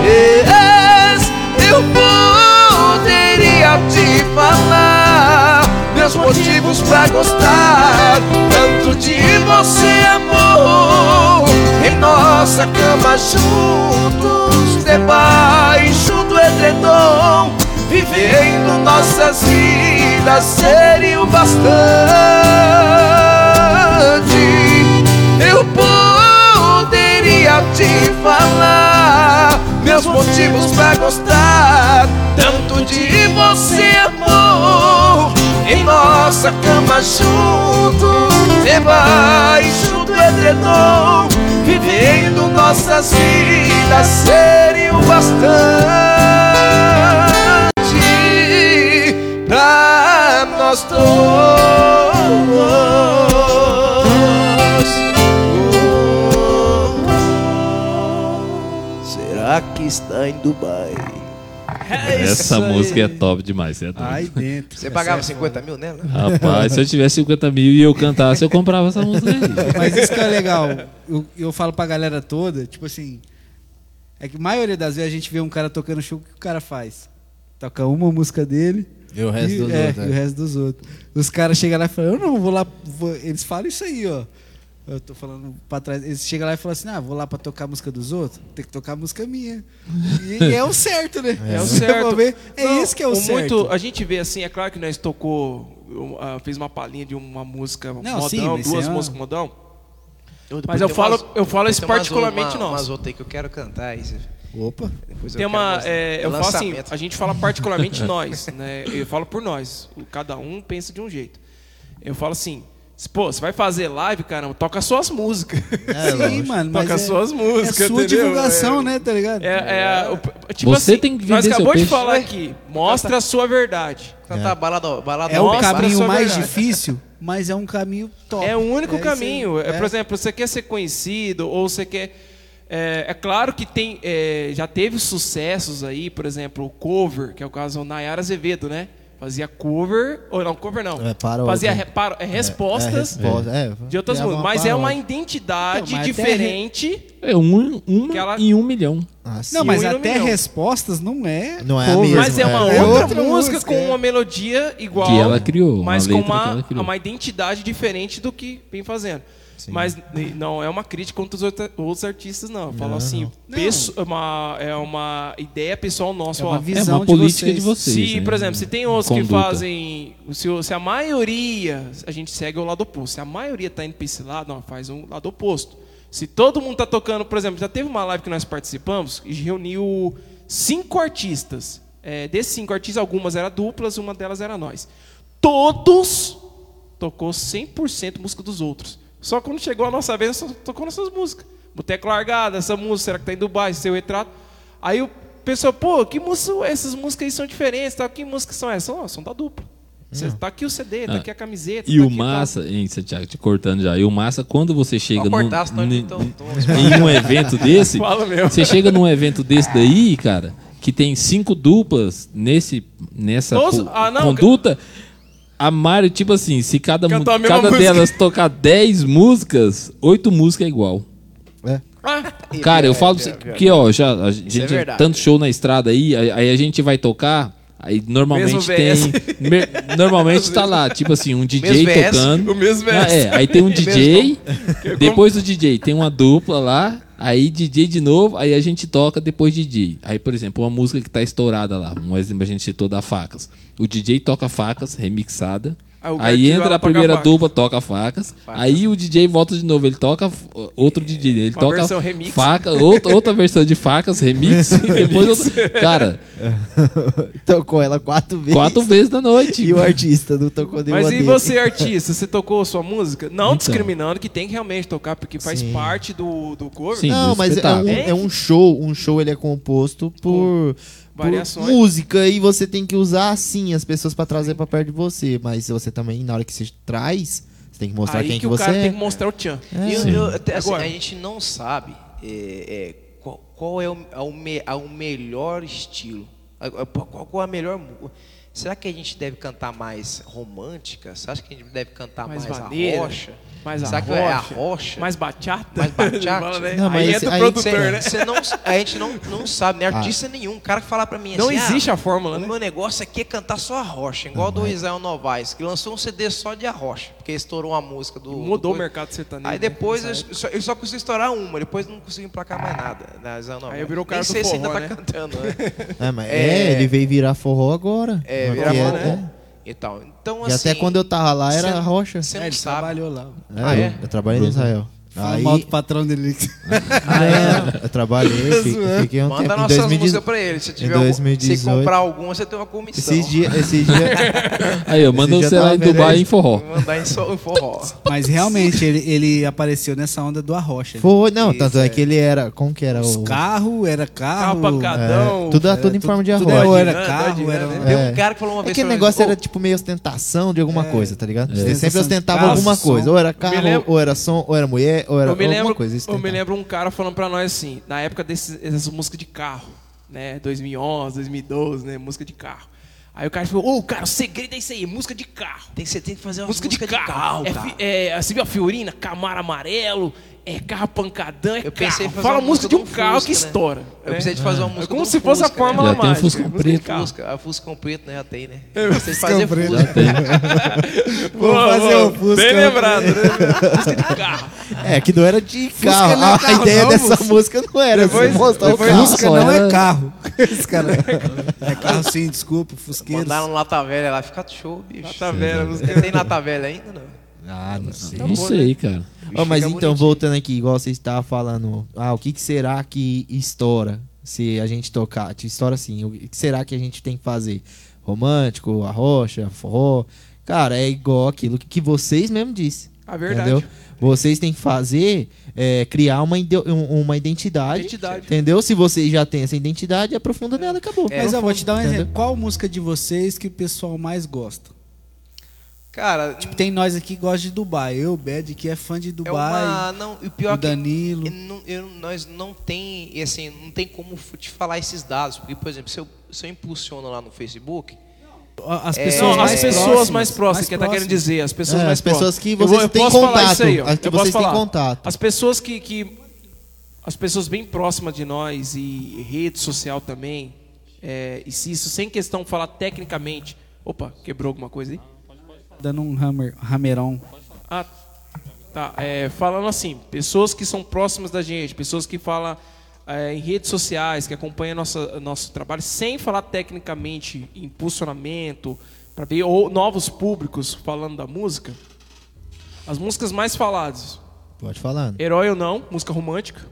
D: Yes, eu poderia te falar meus motivos pra gostar tanto de você, amor. Em nossa cama juntos, debaixo do edredom, vivendo nossas vidas seria o bastante. Eu poderia te falar meus motivos pra gostar tanto de você, amor. Em nossa cama juntos, debaixo do edredom, vivendo nossas vidas seria o bastante pra nós todos. Oh, Será que está em Dubai?
E: Essa música é top demais, você é doido.
A: Aí dentro.
I: Você pagava 50 mil nela?
E: Rapaz, se eu tivesse 50 mil e eu cantasse, eu comprava essa música aí.
A: Mas isso que é legal. Eu, eu falo pra galera toda, tipo assim. É que a maioria das vezes a gente vê um cara tocando show, o que o cara faz? Toca uma música dele.
B: E o resto
A: e,
B: dos
A: é,
B: outros,
A: e
B: é.
A: o resto dos outros. Os caras chegam lá e falam, eu não vou lá. vou- Eles falam isso aí, ó. Eu tô falando pra trás. Eles chegam lá e falam assim, ah, vou lá pra tocar a música dos outros, tem que tocar a música minha. E, e é o certo, né?
C: É o
A: Se eu for
C: certo.
A: ver, É
C: Não,
A: isso que é o, certo.
C: Muito, a gente vê assim, é claro que nós tocou, eu, ah, fez uma palhinha de uma música modão,
A: sim, mas
C: duas
A: é uma-
C: músicas modão.
I: Eu- depois
C: Mas eu
I: tem
C: falo-
I: umas-
C: eu falo
I: tem
C: isso
I: umas-
C: particularmente
I: uma,
C: nossa.
I: Umas outras aí que eu quero cantar. Isso.
A: Opa.
I: Depois
C: Tem
I: eu quero
C: uma,
I: mostrar.
C: é, eu falo assim,
I: Lançamento.
C: a gente fala particularmente nós, né? Eu falo por nós. O- Cada um pensa de um jeito. Eu falo assim, pô, você vai fazer live, caramba, toca suas músicas.
A: Sim, mano, mas
C: toca
A: é,
C: suas músicas.
A: é sua
C: entendeu?
A: divulgação, né, tá ligado?
C: É, é, o- tipo
E: Você
C: assim,
E: tem que
C: nós
E: vender seu
C: acabou de
E: peixe.
C: falar aqui, mostra a sua verdade.
I: Cantar balada, balada.
A: É o
C: Nossa, isso
A: caminho
C: é
A: mais
C: verdade.
A: difícil, mas é um caminho top.
C: É o único
A: isso aí.
C: caminho. É,
A: É.
C: Por exemplo, você quer ser conhecido ou você quer. É, é claro que tem, é, já teve sucessos aí, por exemplo, o cover, que é o caso do Nayara Azevedo, né? Fazia cover, ou não, cover não.
B: É, paródia.
C: Fazia re- paro- é, respostas
B: resposta, é.
C: de outras
B: Criava
C: músicas. Mas é uma
B: paródia.
C: identidade
A: Então, mas até
C: diferente.
E: É um, uma
C: Que ela-
E: em um milhão.
B: Ah, sim.
A: Não, mas
C: e um
A: até
C: milhão.
A: respostas não é.
B: Não é a
A: cover.
B: mesma.
C: Mas é uma
B: é.
C: outra,
A: Outra
C: música,
A: música,
C: com um
A: é.
C: uma melodia igual.
E: Que ela criou, uma
C: Mas com
E: letra que
C: uma,
E: ela criou.
C: uma identidade diferente do que vem fazendo. Mas n- não é uma crítica contra os outra- outros artistas, não. Falam assim, pesso- uma- é uma ideia pessoal nossa.
A: É
C: ó.
A: uma
E: É
A: visão
E: uma política de
A: vocês.
E: vocês.
C: se,
E: né?
C: por exemplo, se tem outros que
E: Conduta.
C: fazem. Se, o- se a maioria, a gente segue o lado oposto. Se a maioria tá indo pra esse lado, não, faz um lado oposto. Se todo mundo tá tocando, por exemplo, já teve uma live que nós participamos e reuniu cinco artistas. é, desses cinco artistas, algumas eram duplas, uma delas era nós. Todos tocou 100% música dos outros. Só quando chegou a nossa vez, só tocou nossas músicas. Boteco Largada, essa música, será que tá em Dubai, seu retrato? Aí o pessoal, pô, que música, essas músicas aí são diferentes, tal. que músicas são essas? Ó, são da dupla.
B: Hum.
C: Cê, tá aqui o CD, tá
E: Ah.
C: aqui a camiseta.
E: E
C: tá
E: o
C: aqui tal.
E: massa, hein, Santiago, te cortando já. E o massa, quando você chega
D: Pode
E: num,
D: cortar, senão
E: ne-
D: ele não tão- tão-
E: em um evento desse,
C: Fala mesmo.
E: você chega num evento desse daí, cara, que tem cinco duplas nesse, nessa
C: Nossa,
E: co-
C: ah, não,
E: conduta. A Mário, tipo assim, se cada, mu-
C: Cantou a mesma
E: cada
C: música.
E: delas tocar 10 músicas, oito músicas é igual.
C: Ah,
E: Cara, eu falo pra você que, ó, já, a
C: é
E: gente,
D: verdade.
E: tanto show na estrada aí, aí aí a gente vai tocar, aí normalmente
C: Mesmo
E: tem.
C: VS.
E: mer- normalmente tá lá, tipo assim, um DJ
D: Mesmo VS,
E: tocando.
C: o mesmo
E: Ah,
C: VS.
E: é, aí tem um DJ, depois do DJ tem uma dupla lá, aí DJ de novo, aí a gente toca depois DJ. Aí, por exemplo, uma música que tá estourada lá, um exemplo a gente citou da Facas. O DJ toca Facas, remixada.
C: Ah, o Garth
E: Aí
C: vai
E: entra
C: lá
E: a
C: tocar
E: primeira
C: Facas.
E: dupla, toca facas. Aí o DJ volta de novo, ele toca f- outro DJ, ele
C: Uma
E: toca
C: versão remix.
E: faca, outra, outra versão de facas, remix, e depois outro- cara,
B: Tocou ela quatro vezes.
E: quatro vezes da noite.
B: E o artista não tocou nenhuma
C: Mas e
B: dele. Então.
C: você, artista, você tocou a sua música? Não discriminando que tem que realmente tocar, porque faz parte do, do cover.
E: Sim.
B: Não,
E: do
B: mas é um,
E: espetáculo.
B: é um show. Um show ele é composto por, por
C: variações.
B: música e você tem que usar assim as pessoas pra trazer pra perto de você. Mas você também na hora que você traz, você tem que mostrar
C: Aí
B: quem
C: que,
B: que,
C: o
B: você
C: cara
B: é.
C: tem que mostrar o tchan.
D: E eu-
E: Sim.
D: eu- até assim,
C: Agora.
D: a gente não sabe é, é, qual, qual é o, a o me- a o melhor estilo. A- a- Qual, qual é a melhor. mu- Será que a gente deve cantar mais romântica? Você acha que a gente deve cantar mais,
C: Mais
D: a
C: vaneira,
D: rocha?
C: mais a
D: Será que é a
C: rocha,
D: rocha?
C: Mais bachata?
D: Mais bachata?
C: Fala, né?
B: Não, mas
C: aí
B: esse-
C: entra o
B: aí- Ah.
C: produtor,
D: Cê-
C: né?
D: cê não- a gente não, não sabe, né? Artista nenhum. O cara que falar pra mim
C: Não
D: assim.
C: existe
D: ah,
C: a fórmula,
D: O
C: né?"
D: meu negócio aqui é cantar só a rocha, igual do Israel Novaes, que lançou um CD só de a rocha, porque estourou uma música do. do
C: Mudou o
D: coisa.
C: mercado sertanejo.
D: Aí
C: né?
D: depois eu
C: Nessa
D: só, eu só consegui estourar uma, depois não consegui emplacar mais nada. Né? Zé Novaes.
C: Aí virou o cara
D: Nem
C: do
D: sei se ainda
C: forró,
D: tá
C: né?
D: cantando, né?
B: É, mas
D: É.
B: é, ele veio virar forró agora.
D: É,
B: Porque
D: virar
B: é-
D: forró,
B: é.
D: né? E tal. Então,
B: E
D: assim.
B: até quando eu tava lá era
D: cê-
B: rocha.
D: Você
A: É,
D: não
A: ele
D: sabe.
A: trabalhou lá.
D: Ah,
B: eu,
D: é?
B: eu trabalhei no Israel.
A: Fala
B: Aí, é,
A: mal do patrão dele.
B: eu trabalhei, fiquei, fiquei um
D: Manda
B: tempo. Em
D: nossas
B: 2018,
D: músicas pra ele. Se, tiver
B: em
D: algum-
B: 2018.
D: se comprar alguma, você tem uma comissão.
B: esses dias, esses dias,
E: Aí eu
B: Esse
E: mando
B: dia
E: você
B: eu
E: lá
B: tava
E: em
B: vendo
E: Dubai
B: aí.
E: em forró.
D: Mandar em só- em forró.
A: Mas realmente ele, ele apareceu nessa onda do Arrocha. né?
B: foi, não, tanto é que ele era, como que era
A: Os
B: o
A: carros, era
C: Carro
A: carro.
B: É,
C: pancadão.
B: tudo, tudo em forma de
A: tudo é,
B: arroz.
A: era,
C: né?
A: era carro,
C: Doidinho,
A: era.
C: né?
B: É.
D: Tem um cara que falou uma vez.
B: Aquele
D: pra mim,
B: negócio
D: "Ô,
B: era tipo meio ostentação de alguma coisa, tá ligado? Você
A: Ostentação de
B: sempre ostentava
A: carro,
B: alguma
A: som.
B: coisa. Ou era
C: me
B: carro,
C: lembro-
B: ou era som, ou era mulher, ou era
C: eu me lembro,
B: alguma coisa.
C: eu me
B: ostentava.
C: lembro um cara falando pra nós assim, na época desses- dessas músicas de carro, né? 2011, 2012, né? Música de carro. Aí o cara falou, ô, cara, o segredo é isso aí, música de carro.
D: Tem que, você tem que fazer uma
C: Música, de carro. É fi- é, você viu a Fiorina, Camaro Amarelo, é carro pancadão, é
D: Eu
C: carro.
D: pensei em fazer
C: Fala
D: uma
C: música
D: música
C: de um
D: do
C: carro
D: Fusca,
C: que
D: né?
C: estoura.
D: Eu
C: né?
D: precisei de fazer uma música.
C: É como
D: do
C: se fosse a
D: Fusca, né?
C: fórmula
E: Já tem um
C: mágica.
E: Fusca
C: música de
E: preto.
C: carro.
D: Fusca, a Fusca com preto, né? Já tem, né? Eu pensei em fazer
A: com preto.
D: Fusca.
A: Vou fazer o Fusca.
C: Bem lembrado, né? Música de carro.
B: É, que não era de carro.
A: não é
B: A- a
A: carro,
B: ideia
A: não,
B: dessa
A: moço.
B: música não era.
A: Depois-
B: você mostrar o
A: depois-
B: carro. Ah,
A: Fusca
E: só
A: não
C: né?
E: era-
A: é carro. Esse cara é carro sim, desculpa, fusqueiro.
D: Mandaram Lata Velha lá. Fica show, bicho.
C: Nata Velha, música-
D: Você tem Lata Velha ainda, não?
B: Ah, não sei.
E: Não sei, cara.
B: Ó, mas
D: fica
B: então,
D: bonitinho.
B: voltando aqui, igual você estava falando, ah, o que, que será que estoura se a gente tocar? Te Estoura assim, o que será que a gente tem que fazer? Romântico, arrocha, forró? Cara, é igual aquilo que que vocês mesmo disse.
C: A verdade.
B: Vocês têm que fazer, é, criar uma, ide- um- uma identidade,
C: Identidade.
B: Entendeu? Se vocês já têm essa identidade,
A: É.
B: aprofunda nela, acabou.
C: é,
A: Mas eu vou te dar um
B: Entendeu?
A: exemplo. Qual música de vocês que o pessoal mais gosta?
D: Cara,
A: Tipo, Tem nós aqui que gosta de Dubai. Eu, Bad, que é fã de
D: é
A: Dubai.
D: uma. Não, e o pior é
A: o
D: que.
A: Danilo.
D: Eu não- eu- nós não tem, e assim, não tem como f- te falar esses dados, porque por exemplo, se eu, se eu impulsiono lá no Facebook,
A: As
C: Não,
A: pessoas,
C: É, as
A: mais,
C: pessoas
A: próximas,
C: mais próximas, que tá
A: próximas.
C: querendo dizer, as pessoas
B: É,
C: mais
B: as pessoas
C: próximas.
B: que
C: Eu
B: vocês
C: vou- eu
B: têm
C: posso falar
B: contato,
C: isso aí, ó.
B: as que
C: Eu posso
B: vocês têm
C: falar.
B: contato.
C: As pessoas que, que- As pessoas bem próximas de nós e rede social também, é, e se isso sem questão falar tecnicamente. Opa, quebrou alguma coisa aí?
A: Dando um hammer, hammerão.
C: Ah, tá. É, falando assim, pessoas que são próximas da gente, pessoas que falam é, em redes sociais, que acompanham nossa, nosso trabalho, sem falar tecnicamente em impulsionamento, para ver ou novos públicos falando da música. As músicas mais faladas,
B: Pode falar.
C: Herói ou Não, música romântica.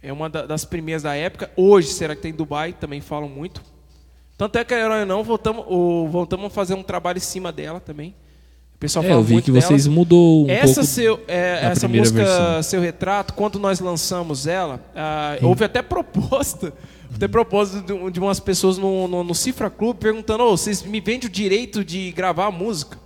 C: É uma da- das primeiras da época. Hoje, será que tem Dubai? Também falam muito. Tanto é que a Herói Não, voltamos, o- voltamos a fazer um trabalho em cima dela também. O pessoal
E: É,
C: fala
E: eu vi
C: muito
E: que
C: dela.
E: vocês mudou um
C: essa
E: pouco.
C: seu, é,
E: na
C: essa
E: primeira
C: música,
E: versão.
C: Seu Retrato, quando nós lançamos ela, ah, houve até proposta, até proposta de, de umas pessoas no, no, no Cifra Clube perguntando, "Ô, vocês me vendem o direito de gravar a música?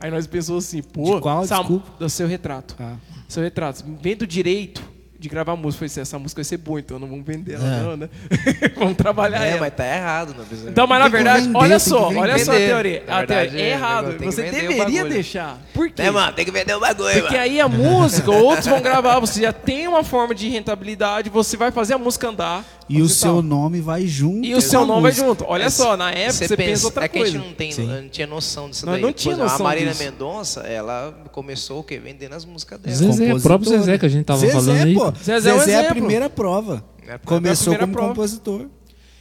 C: Aí nós pensamos assim, pô,
A: De qual?
C: essa-
A: Desculpa.
C: do Seu Retrato.
A: Ah.
C: Seu Retrato, me vendo direito de gravar a música. Eu falei assim, essa música vai ser boa, então não vamos vender ela
A: É.
C: não, né? vamos trabalhar
D: É,
C: ela.
D: mas tá errado, não precisa.
C: Então, mas na
A: Tem que
C: verdade,
A: vender,
C: olha
A: tem
C: só,
A: que
C: olha só a
D: vender.
C: teoria.
D: Na
C: a teoria.
D: verdade,
C: é
D: é,
C: errado.
D: tem que
C: Você
D: vender o
C: deveria
D: bagulho.
C: deixar.
A: É,
C: Por quê?
D: Né, mano? Tem que vender o bagulho,
C: Porque
D: mano.
C: aí a música, outros vão gravar, você já tem uma forma de rentabilidade, você vai fazer a música andar.
A: E o
C: você
A: seu
C: tal.
A: nome vai junto.
C: E o seu
A: com a
C: nome vai
A: música.
C: junto. Olha só, na época você, pensa, outra
D: é que
C: coisa.
D: a gente não, tem, não tinha noção disso
C: Nós
D: daí.
C: não tinha
D: Por exemplo,
C: noção
D: A Marina
C: disso.
D: Mendoza, ela começou o quê? Vendendo as músicas dela. É,
A: é
E: Zezé, o próprio
A: compositora.
E: Zezé que a gente tava
A: né? Zezé,
E: falando aí.
A: Pô,
C: Zezé é um
A: Zezé é a
C: exemplo.
A: primeira prova.
D: É a primeira-
A: Começou
C: é a primeira
A: como
C: prova.
A: compositor.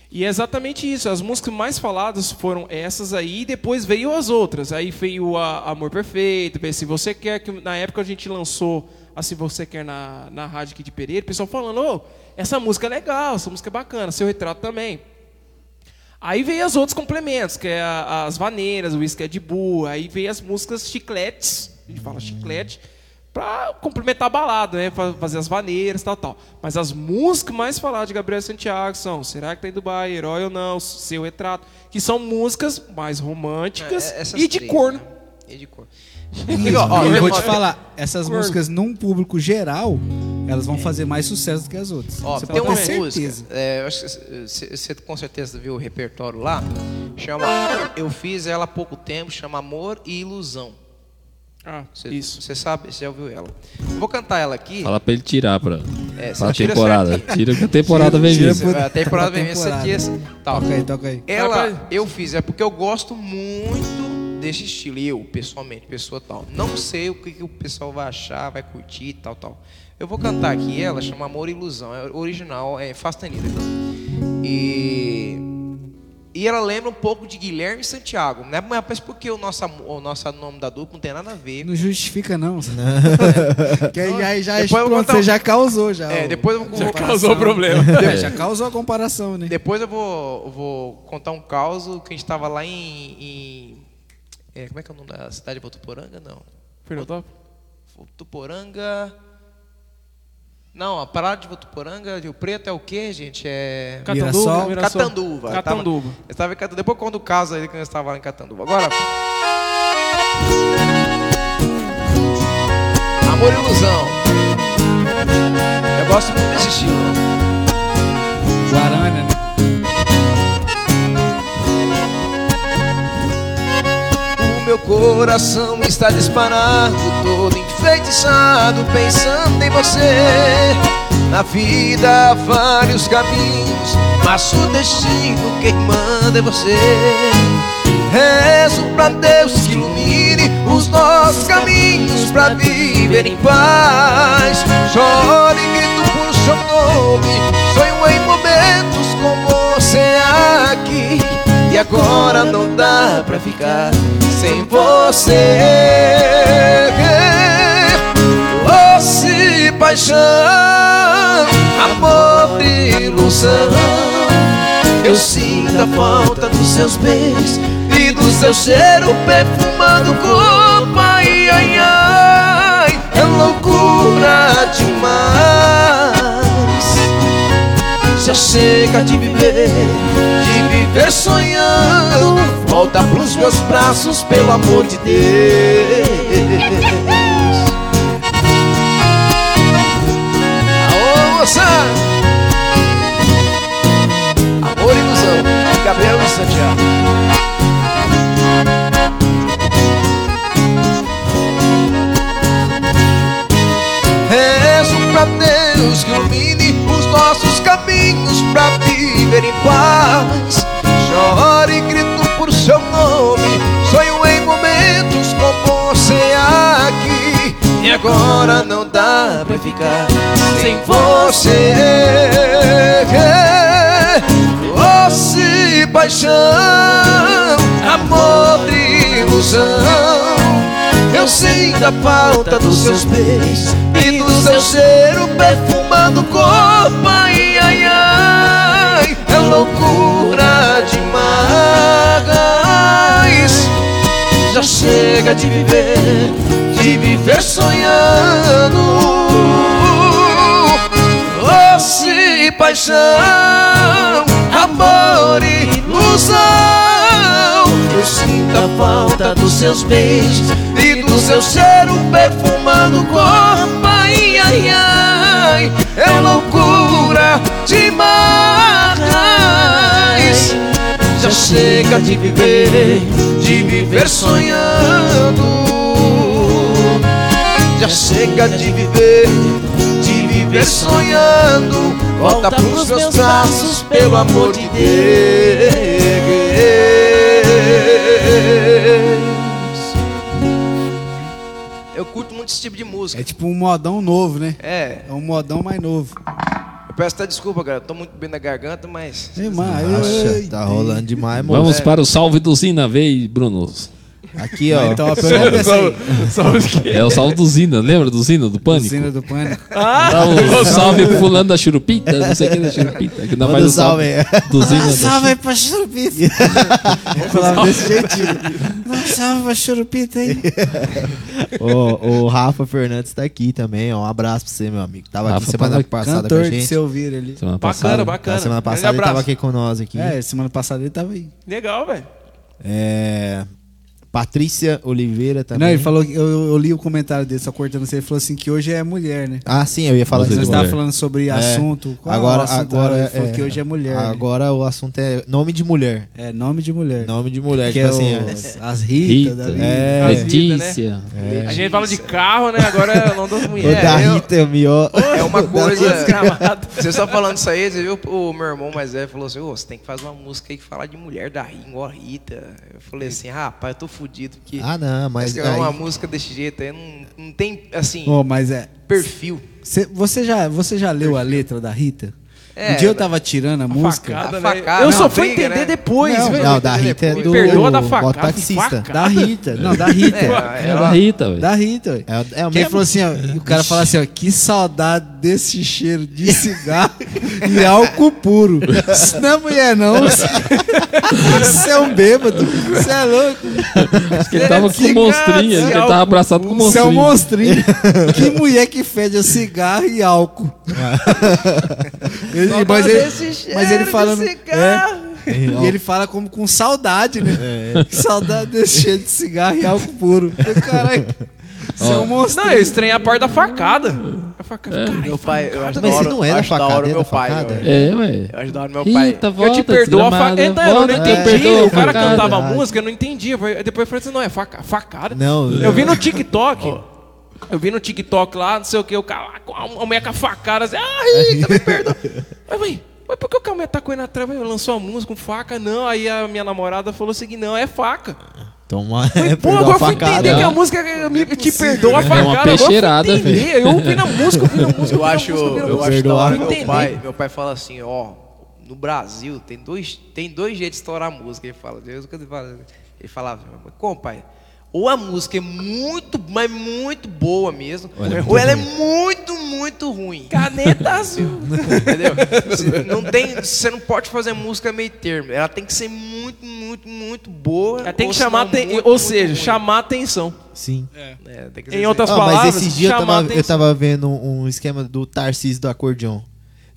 C: E é exatamente isso. As músicas mais faladas foram essas aí, e depois veio as outras. Aí veio a Amor Perfeito, veio Se Você Quer, que na época a gente lançou a Se Você Quer na, na rádio aqui de Pereira, o pessoal falando, ô, essa música é legal, essa música é bacana, seu retrato também. Aí veio as outros complementos, que é a- as vaneiras, o uísque é de Bull, aí veio as músicas chicletes, a gente fala chiclete, pra complementar a balada, né? Fa- Fazer as vaneiras, tal, tal. Mas as músicas mais faladas de Gabriel Santiago são Será que tá em Dubai, Herói ou Não, Seu Retrato, que são músicas mais românticas
D: É, essas
C: e de
D: três,
C: corno.
D: né? E de corno.
A: Ó, eu vou te
D: Corno.
A: falar, essas
C: Corno.
A: músicas num público geral, elas vão fazer mais sucesso do que as outras.
D: Ó,
A: Você
D: tem
A: pode
D: uma
A: ter
D: música,
A: certeza.
D: é, eu acho que você com certeza viu o repertório lá, chama, eu fiz ela há pouco tempo, chama Amor e Ilusão.
C: Ah,
D: Cê,
C: isso.
D: Você sabe, você já ouviu ela. Eu Vou cantar ela aqui.
E: Fala pra ele tirar pra,
D: É, você
E: pra
D: tira
E: temporada.
D: certinho.
E: Tira que a temporada vem
A: Tira
E: mesmo.
A: por-
D: Você vai até temporada
A: pra
D: vem essa Tá,
A: temporada.
D: aqui, essa, tal.
A: Toca aí, toca
C: É.
A: aí.
D: Ela, eu fiz, é porque eu gosto muito desse estilo. Eu, pessoalmente, pessoa tal. Não sei o que, que o pessoal vai achar, vai curtir e tal, tal. Eu vou cantar aqui ela, chama Amor e Ilusão. É original, é Fastanida. E. E ela lembra um pouco de Guilherme Santiago, né? Mas por que o nosso, am- o nosso nome da dupla não tem nada a ver?
A: Não justifica, não. que aí já, já,
D: Depois eu vou
A: pronto,
D: contar
A: você
D: um-
A: já causou, já.
D: É,
A: ó.
D: depois eu vou
C: Causou problema.
A: É, já causou a comparação, né?
D: Depois eu vou, eu vou contar um caos que a gente tava lá em. em- é, como é que é o nome da cidade? Votuporanga? Não.
C: Fernando,
D: Votuporanga. Não, a parada de Votuporanga, Rio Preto é o quê, gente? É.
A: Mirassol.
D: Catanduva.
C: Catanduva.
D: Eu tava- eu tava em Catanduva. Depois eu conto o caso aí que nós estávamos lá em Catanduva. Agora. Amor e ilusão. Eu gosto muito desse estilo.
A: Guarana, né?
D: O meu coração está disparado, todo enfeitiçado, pensando em você. Na vida há vários caminhos, mas o destino quem manda é você. Rezo pra Deus que ilumine os nossos caminhos pra viver em paz. Choro e grito por seu nome, sonho em momentos com você aqui. E agora não dá pra ficar sem você. Doce paixão, amor e ilusão. Eu sinto a falta dos seus bens e do seu cheiro perfumando corpo. Ai, ai, ai, é loucura demais. Já chega de viver, de viver sonhando. Volta pros meus braços, pelo amor de Deus. Aô, moçada! Amor e Ilusão, Gabriel e Santiago. Rezo pra Deus que ilumine os nossos caminhos pra viver em paz. Choro e grito por seu nome, sonho em momentos com você aqui. E agora não dá pra ficar sem você. Doce paixão, amor e ilusão. Eu sinto a falta dos seus beijos e do seu cheiro perfumando o corpo. Ai, ai, ai, é loucura demais.
G: chega de viver, de viver sonhando. Doce paixão, amor e ilusão. Eu sinto a falta dos seus beijos e do seu cheiro perfumando o corpo. Ai, ai, ai, é loucura demais. Já chega de viver, de viver sonhando. Já chega de viver, de viver sonhando. Volta pros meus braços, pelo amor de Deus.
D: Eu curto muito esse tipo de música.
A: É tipo um modão novo, né?
D: É,
A: É um modão mais novo.
D: eu peço até desculpa, galera. Tô muito bem na garganta, mas.
B: Nossa, tá rolando demais, mano.
E: Vamos para o salve do Zina, vê, Bruno.
B: Aqui, ó. um
A: Top, eu não pensei.
E: É o salve do Zina, lembra do Zina, do Pânico?
A: Usina do Pânico.
E: Dá um salve pro fulano da churupita, não sei quem da churupita. Que dá
B: Manda
E: mais um
B: um salve.
E: salve do Zina. da
A: Salve aí pra Churupita. Eu falava desse jeitinho. Não, salve pra Churupita aí.
B: o, o Rafa Fernandes tá aqui também, ó. Um abraço pra você, meu amigo. Tava
E: Rafa
B: aqui semana
E: tava-
B: passada com a
A: Cantor é de
B: gente.
A: se ouvir ali.
E: Semana
C: Bacana,
E: passada.
B: Na
C: bacana.
B: semana
C: Grande
B: passada ele
C: abraço.
B: tava aqui com nós aqui.
A: É, semana passada ele tava aí.
C: Legal, velho.
B: É, Patrícia Oliveira também.
A: Não, ele falou, que- eu, eu li o comentário dele, só cortando você, ele falou assim que hoje é mulher, né?
B: Ah, sim, eu ia falar
E: Você
A: Você
B: isso.
E: mulher.
A: estava falando sobre assunto. Qual é o
B: agora,
A: assunto?
B: agora
A: Ele falou que hoje é mulher. né?
B: Agora o assunto é nome de mulher.
A: É nome de mulher.
B: Nome de mulher,
A: que
B: tipo
A: é
B: assim.
A: o-
B: é-
A: as Rita, da
E: Rita.
A: vida.
B: É.
E: Letícia.
C: A gente fala de carro, né? Agora é o nome das
B: O
C: mulheres.
B: da
D: eu-
B: Rita é o melhor.
D: É uma coisa. Você só falando isso aí, você viu? O meu irmão mais velho falou assim: Ô, você tem que fazer uma música aí que fala de mulher da Ringo, igual a Rita. Eu falei assim: rapaz, eu tô fudido. Porque
B: Ah, não, mas.
D: se eu gravar é uma
B: Aí,
D: música desse jeito aí, não, não tem, assim,
A: Oh, mas é.
D: perfil.
A: cê- você, já, você já leu a letra da Rita?
D: É,
A: um dia eu
D: ela-
A: tava tirando a, música
C: Facada,
D: A
C: né?
D: facada,
C: eu
D: não,
C: só fui
D: briga,
C: entender
D: né?
C: depois,
B: Não,
C: velho.
B: não, da Rita é
C: Me
B: do-
C: perdoa da
B: do
C: facada.
B: mototaxista.
C: facada.
A: da Rita. Não, da Rita.
D: É,
E: É
C: né?
D: ela-
E: da Rita, velho.
A: Da Rita, ué.
B: é, é o
A: Quem
B: mesmo.
A: falou assim, ó, e o cara fala assim, ó, que saudade desse cheiro de cigarro e álcool puro. Isso não é mulher, não. Isso é um bêbado. Isso é louco.
E: Acho que ele tava com
A: Cigano,
E: monstrinha, acho que ele tava abraçado com
A: Isso é um
E: monstrinha.
A: monstrinho. que mulher que fede a cigarro e álcool. Ele- mas, ele, mas ele falando. É, e ele fala como com saudade, né? Que Saudade desse cheiro de cigarro e álcool puro. Eu falei, Caralho, isso é um monstro.
C: Não, eu estranhei a parte da facada. A facada. Cara,
D: Meu pai, eu acho
B: Mas
D: da
B: você
D: hora-
B: não era
D: acho da
B: facada,
D: hora o
B: era
D: meu pai.
B: facada?
D: velho.
E: É, ué.
D: Eu acho da hora o meu pai.
E: Rita, volta,
C: Eu te perdoo a
E: desgramada,
C: facada. Então, eu não
E: volta, te
C: entendi.
E: perdoa,
C: o cara
E: facada.
C: cantava a música, eu não entendi. Eu falei- Depois eu falei assim: não, é faca- facada.
B: Não,
C: Eu vi no TikTok. Eu vi no TikTok lá, não sei o que, o cara, ah, com a a mulher com a facada, assim, ai, Rita, me perdoa. Mas, mãe, mas por que o cara tá correndo atrás? Ué, Lançou a música com faca? Não, aí a minha namorada falou o seguinte, não, é faca.
B: Toma, é,
C: Pô,
B: perdeu
C: agora
B: a
C: eu fui
B: facada.
C: entender que a música é, me, te perdoa a facada.
E: uma
C: agora eu fui
E: peixeirada,
C: entender. Eu ouvi na música, eu ouvi na música,
D: Eu acho,
C: ouvi na música, ouvi na
D: eu
C: música.
D: acho da hora
C: Eu
D: meu
C: entendi.
D: pai. Meu pai fala assim, ó, no Brasil tem dois, tem dois jeitos de estourar a música. Ele fala, Deus, o que ele fala? Ele falava, como pai? Ou a música é muito, mas muito boa mesmo, ou ela é muito, muito ruim.
C: Caneta azul.
D: Entendeu? Você Não tem, você não pode fazer música meio termo. Ela tem que ser muito, muito, muito boa.
C: Ela tem
D: ou
C: que chamar,
D: senão
C: aten-
D: muito,
C: ou
D: muito
C: seja,
D: ruim.
C: chamar atenção.
B: Sim.
D: É, tem que
C: Em
D: ser-
C: outras
B: Ah,
C: palavras,
B: mas esses dias eu
C: chamar
B: tava, eu
C: atenção.
B: tava vendo um esquema do Tarcísio do acordeon.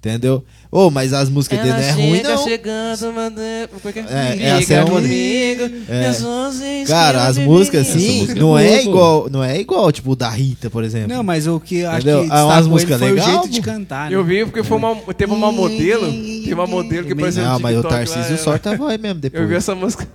B: Entendeu? Ô, mas as músicas dele não é ruim, não.
C: chegando, mandando... Como é que é?
B: É, essa é
C: Liga
B: uma-
C: comigo,
B: É.
C: às 11
B: Cara, as
C: esquema de
B: músicas
C: menino.
B: assim,
E: música é
B: não
E: boa,
B: é
E: pô.
B: igual, não é igual, tipo, o da Rita, por exemplo.
A: Não, mas o que eu acho
B: Entendeu?
A: que
B: Ah, umas
A: destacou ele
B: músicas
A: foi o
B: legal,
A: jeito
B: pô.
A: de cantar, né?
C: Eu vi porque foi uma, teve uma modelo, teve uma modelo que parecia
B: Não,
C: um
B: mas o
C: TikTok lá,
B: Tarcísio
A: é-
C: ela-
B: solta a voz mesmo depois.
C: Eu vi essa música.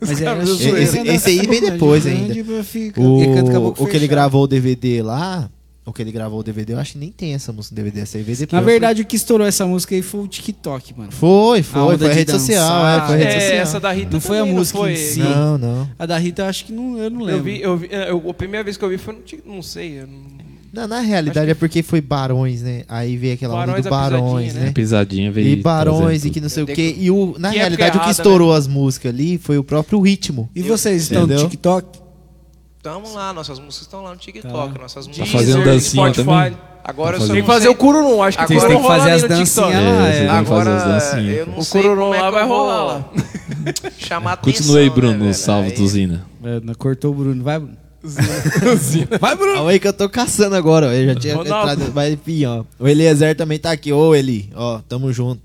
A: Mas é,
C: Os
A: era
C: caras
A: cheio.
B: esse- esse aí vem depois ainda.
A: Ele canta com a
B: O,
A: boca
B: o que ele
A: fechada.
B: gravou o DVD lá, o que ele gravou o DVD, eu acho que nem tem essa música no DVD, essa aí veio
A: Na
B: depois.
A: verdade, o que estourou essa música aí foi o TikTok, mano.
B: Foi,
A: A
B: foi,
A: onda
B: foi a
A: de
B: rede social,
A: dançar.
B: é, foi a
C: É,
B: rede social.
C: essa da Rita
A: Não foi a
C: também,
A: música
C: foi?
A: em si.
B: Não, não.
A: A da Rita, eu acho que não, eu não lembro.
C: Eu vi, eu vi, é, eu- a primeira vez que eu vi foi no TikTok, não sei. eu não-
B: Não, na realidade é porque foi Barões, né? Aí veio aquela onda
C: Barões
B: do
C: da pisadinha,
B: Barões,
C: né?
B: né?
E: É Pisadinha, veio.
B: E Barões
E: trazendo
B: e que né? não sei o
D: Eu
B: quê. E o, na
C: Que época
B: realidade, o que
C: errada,
B: estourou as músicas ali foi o próprio ritmo.
A: E vocês estão no
B: Entendeu?
A: TikTok?
D: Tamo lá, nossas músicas estão lá no TikTok,
C: Tá.
D: nossas músicas.
E: Tá fazendo dancinha também?
D: Agora eu
E: Tá
D: um só
E: fazendo-
C: Tem
D: não
C: que fazer
D: sei-
C: o Cururu, acho que
D: Vocês
C: tem
D: têm
A: que fazer as dancinhas
E: tudo. É,
A: lá,
E: vocês
A: é.
E: vão fazer
D: Agora
E: as dancinhas.
D: eu não
C: O
D: sei
C: Cururu
D: como é
C: lá
D: que
C: vai
D: eu vou-
C: rolar lá.
D: chamar atenção.
E: Continue aí,
D: né,
E: Bruno,
D: velho?
E: salve,
D: Aí-
E: Tuzina.
A: É, não, cortou o Bruno. Vai, Bruno.
B: Vai, Bruno. Calma aí que eu tô caçando agora, ó. Eu já tinha
C: Ronaldo.
B: entrado. Mas enfim, ó. O Eliezer também tá aqui. Ô, Eli, ó, tamo junto.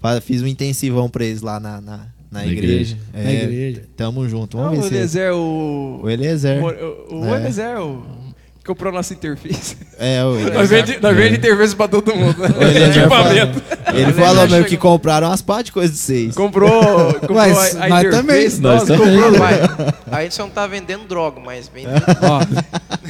B: Fa- Fiz um intensivão pra eles lá na, na, na
E: Na
B: igreja.
E: igreja.
B: É,
A: Na igreja.
B: Tamo junto.
C: Não,
B: Vamos
C: é o
B: ver se.
C: Eliezer, o.
B: Ah, O Eliezer.
C: O, o, o
B: É.
C: Eliezer, o. Comprou nossa interface.
B: É, o
C: Nós
B: Eliezer.
C: vende, nós vende interface pra todo mundo. né?
B: O Eliezer
C: Equipamento.
B: falou, tipo ele é. falou mesmo que compraram umas partes de coisa de vocês.
C: Comprou, comprou
A: Mas
C: a, a
A: nós
C: interface,
A: também.
E: Nós
C: nós
E: também.
C: comprou,
D: Vai, a gente só não tá vendendo droga, mas vendendo
E: É.
A: Ó.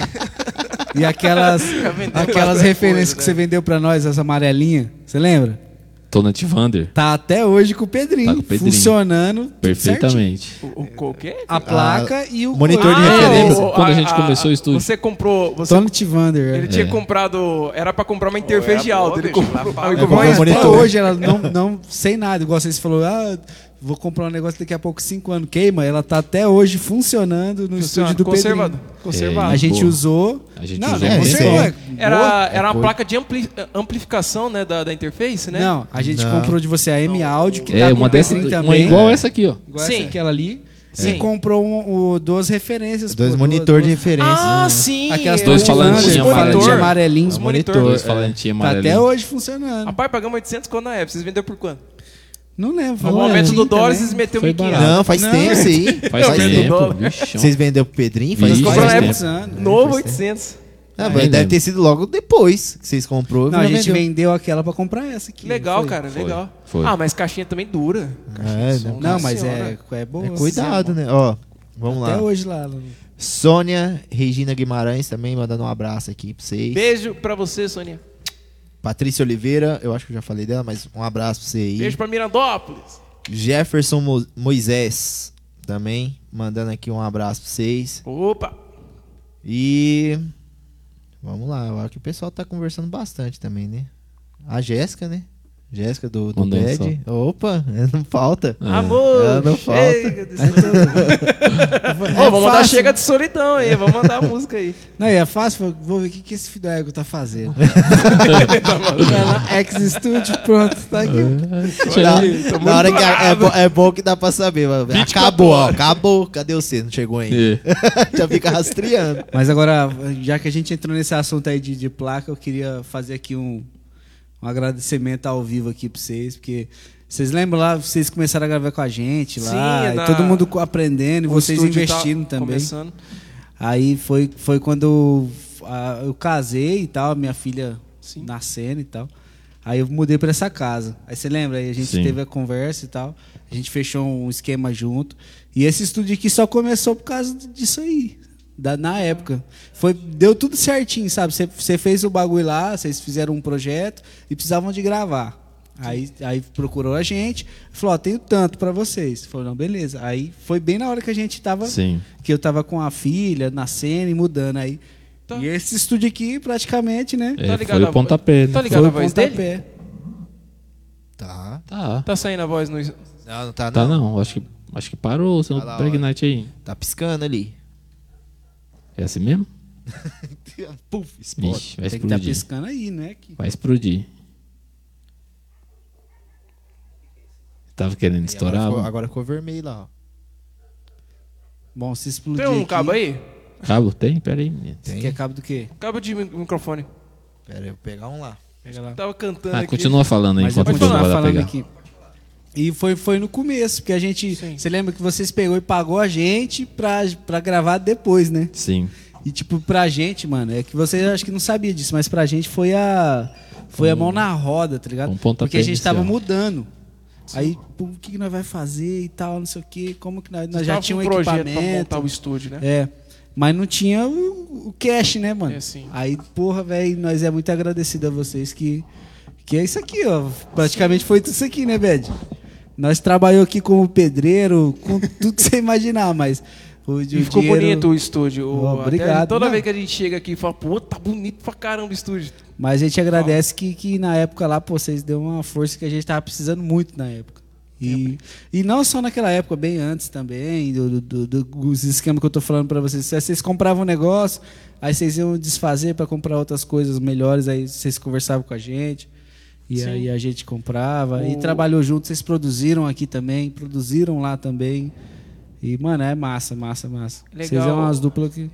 A: e aquelas,
D: vendendo
A: aquelas
D: bastante
A: referências
D: coisa,
A: que
D: né?
A: você vendeu pra nós, as amarelinhas, você lembra?
E: Tona Tivander.
A: Tá até hoje com o Pedrinho,
E: Tá com o Pedrinho.
A: funcionando. tudo certinho.
E: Perfeitamente. Ah,
C: O, o, o quê?
A: A placa e o
B: monitor de
A: Ah,
C: o-
B: referência.
E: Quando a gente começou o estúdio.
C: Você comprou.
A: o
C: Você,
A: Tony Tivander.
C: ele
A: é.
C: tinha comprado. Era pra comprar uma interface
D: era
C: de áudio.
D: é boa,
C: Ele
D: bicho,
C: comprou.
D: lá fala.
C: ele
D: É,
C: comprou
B: comprou
A: Mas
C: uma-
B: um
A: até
B: monitor.
A: hoje ela não, não sem nada. Igual vocês falou, ah, vou comprar um negócio daqui a pouco, cinco anos. Queima, ela tá até hoje funcionando no
C: Funcionando,
A: estúdio do
C: conservado,
A: Pedrinho.
C: conservado.
A: A gente
E: Boa.
A: usou.
E: A gente
A: não,
E: usou
A: não,
B: muito.
A: conservou,
B: É,
A: é boa.
C: Era, era uma
B: coisa.
C: placa de ampli- amplificação, né, da, da interface, né?
A: Não, a gente
B: Não.
A: comprou de você a M Áudio, que tá
E: É,
A: com
E: uma
A: o
E: dessa,
A: Pedrinho
E: uma
A: também. né?
E: igual essa aqui, ó.
A: Igual
C: tipo, Sim.
A: essa, aquela ali.
C: Sim.
A: E comprou um, o- duas referências.
B: Dois
A: pô,
B: monitor de
A: duas-
B: referência.
C: Ah,
B: né?
C: sim.
A: Aquelas
C: é,
E: Dois
C: o-
E: falantes
C: os
E: de
C: monitor.
E: amarelinho.
A: amarelinhos.
C: Os monitor. é.
E: Dois falantinhos
A: Tá
E: amarelinhos.
A: até hohoje funcionando.
C: Rapaz, pagamos 800 quando na época. Vocês venderam por quanto?
A: Não lembro.
C: No
A: foi um
C: momento do
A: pouquinho
C: dólar,
A: também.
C: vocês um meteu
E: Foi
C: 1.500.
E: barato.
B: Não, faz
A: Não.
B: tempo isso aí.
E: Faz
C: Eu lembro do
E: tempo,
C: dólar.
E: bichão.
B: Tá Vocês venderam pro Pedrinho? Faz
E: Vixe.
B: tempo.
C: Comprou na
E: Faz
C: época.
E: tempo.
A: anos.
C: Novo 800.
B: Ah,
E: Nem
B: mas deve
E: lembro.
B: ter sido logo depois que vocês comprou.
A: Não, a gente
B: vendeu.
A: vendeu aquela pra comprar essa aqui.
C: Legal,
A: Foi.
C: cara,
E: Foi.
C: legal.
E: Foi.
C: Ah, mas caixinha também dura.
B: É,
C: Caixinha de
B: né?
C: som,
A: Não,
C: nossa
A: mas
C: senhora.
A: é, é boa.
B: É, cuidado, né? Ó, vamos
A: Até
B: lá.
A: hoje lá. no-
B: Sônia Regina Guimarães também mandando um abraço aqui pra vocês.
C: Beijo pra você, Sonia.
B: Patrícia Oliveira, eu acho que eu já falei dela, mas um abraço pra você aí.
C: Beijo pra Mirandópolis.
B: Jefferson Mo- Moisés também mandando aqui um abraço pra vocês.
C: Opa.
B: E vamos lá, eu acho que o pessoal tá conversando bastante também, né? A Jéssica, né? Jéssica do, do
E: Mandando
B: Bad. Opa, não falta.
E: É.
B: Ela
E: Ah,
C: Amor,
B: não
C: chega de solidão. Ô, vamos mandar
A: É fácil.
C: chega de solidão aí. Vamos mandar a música aí.
A: Não, e é fácil, falou, vou ver o que, que esse filho da ego tá fazendo. Vai lá, X-Studio, pronto, tá aqui.
B: Na, na hora que a- é, bo- é bom que dá pra saber. mas- Acabou, ó, acabou. Cadê você? Não chegou ainda.
E: É.
B: Já fica rastreando.
A: Mas agora, já que a gente entrou nesse assunto aí de, de placa, eu queria fazer aqui um, um agradecimento ao vivo aqui pra vocês, porque vocês lembram lá, vocês começaram a gravar com a gente lá,
C: Sim,
A: e
C: na-
A: todo mundo co- aprendendo, e
C: O
A: vocês
C: estúdio tá
A: investindo também.
C: Começando.
A: Aí foi, foi quando ah, eu casei e tal, minha filha
C: Sim.
A: nascendo e tal. Aí eu mudei pra essa casa. Aí você lembra? Aí a gente
E: Sim.
A: teve a conversa e tal. A gente fechou um esquema junto. E esse estúdio aqui só começou por causa disso aí. da- na época. Foi, deu tudo certinho, sabe? Você- Você fez o bagulho lá, vocês fizeram um projeto e precisavam de gravar. Aí, aí procurou a gente, falou: Ó, tenho tanto pra vocês. Falou: Não, beleza. Aí foi bem na hora que a gente tava
E: Sim.
A: que eu tava com a filha nascendo e mudando aí.
C: Tá.
A: E esse estúdio aqui, praticamente, né?
E: É,
C: Tá ligado
E: foi
C: a-
E: o pontapé, né?
C: Tá ligado
A: Foi
C: a
A: o
C: voz dele?
A: pontapé.
B: Tá.
E: Tá.
C: Tá saindo a voz no.
B: Não, não tá,
E: Tá
B: não.
E: não, acho que, acho que parou, você não
B: Tá lá, ó.
E: pregnite aí.
B: Tá piscando ali.
E: É assim mesmo?
B: Puf, explode.
E: Ixi, vai
A: Tem que estar
E: explodir.
A: piscando aí, né? Que-
E: Vai explodir. Tava querendo
B: E Agora
E: estourar?
B: ficou,
E: mano.
B: agora ficou vermelho lá, ó.
A: Bom, se explodir
C: Tem um
A: aqui-
C: cabo aí?
E: Cabo tem? Pera aí, menino.
A: Você quer cabo do quê?
C: Cabo de mi- microfone.
B: Pera aí, eu vou pegar um lá.
A: Pega lá.
C: Tava cantando
E: Ah,
C: aqui.
E: continua falando aí
A: Mas é eu
E: enquanto
A: vou
E: o Bruno
A: continuar
E: vai lá
A: falando
E: pegar.
A: aqui. E foi, foi no começo, porque a gente. Você lembra que vocês pegou e pagou a gente pra, pra gravar depois, né?
E: Sim.
A: E tipo, pra gente, mano, é que você acho que não sabia disso, mas pra gente foi a. Foi a mão na roda, tá ligado?
E: um pontapé
A: Porque a gente tava
E: inicial.
A: mudando. Aí, pô, o que, que nós vai fazer e tal, não sei o quê, como que nós, nós já
C: Tava com
A: tinha um
C: projeto pra
A: equipamento.
C: montar o estúdio, né?
A: É. Mas não tinha o, o cash, né, mano?
C: É, sim.
A: Aí, porra, velho, nós é muito agradecido a vocês que. Que é isso aqui, ó. Praticamente foi tudo isso aqui, né, Bed? Nós trabalhou aqui como pedreiro, com tudo que você imaginar, mas. O,
C: E ficou bonito o estúdio. O-
A: Ó,
C: até
A: obrigado.
C: Toda
A: Não.
C: vez que a gente chega aqui e fala, pô, tá bonito pra caramba o estúdio.
A: Mas a gente agradece que, que na época lá, pô, vocês deu uma força que a gente tava precisando muito na época. E, e não só naquela época, bem antes também, do, do, do- dos esquemas que eu tô falando pra vocês. Vocês compravam um negócio, aí vocês iam desfazer pra comprar outras coisas melhores, aí vocês conversavam com a gente. E aí a gente comprava e trabalhou junto. Vocês produziram aqui também, produziram lá também. E, mano, é massa, massa, massa.
C: Legal.
A: Vocês é umas duplas que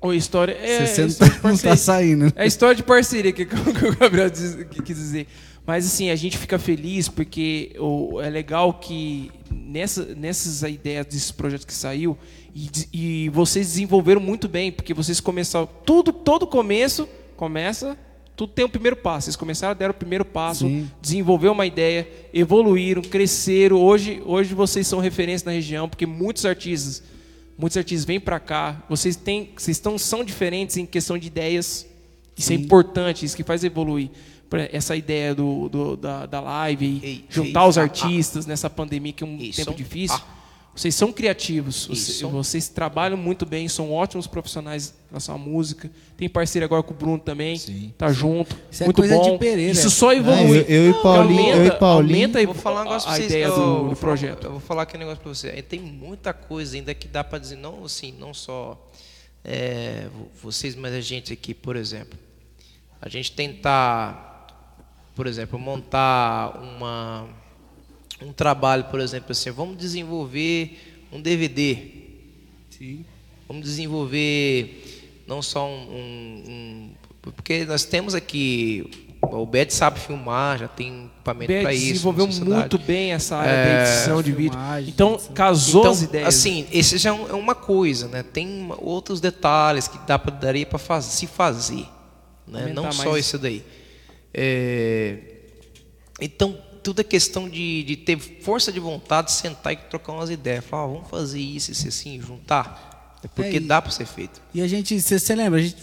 C: Ou história. É,
A: você não,
C: é história de
A: tá, não tá
C: parceria.
A: saindo.
C: É história de parceria que, que o Gabriel diz- que quis dizer. Mas assim, a gente fica feliz porque o- é legal que nessa, nessas ideias desse projeto que saiu e, des- e vocês desenvolveram muito bem, porque vocês começaram tudo, todo começo começa, tudo tem o primeiro passo. Vocês começaram, deram o primeiro passo,
A: Sim.
C: desenvolveram uma ideia, evoluíram, cresceram. Hoje, hoje vocês são referência na região, porque muitos artistas, muitos artistas vêm para cá. Vocês têm, vocês estão são diferentes em questão de ideias. Isso é importante, isso que faz evoluir. Por exemplo, Essa ideia do, do- da, da live, e
D: Ei,
C: juntar
D: ei,
C: os
D: ah,
C: artistas nessa pandemia que é um
D: Ei,
C: tempo
D: som,
C: difícil.
D: ah.
C: Vocês são criativos, vocês,
D: som.
C: vocês trabalham muito bem, são ótimos profissionais na sua música. Tem parceria agora com o Bruno também, tá junto.
A: Isso é
C: muito
A: coisa de
C: bom.
A: Pereira.
C: Isso só
B: Ah,
C: evolui.
B: eu, eu e Paulinho, eu e Paulinho.
C: aumenta e
D: vou falar um negócio
C: a
D: pra vocês.
C: ideia
D: eu,
C: do,
D: vou
C: do
D: falar-
C: projeto.
D: eu vou falar aqui um negócio pra você. Aí tem muita coisa ainda que dá pra dizer, não assim, não só é, vo- vocês, mas a gente aqui, por exemplo. A gente tentar, por exemplo, montar uma, um trabalho, por exemplo, assim, vamos desenvolver um DVD. Vamos desenvolver não só um, um- um- Porque nós temos aqui. O Bed sabe filmar, já tem equipamento
C: Beth
D: para um isso.
C: desenvolveu
D: na sociedade. É.
C: muito bem essa área da edição de vídeo.
A: filmagem,
C: Então, casou
D: Então,
C: as ideias.
D: assim, esse já é um- é uma coisa, né? Tem uma- outros detalhes que dá pra, daria para se fazer, né?
C: Aumentar
D: Não só
C: mais.
D: isso daí. É, então, tudo é questão de, de ter força de vontade, sentar e trocar umas ideias. Falar, ah, vamos fazer isso, isso, assim, juntar.
A: É,
D: Porque
A: e-
D: dá para ser feito.
A: E a gente, você lembra, a gente,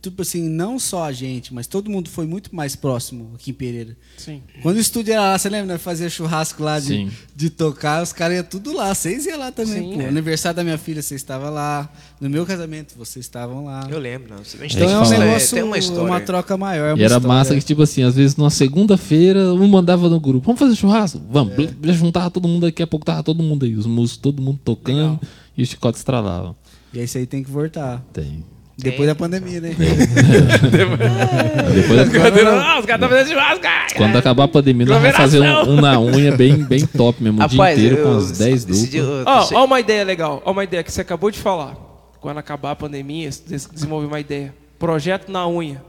A: tipo assim, não só a gente, mas todo mundo foi muito mais próximo aqui em Pereira.
C: Sim.
A: Quando o estúdio era lá, você lembra? né? Fazia churrasco lá de,
E: Sim.
A: de tocar, os caras iam tudo lá, vocês iam lá também.
C: Sim,
A: pô.
C: é.
A: Aniversário da minha filha, vocês estavam lá. No meu casamento, vocês estavam lá.
D: Eu lembro, não. A gente
A: Então é
D: tem, uma
A: um
D: história-
A: negócio,
D: tem uma história.
A: uma troca maior. é uma
E: E era
A: história.
E: massa que, tipo assim, às vezes numa segunda-feira, um mandava no grupo, vamos fazer churrasco? Vamos. Blá, blá, juntava todo mundo, daqui a pouco tava todo mundo aí, os músicos, todo mundo tocando, e o chicote estralava.
A: E aí isso aí tem que voltar.
E: Tem.
A: Depois da pandemia, né?
E: Depois,
C: Ah, os caras estão fazendo churrasco, cara!
E: quando acabar a pandemia, nós vamos fazer um, um na unha bem, bem top mesmo, o dia inteiro com
D: eu-
E: as 10
D: esse dia
E: duplas.
D: eu-
C: Ó,
D: sei-
C: ó uma ideia legal, ó uma ideia que você acabou de falar. Quando acabar a pandemia, des- desenvolve uma ideia. Projeto na unha.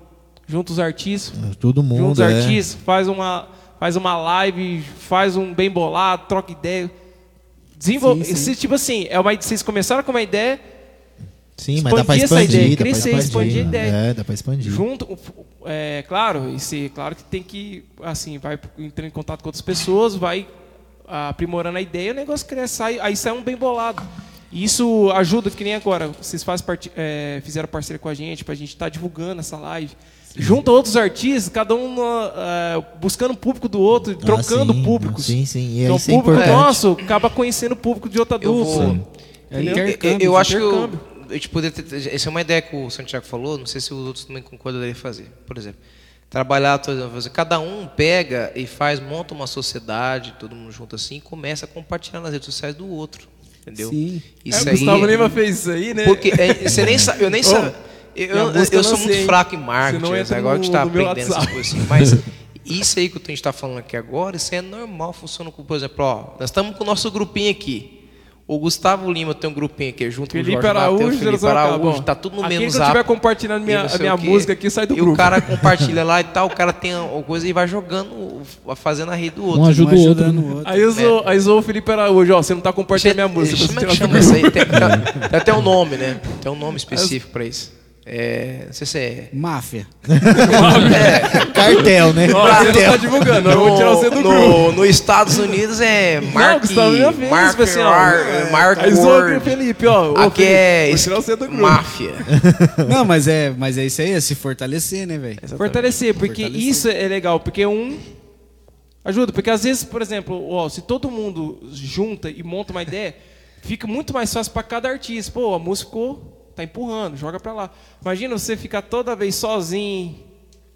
C: Junta os artistas,
B: Todo
C: junta os
B: mundo, Hum, é.
C: artistas, faz uma, faz uma live, faz um bem bolado, troca ideia. Desenvolve,
A: Sim, sim.
C: Se, tipo assim, é uma, vocês começaram com uma ideia,
B: Sim, mas dá pra
C: Expandir essa
B: expandir,
C: ideia,
B: dá pra
C: crescer,
B: expandir.
C: expandir a ideia.
B: É, dá pra expandir.
C: junto, é claro, isso é claro que tem que, assim, vai entrando em contato com outras pessoas, vai aprimorando a ideia, o negócio cresce, sai, aí sai um bem bolado. E isso ajuda, que nem agora, vocês fazem parte- é, fizeram parceria com a gente, pra gente estar divulgando essa live. Junta outros artistas, cada um ah, ah, buscando o público do outro,
B: Ah,
C: trocando
B: sim,
C: públicos.
B: Sim, sim. E
C: então, o
B: isso é
C: público
B: importante.
C: nosso acaba conhecendo o público de outra
D: Eu vou-
C: dupla.
A: É
D: Eu- eu-
A: intercâmbio.
D: eu acho que
C: um intercâmbio.
D: eu, a gente poderia ter, essa é uma ideia que o Santiago falou, não sei se os outros também concordam dele fazer. Por exemplo, trabalhar todo mundo fazer- cada um pega e faz, monta uma sociedade, todo mundo junto assim, e começa a compartilhar nas redes sociais do outro, entendeu?
A: Sim.
C: É,
D: Isso
C: o
D: aí.
C: Gustavo Lima fez isso aí, né?
D: Porque é, você nem sabe, eu nem sabe. Eu,
C: minha
D: eu-
C: música
D: eu
C: eu
D: sou
C: não
D: muito
C: sei, hein?
D: fraco em
C: Você
D: marketing,
C: não
D: né?
C: entra
D: agora a
C: no-
D: gente está
C: no meu
D: aprendendo essas
C: WhatsApp.
D: coisas assim, mas isso aí que a gente está falando aqui agora, isso é normal, funciona com, por exemplo, ó, nós estamos com o nosso grupinho aqui. O Gustavo Lima tem um grupinho aqui junto
C: Felipe
D: com o Jorge Mateus,
C: Araújo,
D: Felipe
C: Jerusalém
D: Araújo,
C: Cabral.
D: tá tudo no
C: Aquele
D: mesmo
C: que eu
D: zap.
C: tiver compartilhando minha-
D: e não sei
C: a minha
D: o quê.
C: música aqui, sai do
D: e
C: grupo.
D: o cara compartilha lá e tal, o cara tem a coisa e vai jogando, o- fazendo a rede do outro.
E: Um ajuda o outro.
A: ajudando o outro.
C: Aí usou, aí usou o Felipe Araújo, ó, você não tá compartilhando minha música.
D: Como é
C: você
D: que
C: tá-
D: chama isso aí? Tem, tem- tem até um nome, né? Tem um nome específico pra isso. É, não sei se é.
A: Máfia.
B: Cartel, né?
C: Ó, você não tá divulgando, eu vou tirar você do grupo.
D: no, nos Estados Unidos é Mark.
C: Gustavo, já fez,
D: Mark,
C: tipo assim, ó,
D: War-
C: é,
D: Mark
C: aí zoou
D: Ward.
C: o Felipe, ó, ô,
D: Aqui é
C: Felipe, vou tirar você do grupo.
D: máfia.
A: Não, mas é, mas é isso aí, é se fortalecer, né, velho?
C: Fortalecer, porque
A: Fortalecer.
C: isso é legal, porque um ajuda, porque às vezes, por exemplo, ó, se todo mundo junta e monta uma ideia, fica muito mais fácil para cada artista. Pô, a música ficou, tá empurrando, joga para lá. Imagina você ficar toda vez sozinho,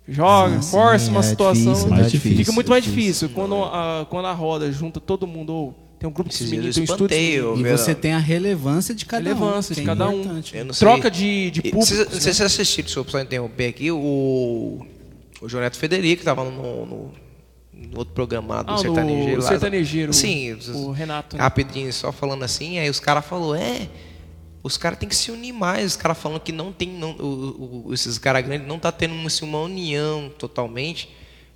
C: joga, força uma
B: é
C: situação, né?
B: difícil, mais difícil.
C: fica muito mais difícil quando a, quando a roda junta todo mundo ou tem um grupo de
D: Esses dias
C: meninos, tem
D: eu
C: um estúdio,
D: espantei, eu
A: E
D: vi lá.
A: você tem a relevância de cada
C: relevância
A: um. que
C: de
A: é
C: cada um,
A: importante.
D: Eu não sei.
C: troca de, né? de
D: E
C: público.
D: vocês- Não sei se vocês assistiram, se eu precisar interromper aqui, o, O Joneto Federico estava no, no- no outro programa lá do
C: Ah, do
D: sertanejeiro. lá.
C: sertanejeiro,
D: Sim,
C: o Renato, né?
D: Rapidinho, só falando assim, aí os caras falaram, é. Os caras têm que se unir mais. Os caras falando que não tem. Não, o- o- esses caras grandes não tá tendo assim, uma união totalmente.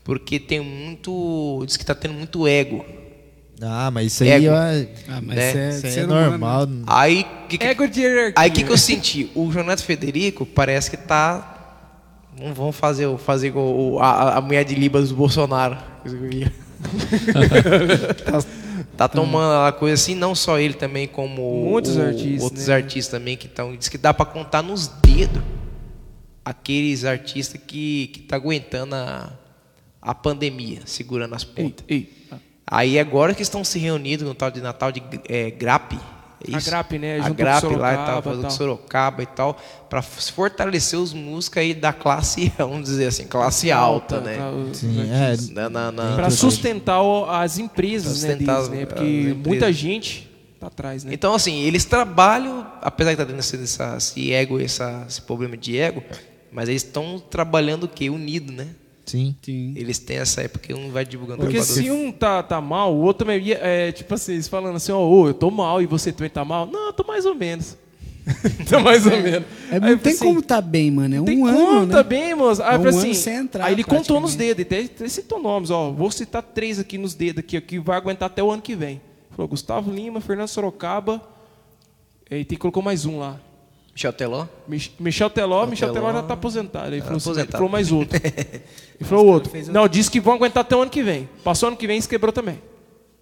D: Porque tem muito. Diz que tá tendo muito ego.
B: Ah, mas isso aí,
D: Ego.
B: ó,
A: Ah, mas
D: Né?
A: isso é,
B: isso aí é
A: ser humano. né?
B: normal.
D: Aí que, que
C: Ego de hierarquia.
D: Aí o que, que eu senti? O Jonato Federico parece que tá. Não vão fazer, o- fazer igual o- a, a mulher de Libas do Bolsonaro. coisa que eu vi. tá, tá tomando a coisa assim, não só ele também, como
C: Muitos
D: o-
C: artistas,
D: outros
C: né?
D: artistas também que estão. Diz que dá pra contar nos dedos aqueles artistas que, que tá aguentando a, a pandemia, segurando as pontas.
C: Ei, ei.
D: Aí é agora que estão se reunindo no tal de Natal de eh, Grape. é
C: A
D: isso?
C: Grape, né?
D: A
C: Junto com
D: Grape lá e
C: Sorocaba
D: tal,
C: e
D: fazendo com
C: tal.
D: Sorocaba e tal, para fortalecer os músicos aí da classe, vamos dizer assim, classe alta, né?
C: tá, os
B: Sim,
C: artistas.
B: é,
D: Na, na, na-
C: Pra né? sustentar o- as empresas,
D: Pra
C: né,
D: sustentar
C: deles, né?
D: as-
C: Porque
D: as empresas.
C: muita gente tá atrás, né?
D: Então, assim, eles trabalham, apesar de estar tendo esse, essa- esse ego, essa- esse problema de ego, mas eles estão trabalhando o quê? Unido, né?
B: sim.
A: Sim.
D: Eles têm essa época que um vai divulgando
C: Porque
D: pra
C: se
D: outro.
C: um tá, tá mal, o outro também ia, é, tipo assim, eles falando assim, ó, ô, eu tô mal e você também tá mal. Não, eu tô mais ou menos. tô mais ou menos.
A: É,
C: Aí
A: não
C: eu
A: tem
C: assim,
A: como tá bem, mano. É um
C: tem
A: ano,
C: como,
A: né?
C: tá bem, moço. Aí,
A: É
C: eu falei
A: um
C: assim,
A: ano sem entrar,
C: aí ele contou nos
A: praticamente.
C: dedos, até, até citou nomes, ó. Vou citar três aqui nos dedos aqui, ó, que vai aguentar até o ano que vem. Falou Gustavo Lima, Fernando Sorocaba, e tem colocou mais um lá.
D: Michel Teló?
C: Mich- Michel Teló, Michel
D: Teló.
C: Teló já tá aposentado. Ele,
D: Tá
C: falou, assim, ele
D: aposentado.
C: falou mais outro. Ele falou outro. Não, disse que vão aguentar até o ano que vem. Passou ano que vem, se quebrou também.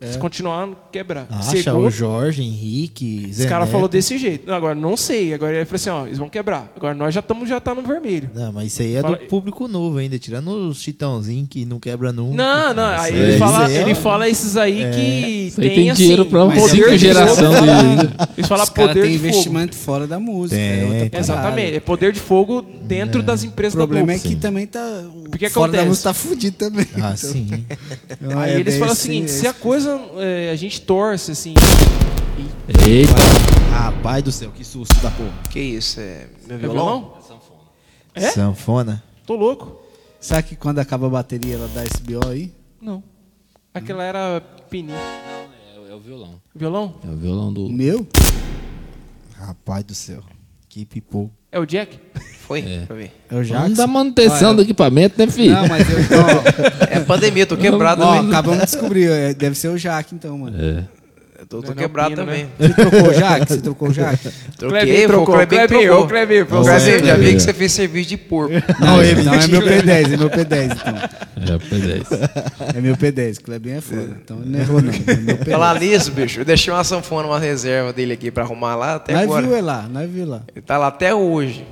A: É.
C: Se continuar, quebrar.
B: Acha
C: Secou,
B: o Jorge, Henrique, Zé
C: os caras
B: Neto.
C: falaram desse jeito. Não, Agora, não sei. Agora ele falou assim, ó, eles vão quebrar. Agora nós já estamos, já tá no vermelho.
B: Não, mas isso aí é
C: Fala-
B: do público novo ainda, tirando os chitãozinhos que não quebra nunca.
C: Não, não. Aí
B: Isso
C: ele
B: aí,
C: fala,
B: isso aí é-
C: ele fala esses aí que
E: Aí
C: tem,
E: tem
C: assim,
E: dinheiro pra
C: poder
E: cinco
C: de
E: geração
C: fogo.
E: de...
C: Eles falam
A: Os caras
C: poder
A: têm
C: de fogo.
A: investimento fora da música.
B: Tem,
A: é outra
B: tem.
A: parada.
C: Exatamente. É poder de fogo dentro das empresas
A: O problema
C: da
A: é
C: Globo.
A: que também tá.
C: Porque
A: fora da
C: acontece.
A: música tá fudido também.
B: Ah, sim.
A: Então, é
C: Aí eles
A: bem
C: falam o
A: assim,
C: seguinte,
A: é
C: se a coisa é, a gente torce assim,
E: Eita,
B: Rapaz do céu, que susto da porra.
D: Que isso? É meu
C: é
D: violão?
C: violão? É?
B: Sanfona.
C: Tô louco.
A: Sabe que quando acaba a bateria ela dá esse BO aí?
C: Não. Aquela era pininho.
E: é o violão.
C: Violão?
E: É o violão do...
A: O meu?
B: Rapaz do céu. Que pipoco.
C: É o Jack?
D: Foi? Pra ver.
A: É o
E: Não
A: Jackson.
E: dá manutenção do equipamento, né, filho?
A: Não, mas eu, ó,
D: É pandemia, tô
C: Tá
D: quebrado né?
A: ó,
D: também.
A: acabamos de descobrir. é, Deve ser o Jaque então, mano.
E: É.
D: Eu Tô,
C: Não,
D: tô
C: né? não,
D: quebrado
C: pina,
D: também.
A: Você trocou o Jaque? Você trocou o Jaque?
D: Troquei, trocou, o Kleber trocou.
C: ô, Kleber, foi
D: Ô,
C: o
D: Kleber,
C: Kleber.
D: já vi que você fez serviço de porco.
A: Não, então é meu P10, é meu P10, então.
E: É, pois é isso.
A: É meu P10, Clebinho é foda. Então não errou, não. É meu P10.
D: Falar nisso, bicho, eu deixei uma sanfona, uma reserva dele aqui pra arrumar lá até
A: Nós
D: agora.
A: viu
C: é-
A: ele lá, nós viu lá.
D: Ele tá lá até hoje.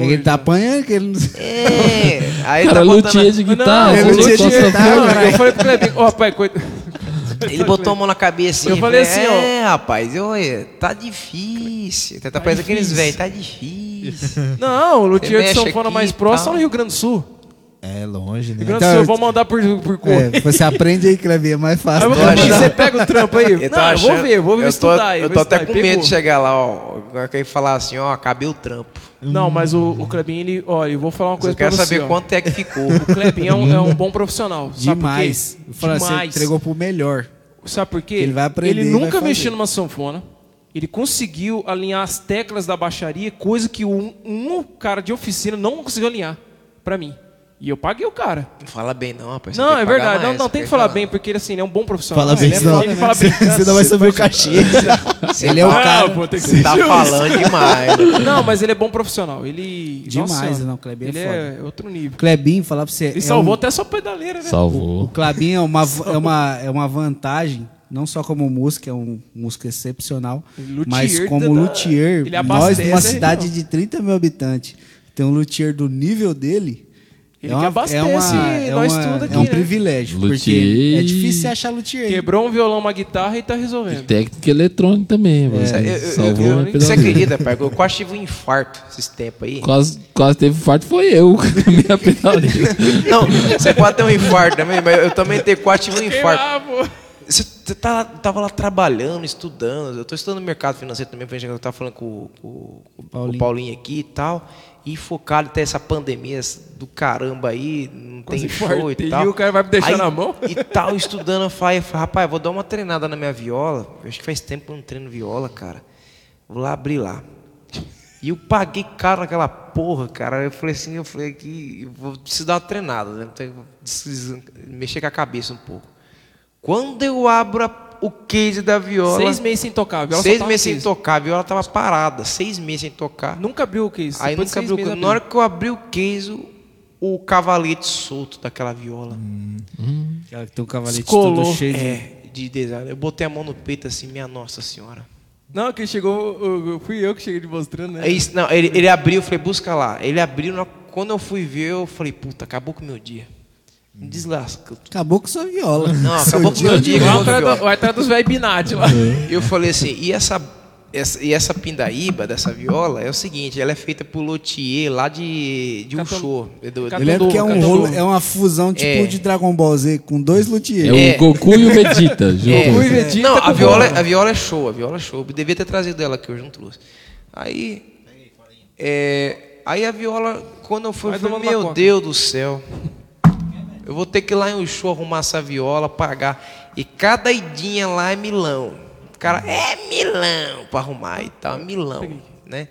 A: Ele tá apanhando que ele não
D: É, aí
E: Cara,
D: tá botando...
E: luthier de guitarra,
A: eu
E: colocou
A: luthier de
E: a sanfona.
A: guitarra,
C: Não, eu falei pro Kleber, ó, pai, coit-
D: Ele botou a mão na cabeça
C: Eu
D: assim.
C: falei assim, ó.
D: É, rapaz, eu, é, tá difícil. Tá, tá parecendo aqueles velhos, tá difícil.
C: Não, o Luthier de
D: mexe
C: Sanfona
D: aqui
C: mais
D: e
C: próximo
D: tal.
C: é no Rio Grande do Sul.
B: É longe, né?
C: Rio Grande
A: Então,
C: do Sul, eu
A: eu-
C: vou mandar por, por correio.
A: É, você aprende aí, Clebinho, é mais
C: Aí
A: fácil.
C: eu vou
D: tô
C: falar,
D: achando-
C: você pega o trampo aí?
D: Eu tô
C: não, eu
D: achando-
C: vou ver, vou ver
D: eu tô,
C: estudar aí.
D: Eu
C: vou
D: tô até
C: estudar
D: com
C: aí.
D: medo
C: Pegou.
D: de chegar lá, ó. Alguém falar assim, ó, acabei o trampo.
C: Não, mas o, o Klebin, ele, olha, eu vou falar uma
D: Eu
C: coisa pra
D: quero
C: você.
D: Hum. saber
C: ó.
D: quanto é que ficou.
C: O Klebin é um, é um bom profissional. Sabe
A: Demais.
C: por
A: Eu
C: quê?
A: falo, Você
C: Demais.
A: entregou pro melhor.
C: Sabe por quê?
A: Ele vai aprender
C: Ele
A: e
C: nunca
A: vai fazer.
C: mexeu numa sanfona. Ele conseguiu alinhar as teclas da baixaria, coisa que um, um cara de oficina não conseguiu alinhar pra mim. E eu paguei o cara.
D: Não fala bem, não, rapaz.
C: não,
D: tem que
C: é
D: pagar
C: verdade.
D: mais,
C: não, não,
D: você
C: tem que falar bem, porque ele, assim, ele é um bom profissional.
B: Fala bem,
C: Ele é
B: senão-
C: foda, Ele fala bem.
B: Você não vai saber o cachê.
A: Ele é o
C: Ah,
A: cara.
C: pô, tem que
D: Tá falando demais. né?
C: Não, mas ele é bom profissional. Ele.
A: Demais,
C: Nossa,
A: não, Klebin é
C: Ele é outro nível.
A: Clebinho, falar pra você.
C: Ele
A: é
C: salvou
A: um-
C: até sua pedaleira, né?
A: O
E: Salvou.
A: Clabinho é uma, é, uma, é uma vantagem, não só como músico, é um músico excepcional,
C: Luthier
A: mas
C: da-
A: como
C: da-
A: luthier.
C: ele
A: Nós,
C: abastece a
A: numa cidade
C: região.
A: de 30 mil habitantes, ter um luthier do nível dele.
C: Ele que abastece nós tudo aqui,
A: é um
C: né?
A: privilégio, porque
E: Luthier.
A: é difícil você achar luthier.
C: Quebrou um violão, uma guitarra e tá
E: E
C: resolvendo.
E: técnica eletrônica também, mano.
D: É, Eu- eu- eu-
E: Salvou
D: eu-
E: uma
D: Você
E: pedaleira.
D: acredita, pai? Eu quase tive um infarto esses tempos aí.
E: Quase, quase teve farto, foi eu com a minha pedaleira.
D: Não, você pode ter um infarto também, mas eu também te- quase tive um
C: Sei
D: infarto.
C: lá, pô.
D: Você t- tá, lá- tava lá trabalhando, estudando. Eu tô estudando mercado financeiro também, por exemplo, eu tava falando com, o- com o- com o Paulinho aqui e tal. e focado até essa pandemia do caramba aí, não tem show e
C: infartei,
D: tal.
C: o cara vai me deixar
D: Aí-
C: na mão?
D: E tal, estudando, eu falei, eu falei, rapaz, vou dar uma treinada na minha viola. Eu acho que faz tempo que eu não treino viola, cara. Vou lá abrir lá. E eu paguei caro naquela porra, cara. Eu falei assim, eu falei que eu vou precisar dar uma treinada, né? Tem que des- Mexer com a cabeça um pouco. Quando eu abro a- o case da viola,
C: Seis meses sem tocar. a viola só
D: seis
C: tava
D: meses sem
C: aqui.
D: tocar, a viola tava parada, seis meses sem tocar.
C: Nunca abriu o que isso?
D: Aí
C: Depois de
D: nunca
C: seis
D: abriu o
C: meses
D: case. Na hora que eu abri o case, o, o cavalete solto daquela viola.
C: Hum.
A: Ela tem um cavalete
C: Descolou.
A: todo cheio de...
D: É, de design. Eu botei a mão no peito assim, minha nossa senhora.
C: Não, quem chegou, eu- eu- fui eu que cheguei te mostrando, né?
D: É isso, não, ele, ele abriu, eu falei, busca lá. Ele abriu, na- quando eu fui ver, eu falei, puta, acabou com o meu dia. Me deslasca.
A: Acabou com sua viola.
D: Não, acabou com o meu dia.
C: Lá o
D: acabou com o
C: cara
D: meu
C: do-
D: dia.
C: vai atrás dos velhos Binati lá.
E: É.
D: Eu falei assim, e essa, essa- e essa pindaíba dessa viola é o seguinte, ela é feita por Lothier lá de, de
C: Catam-
D: Uxô. Do-
A: Eu lembro que é um rolo, é uma fusão tipo
D: É.
A: de Dragon Ball Z com dois
E: É
A: luthiers.
E: o Goku e o Vegeta juntos.
D: É. Não,
C: tá
D: a viola, a viola é show, a viola é show. Eu devia ter trazido ela que hoje não trouxe. Aí. é, aí a viola, quando eu fui, eu
C: Vai
D: falei,
C: tomando uma
D: meu
C: coca."
D: Deus do céu. Eu vou ter que ir lá em um show arrumar essa viola, pagar. E cada idinha lá é milão. O cara, é milão pra arrumar e tal, milão, né?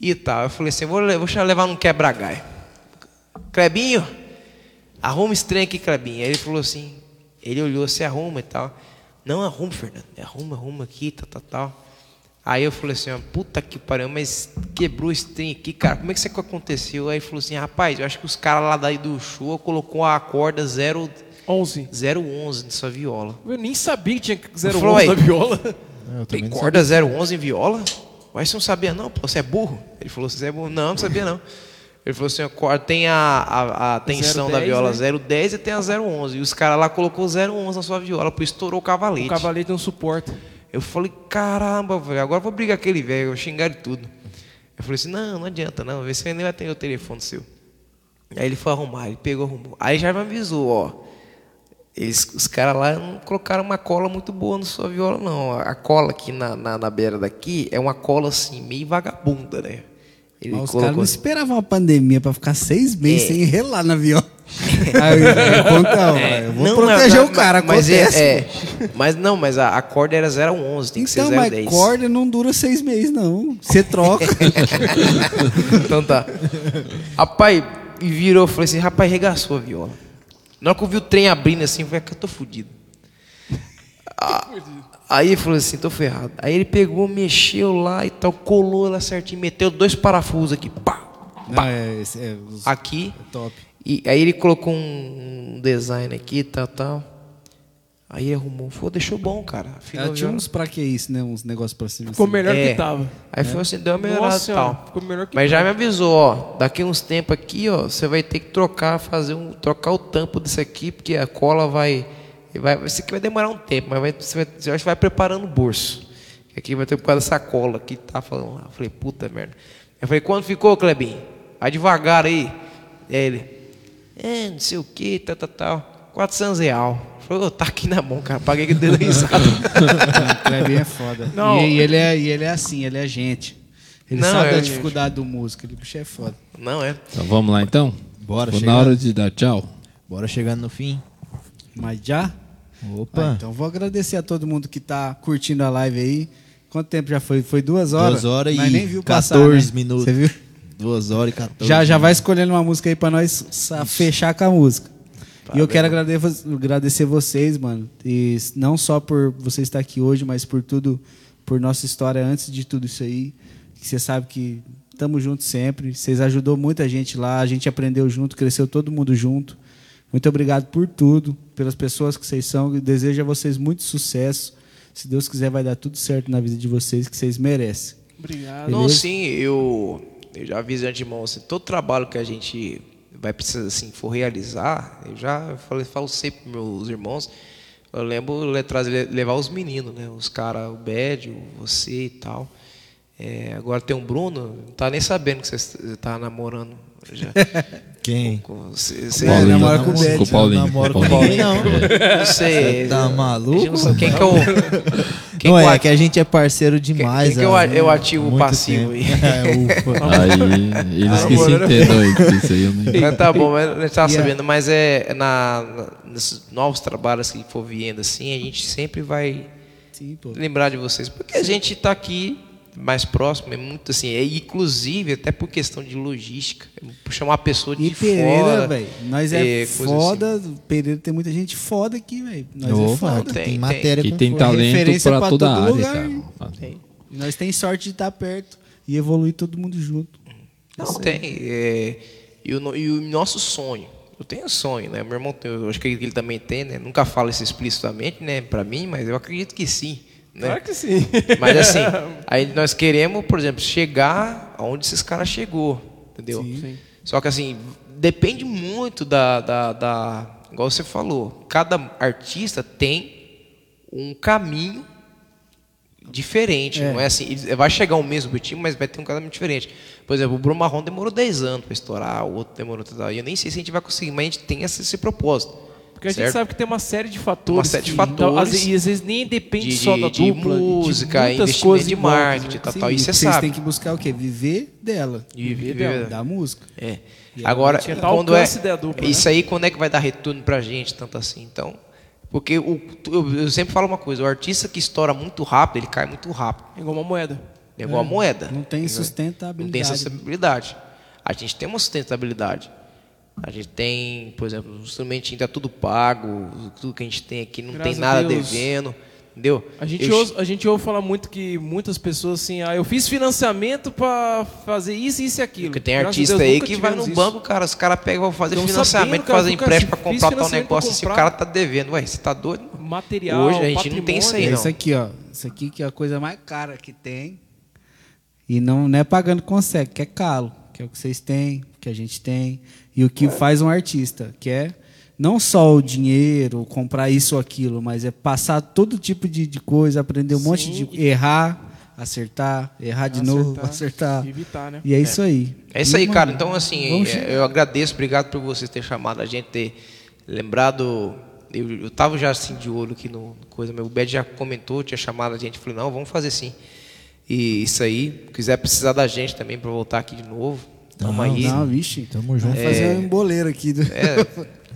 D: E tal. Eu falei assim, vou, le- vou chamar- levar num quebra-gai. Clebinho, arruma esse trem aqui, Clebinho. Aí ele falou assim, ele olhou, você arruma e tal. Não, arruma, Fernando. Arruma, arruma aqui, tal, tal, tal. Aí eu falei assim, ó, puta que pariu, mas quebrou esse trem aqui, cara. Como é que isso é que aconteceu? Aí ele falou assim, rapaz, eu acho que os caras lá daí do show colocou a corda 0,
C: 11.
D: 011 nessa viola.
C: Eu nem sabia que tinha
D: Falou
C: 011
D: aí.
C: na viola.
D: Tem corda 011 em viola? Mas você não sabia não, pô, você é burro. Ele falou, você é burro. Não, não sabia não. Ele falou assim, ó, cor- tem a, a, a tensão
C: 010,
D: da viola
C: né?
D: 010 e tem a 011. E os caras lá colocou 011 na sua viola, pô, estourou o cavalete.
C: O um cavalete não suporta.
D: Eu falei, caramba, velho, agora eu vou brigar com aquele velho, eu vou xingar ele tudo. Eu falei assim, não, não adianta não, vê se ele nem vai atender o telefone seu. Aí ele foi arrumar, ele pegou, arrumou. Aí já me avisou, ó. Eles, os caras lá não colocaram uma cola muito boa na sua viola, não. A cola aqui na, na, na beira daqui é uma cola assim, meio vagabunda, né? Ele
A: Mas os caras
D: colocou. assim.
A: não esperavam uma pandemia pra ficar seis meses
D: É.
A: sem relar na viola. Aí eu, eu, conta, ó, eu vou
D: É. Não,
A: proteger
D: mas-
A: o cara,
D: mas é,
A: acontece.
D: é. Mas não, mas a, a corda era 011, tem que
A: Então,
D: ser
A: mas
D: 010.
A: corda não dura seis meses, não. Você troca.
D: então tá. Rapaz, e virou, eu falei assim, rapaz, regaçou a viola. Na hora que eu vi o trem abrindo assim, eu falei, que eu tô fudido. Ah, Aí ele falou assim, tô ferrado. Aí ele pegou, mexeu lá e tal, colou lá certinho, meteu dois parafusos aqui, pá,
A: não, é, esse- é, os-
D: aqui.
A: top.
D: E aí ele colocou um, um design aqui, tal, tal. Aí arrumou, falou, deixou bom, cara. Afinou
A: Ela
D: a
A: É, tinha
D: viola.
A: uns pra que isso, né? Uns negócios pra cima.
C: Ficou
A: assim.
C: É, melhor
D: É.
C: que tava. né?
D: Aí foi assim, deu uma melhorada
C: Nossa
D: e
C: senhora,
D: tal.
C: ficou melhor que
D: Mas já me avisou, ó, daqui uns tempos aqui, ó, você vai ter que trocar, fazer um, trocar o tampo desse aqui, porque a cola vai, vai isso aqui vai demorar um tempo, mas vai, você, vai, você acha que vai preparando o bolso. Que Aqui vai ter por causa dessa cola aqui, tá falando lá. Eu falei, puta merda. Eu falei, quando ficou, Clebinho? Vai devagar aí. E aí ele, é, não sei o que, tal, tal, tal. 400 real. Eu falei, ô, tá aqui na mão, cara, paguei que deu risada.
A: O Kleber é foda.
C: Não.
A: E, e ele é, e ele é assim, ele é gente. Ele
D: Não,
A: sabe
D: é
A: da
D: gente.
A: dificuldade do músico. Ele, bicho, é foda.
D: não, é.
E: Então vamos lá então?
B: Bora,
E: Tô
B: chega.
E: na hora de dar tchau.
B: Bora chegando no fim.
A: Mas já? Ah,
B: Opa.
A: então vou agradecer a todo mundo que tá curtindo a live aí. Quanto tempo já foi? Foi duas horas?
B: Duas horas
A: Nós
B: e
A: nem viu
B: 14
A: passar, né?
B: minutos.
A: Você viu?
B: Duas horas e 14.
A: Já, já vai escolhendo uma música aí pra nós sa- fechar com a música. E eu quero agradecer, agradecer vocês, mano. E s- não só por você estar aqui hoje, mas por tudo, por nossa história antes de tudo isso aí. Que você sabe que estamos juntos sempre. Vocês ajudou muita gente lá, a gente aprendeu junto, cresceu todo mundo junto. Muito obrigado por tudo, pelas pessoas que vocês são. e Desejo a vocês muito sucesso. Se Deus quiser, vai dar tudo certo na vida de vocês, que vocês merecem.
C: Obrigado.
D: Não,
A: Beleza?
D: sim, eu, eu já aviso de antemão, assim, todo trabalho que a gente vai precisar, assim, for realizar, eu já falei, falo sempre para meus irmãos, eu lembro le- trazer- levar os meninos, né, os caras, o Bédio, você e tal. É, agora tem um Bruno, não tá nem sabendo que você está namorando. Já,
B: Quem?
D: com- você- você-
A: É,
E: Paulinho.
A: namora com o
E: Com
A: Bad.
E: o Paulinho. É.
B: Namoro com o
E: Paulinho.
B: Paulinho, não.
D: não sei.
B: Tá
D: eu-
B: maluco?
D: eu não sei Quem que é o, Quem
B: não,
D: guarda-
B: é que a gente é parceiro demais.
D: quem que eu
B: há
D: a- eu ativo o
B: muito
D: passivo
B: tempo.
D: aí?
B: É, ufa.
E: Aí, eles que
D: Ah,
E: se
D: mano,
E: entendam aí que isso aí. Eu não...
D: Mas tá bom, mas não estava
A: E a-
D: sabendo, mas é na, na- nesses novos trabalhos que for vindo assim, a gente sempre vai
A: Sim, pô.
D: lembrar de vocês, porque a gente está aqui mais próximo, é muito assim, é inclusive até por questão de logística, chamar a pessoa de
A: E Pereira,
D: fora,
A: velho. Nós é,
D: é, coisa
A: foda. Pereira tem muita gente foda aqui, velho. Nós é
B: Opa,
A: foda.
D: tem,
B: tem,
D: tem.
B: matéria
E: E
B: com
E: tem
B: força.
E: talento
A: referência
E: pra
A: pra
E: toda
A: todo
E: a área,
A: lugar,
E: cara.
A: hein? E nós tem sorte de estar perto e evoluir todo mundo junto.
D: Não tem. é, e, o, no- e o nosso sonho. Eu tenho sonho, né? Meu irmão tem, eu acho que ele também tem, né? Nunca fala isso explicitamente, né? Pra mim, mas eu acredito que sim. Né?
C: Claro que sim.
D: Mas assim, aí nós queremos, por exemplo, chegar aonde esses caras chegou, entendeu? Só que assim, depende muito da, da, da- Igual você falou, cada artista tem um caminho diferente, não é assim, ele vai chegar o mesmo objetivo, mas vai ter um caminho diferente. Por exemplo, o Bruno Marrom demorou 10 anos para estourar, o outro demorou tal, e eu nem sei se a gente vai conseguir, mas a gente tem esse, esse propósito.
C: Porque a gente
D: certo?
C: sabe que tem uma série de fatores.
D: Uma série de
C: que-
D: fatores.
C: às vezes- e às vezes nem depende
D: De-
C: só da
D: de
C: dupla.
D: música,
C: de muitas
D: investimento
C: coisas
D: de
C: em volta,
D: marketing,
C: né?
D: tal,
A: Sim,
D: tal, e você
A: vocês
D: sabe.
A: têm que buscar o quê? Viver dela.
D: Viver dela.
A: Da música.
D: É. Agora,
C: tinha tal
D: quando é,
C: alcance da dupla, né?
D: isso aí, quando é que vai dar retorno pra gente, tanto assim? Então, porque o, eu, eu sempre falo uma coisa, o artista que estoura muito rápido, ele cai muito rápido.
C: É igual uma moeda.
D: É igual a moeda.
A: Não tem
D: Não tem
A: sustentabilidade. né?
D: sustentabilidade. A gente tem uma sustentabilidade. A gente tem, por exemplo, o instrumentinho tá tudo pago, tudo que a gente tem aqui não
C: Graças
D: tem
C: a
D: nada
C: Deus.
D: devendo, entendeu?
C: A gente,
D: Eu-
C: ouve, a gente ouve falar muito que muitas pessoas assim, ah, eu fiz financiamento pra fazer isso, isso e aquilo.
D: Porque tem
C: Graças a
D: artista
C: Deus,
D: aí
C: nunca
D: que vai no
C: tivemos isso.
D: banco, cara, os caras pegam, vão fazer
C: Tão
D: financiamento,
C: sabendo, cara,
D: fazer
C: que o cara
D: empréstimo pra
C: fiz
D: comprar tal
C: financiamento pra
D: negócio, assim, o
C: comprar.
D: cara tá devendo. Ué, você tá doido? mano?
C: Material,
D: Hoje a gente não tem isso aí,
A: É
D: não.
A: isso aqui, ó. Isso aqui que é a coisa mais cara que tem. E não, não é pagando que consegue, que é calo. Que é o que vocês têm, que a gente tem. E o que faz um artista, que é não só o dinheiro, comprar isso ou aquilo, mas é passar todo tipo de, de coisa, aprender um monte de. errar, acertar, errar de novo, acertar.
C: Evitar, né?
A: E é isso aí.
D: É isso aí,
A: E,
D: cara.
A: mano,
D: Então, assim,
A: vamos
D: é,
A: chegar.
D: eu agradeço, obrigado por vocês terem chamado a gente, ter lembrado. Eu, eu tava já assim de olho aqui no no coisa, meu o Bad já comentou, tinha chamado a gente, falei, não, vamos fazer sim. E isso aí, quiser precisar da gente também para voltar aqui de novo, tamo aí.
A: Não, vixe.
B: Tamo junto.
A: Vamos fazer um boleiro aqui. do-
D: É,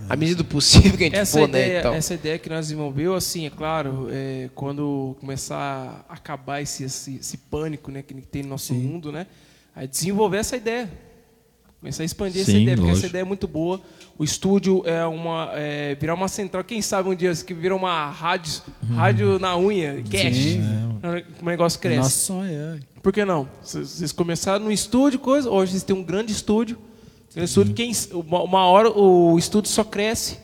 D: à medida do possível que a gente
C: Essa é
D: for,
C: ideia,
D: né? Então.
C: essa ideia que nós desenvolveu, assim, é claro, é, quando começar a acabar esse, esse, esse pânico né, que tem no nosso mundo, né? Aí desenvolver essa ideia. Começar a expandir essa
E: Sim,
C: ideia, porque essa
E: lógico.
C: ideia é muito boa. O estúdio é uma. é, virar uma central, quem sabe um dia isso que vira uma rádio,
D: Uhum.
C: rádio na unha, cash.
D: é.
C: O negócio cresce.
A: Nosso sonho é.
C: Por que não? C- Vocês começaram no estúdio, coisa. Hoje vocês têm um grande estúdio. Um estúdio quem, uma, uma hora o estúdio só cresce.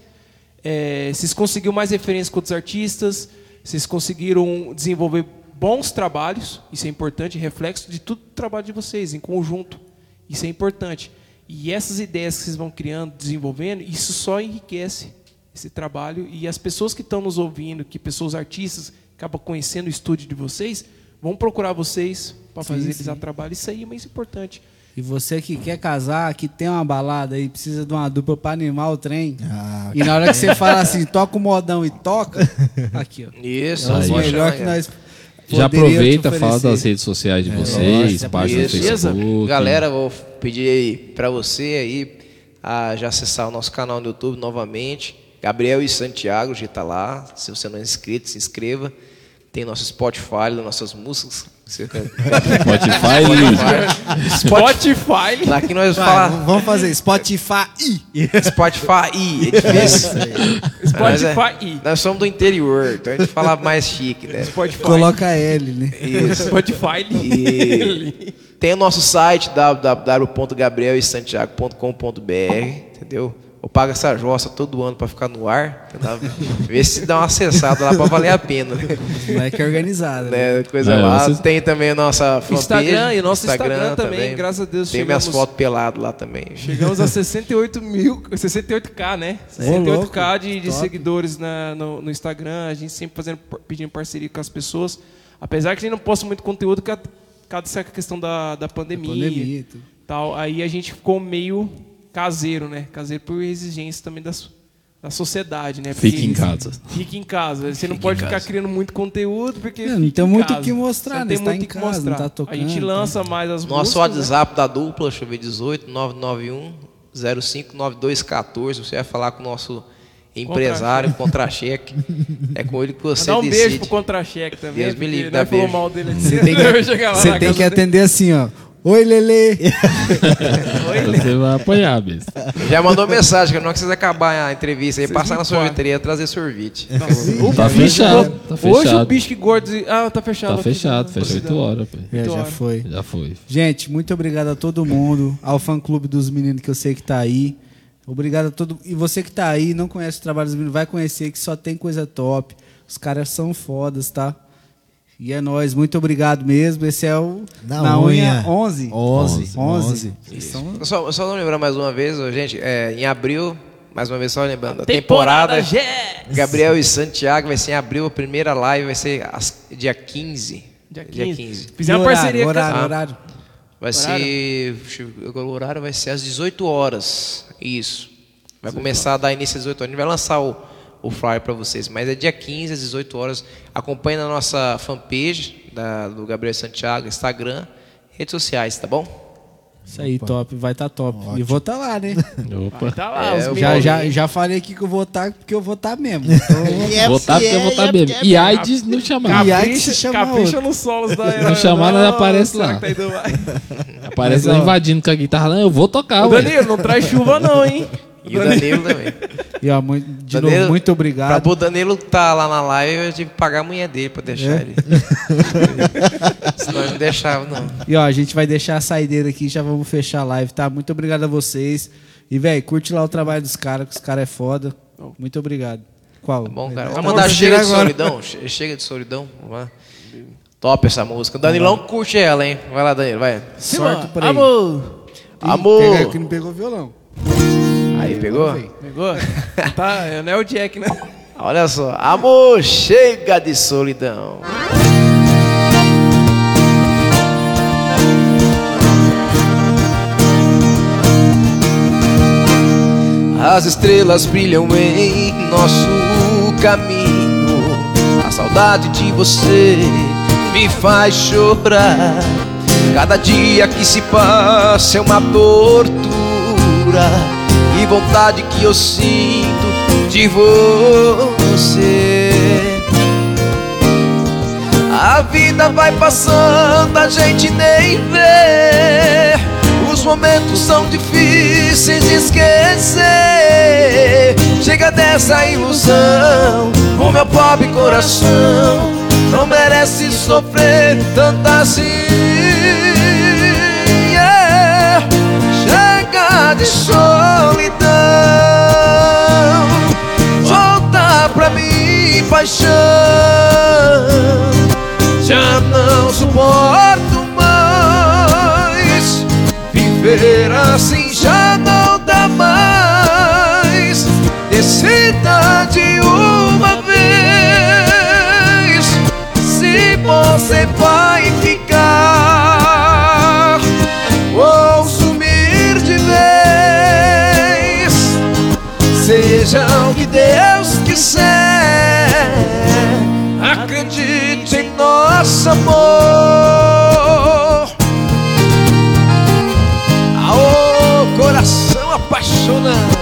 C: É, vocês conseguiram mais referência com outros artistas. Vocês conseguiram desenvolver bons trabalhos. Isso é importante. Reflexo de todo o trabalho de vocês em conjunto. Isso é importante. E essas ideias que vocês vão criando, desenvolvendo, isso só enriquece esse trabalho e as pessoas que estão nos ouvindo, que pessoas artistas acabam conhecendo o estúdio de vocês, vão procurar vocês para
A: Sim,
C: fazer
A: sim.
C: eles a trabalho. Isso aí é mais importante.
A: E você que quer casar, que tem uma balada e precisa de uma dupla pra animar o trem.
B: Ah,
A: e na hora que você fala assim, toca o modão e toca, aqui, ó.
D: Isso,
A: É
E: Aí.
A: os
D: pode
A: melhor
D: chamar,
A: que
D: cara.
A: nós poderia te
E: Já aproveita, fala
A: oferecer. É,
E: das redes sociais de vocês,
A: lógico,
E: página do
D: Beleza?
E: Facebook.
D: Galera, vou pedir aí pra você aí a já acessar o nosso canal no YouTube novamente. Gabriel e Santiago já tá lá. Se você não é inscrito, se inscreva. Tem nosso Spotify, nossas músicas. Você-
E: É Spotify, Luiz.
C: Spotify.
D: lá que nós
A: Vai,
D: falamos
A: v- vamos fazer Spotify.
D: Spotify, Ih, é difícil. Mas é-
C: Spotify.
D: nós somos do interior, então a gente fala mais chique, né?
C: Spotify.
A: Coloca L, né?
D: Isso.
C: Spotify.
D: E tem o nosso site www.gabrielissantiago.com.br, entendeu? Eu pago essa jossa todo ano para ficar no ar, tentar ver se dá uma acessada lá para valer a pena, né?
A: Não é que é organizado. Né?
D: Né, Coisa
E: É,
D: lá.
E: vocês-
D: Tem também a nossa fanpage,
C: Instagram, e o nosso Instagram também, graças a Deus,
D: Tem
C: chegamos-
D: minhas fotos pelado lá também.
C: Chegamos a 68 mil, 68k, né?
A: louco,
C: 68k de, de
A: top.
C: seguidores na- no, no Instagram, a gente sempre fazendo, pedindo parceria com as pessoas. Apesar que a gente não posta muito conteúdo, por causa dessa questão da, da pandemia.
A: Pandemia e tudo.
C: tal. Aí a gente ficou meio caseiro, né? Caseiro por exigência também das, da sociedade, né?
E: Fique
C: Porque
E: em casa.
C: Fique em casa. Você não pode ficar criando muito conteúdo, porque.
A: É, Não, não
C: fica
A: tem
C: em
A: muito
C: casa.
A: que mostrar,
C: Você não
A: né?
C: tem
A: Você tá
C: muito
A: em
C: que
A: casa,
C: mostrar.
A: não tá
C: A gente
A: tocando,
C: lança mais as
D: Nosso
C: músicas, né?
D: WhatsApp da dupla, deixa eu ver, 18 991 059214. Você vai falar com o nosso empresário, contra-cheque. É com ele que você
C: Mandar um
D: decide.
C: beijo pro contra-cheque também.
D: Deus me
C: porque
D: livre,
C: ele
D: dá
C: vai falar
D: beijo.
C: mal dele.
A: Você tem que-
C: Vai chegar lá na
A: Você tem
C: casa
A: que
C: dele.
A: atender assim, ó. Oi, Lele.
E: então Você vai apanhar, besta.
D: Já mandou mensagem, que não que vocês acabarem a entrevista aí, passar
C: me pagam.
D: na sorveteria trazer sorvete.
E: Tá fechado. Tá
C: Hoje o
E: fechado.
C: bicho que gordo. Ah, tá fechado.
E: Tá
C: aqui.
E: fechado, fecha 8 horas, pai.
A: É, já
C: hora.
A: foi.
E: Já foi.
A: Gente, muito obrigado a todo mundo, ao fã clube dos meninos que eu sei que tá aí. Obrigado a todo E você que tá aí, não conhece o trabalho dos meninos, vai conhecer que só tem coisa top. Os caras são fodas, tá? E é nóis, muito obrigado mesmo. Esse é o
B: Na, unha.
A: 11.
B: 11. 11.
A: 11. São-
D: Só, só não lembrar mais uma vez, ô, gente, é, em abril, mais uma vez só lembrando, a temporada, Gabriel e Santiago vai ser em abril, a primeira live vai ser às- dia 15.
C: Dia 15. Fizemos
A: E
C: parceria com
A: horário,
C: a Ah.
A: horário, horário.
D: Vai ser. deixa eu- Agora o horário vai ser às 18 horas. Isso. Vai começar a dar início às 18 horas. A gente vai lançar o, o flyer para vocês. Mas é dia 15 às 18 horas. Acompanhe na nossa fanpage da- do Gabriel Santiago, Instagram, redes sociais, tá bom?
A: Isso aí, top, vai tá top. E vou tá lá, né?
E: Opa.
C: Tá
D: É,
C: lá, os
A: já,
C: meninos.
A: já, já falei aqui que eu vou tá, porque eu vou tá mesmo. Então,
E: Votar porque eu votar mesmo. E AIDS não chamar.
A: E aí que se
C: Capricha,
A: chama
C: capricha
A: outro.
C: nos solos da
E: Não chamaram, ela aparece lá.
C: será que tá indo lá?
E: Aparece lá invadindo com a guitarra. Não, eu vou tocar,
C: Ô,
E: velho.
C: Danilo, não traz chuva não, hein?
D: E o Danilo também.
A: e ó, muito- de
C: Tá
D: Danilo-
A: novo, muito
D: Pra
A: obrigado.
D: pôr o Danilo tá lá na live, eu tive que pagar a mulher dele pra deixar
A: É?
D: ele. Senão eu não deixava, não.
A: E ó, a gente vai deixar a saideira aqui, já vamos fechar a live, tá? Muito obrigado a vocês. E, velho, curte lá o trabalho dos caras, que os caras é foda. Muito obrigado. Qual?
D: Tá bom, cara.
A: Tá
D: Vamos mandar chega de
A: agora.
D: solidão. che- Chega de solidão. Vamos lá. Top essa música. Danilão curte ela, hein? Vai lá, Danilo, vai.
A: Sorte por aí.
C: Amor!
A: Pega
D: Amor!
A: que não pegou o violão.
D: Aí, pegou?
C: Pegou? Tá, é, não é o Jack, né?
D: Olha só. Amor, chega de solidão. As estrelas brilham em nosso caminho. A saudade de você me faz chorar. Cada dia que se passa é uma tortura. E vontade que eu sinto de você. A vida vai passando, a gente nem vê. Os momentos são difíceis de esquecer. Chega dessa ilusão, o meu pobre coração não merece sofrer tanta assim. Yeah. Chega de solidão, volta pra mim, paixão já não suporto mais. Viver assim já não dá mais. Decida de uma vez se você vai ficar ou sumir de vez. Seja o que Deus quiser, acredite em nosso amor. Aô, coração apaixonado,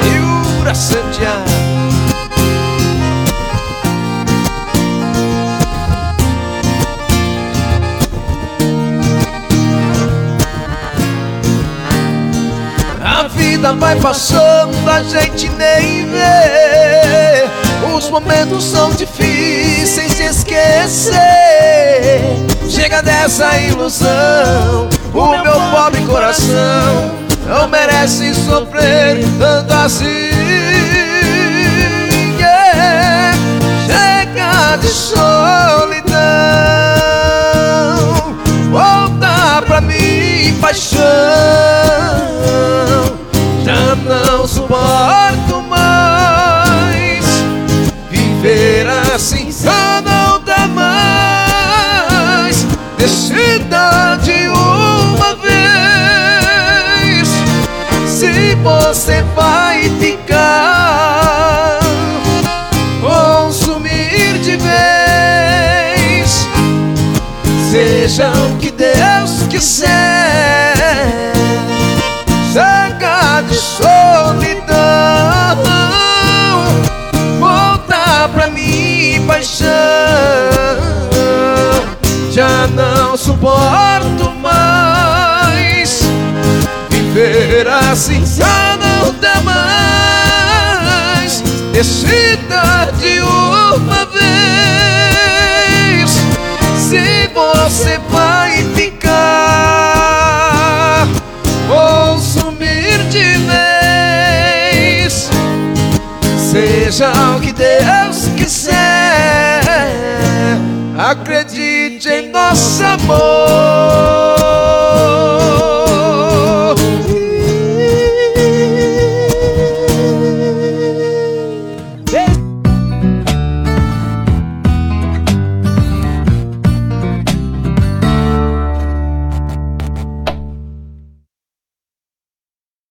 D: segura Santiago. A vida vai passando, a gente nem vê. Os momentos são difíceis de esquecer. Chega dessa ilusão, o meu pobre coração não merece sofrer tanto assim. Yeah. Chega de solidão, volta pra mim, paixão. Já não suporto mais viver assim já não dá mais. Decida de uma vez se onde você vai ficar ou sumir de vez. Seja o que Deus quiser, saca de solidão, volta pra mim, paixão. Já não suporto mais viver assim, já não dá mais. Decida de uma vez se você vai ficar ou sumir de vez. Seja o que Deus quiser, acredite em nosso amor.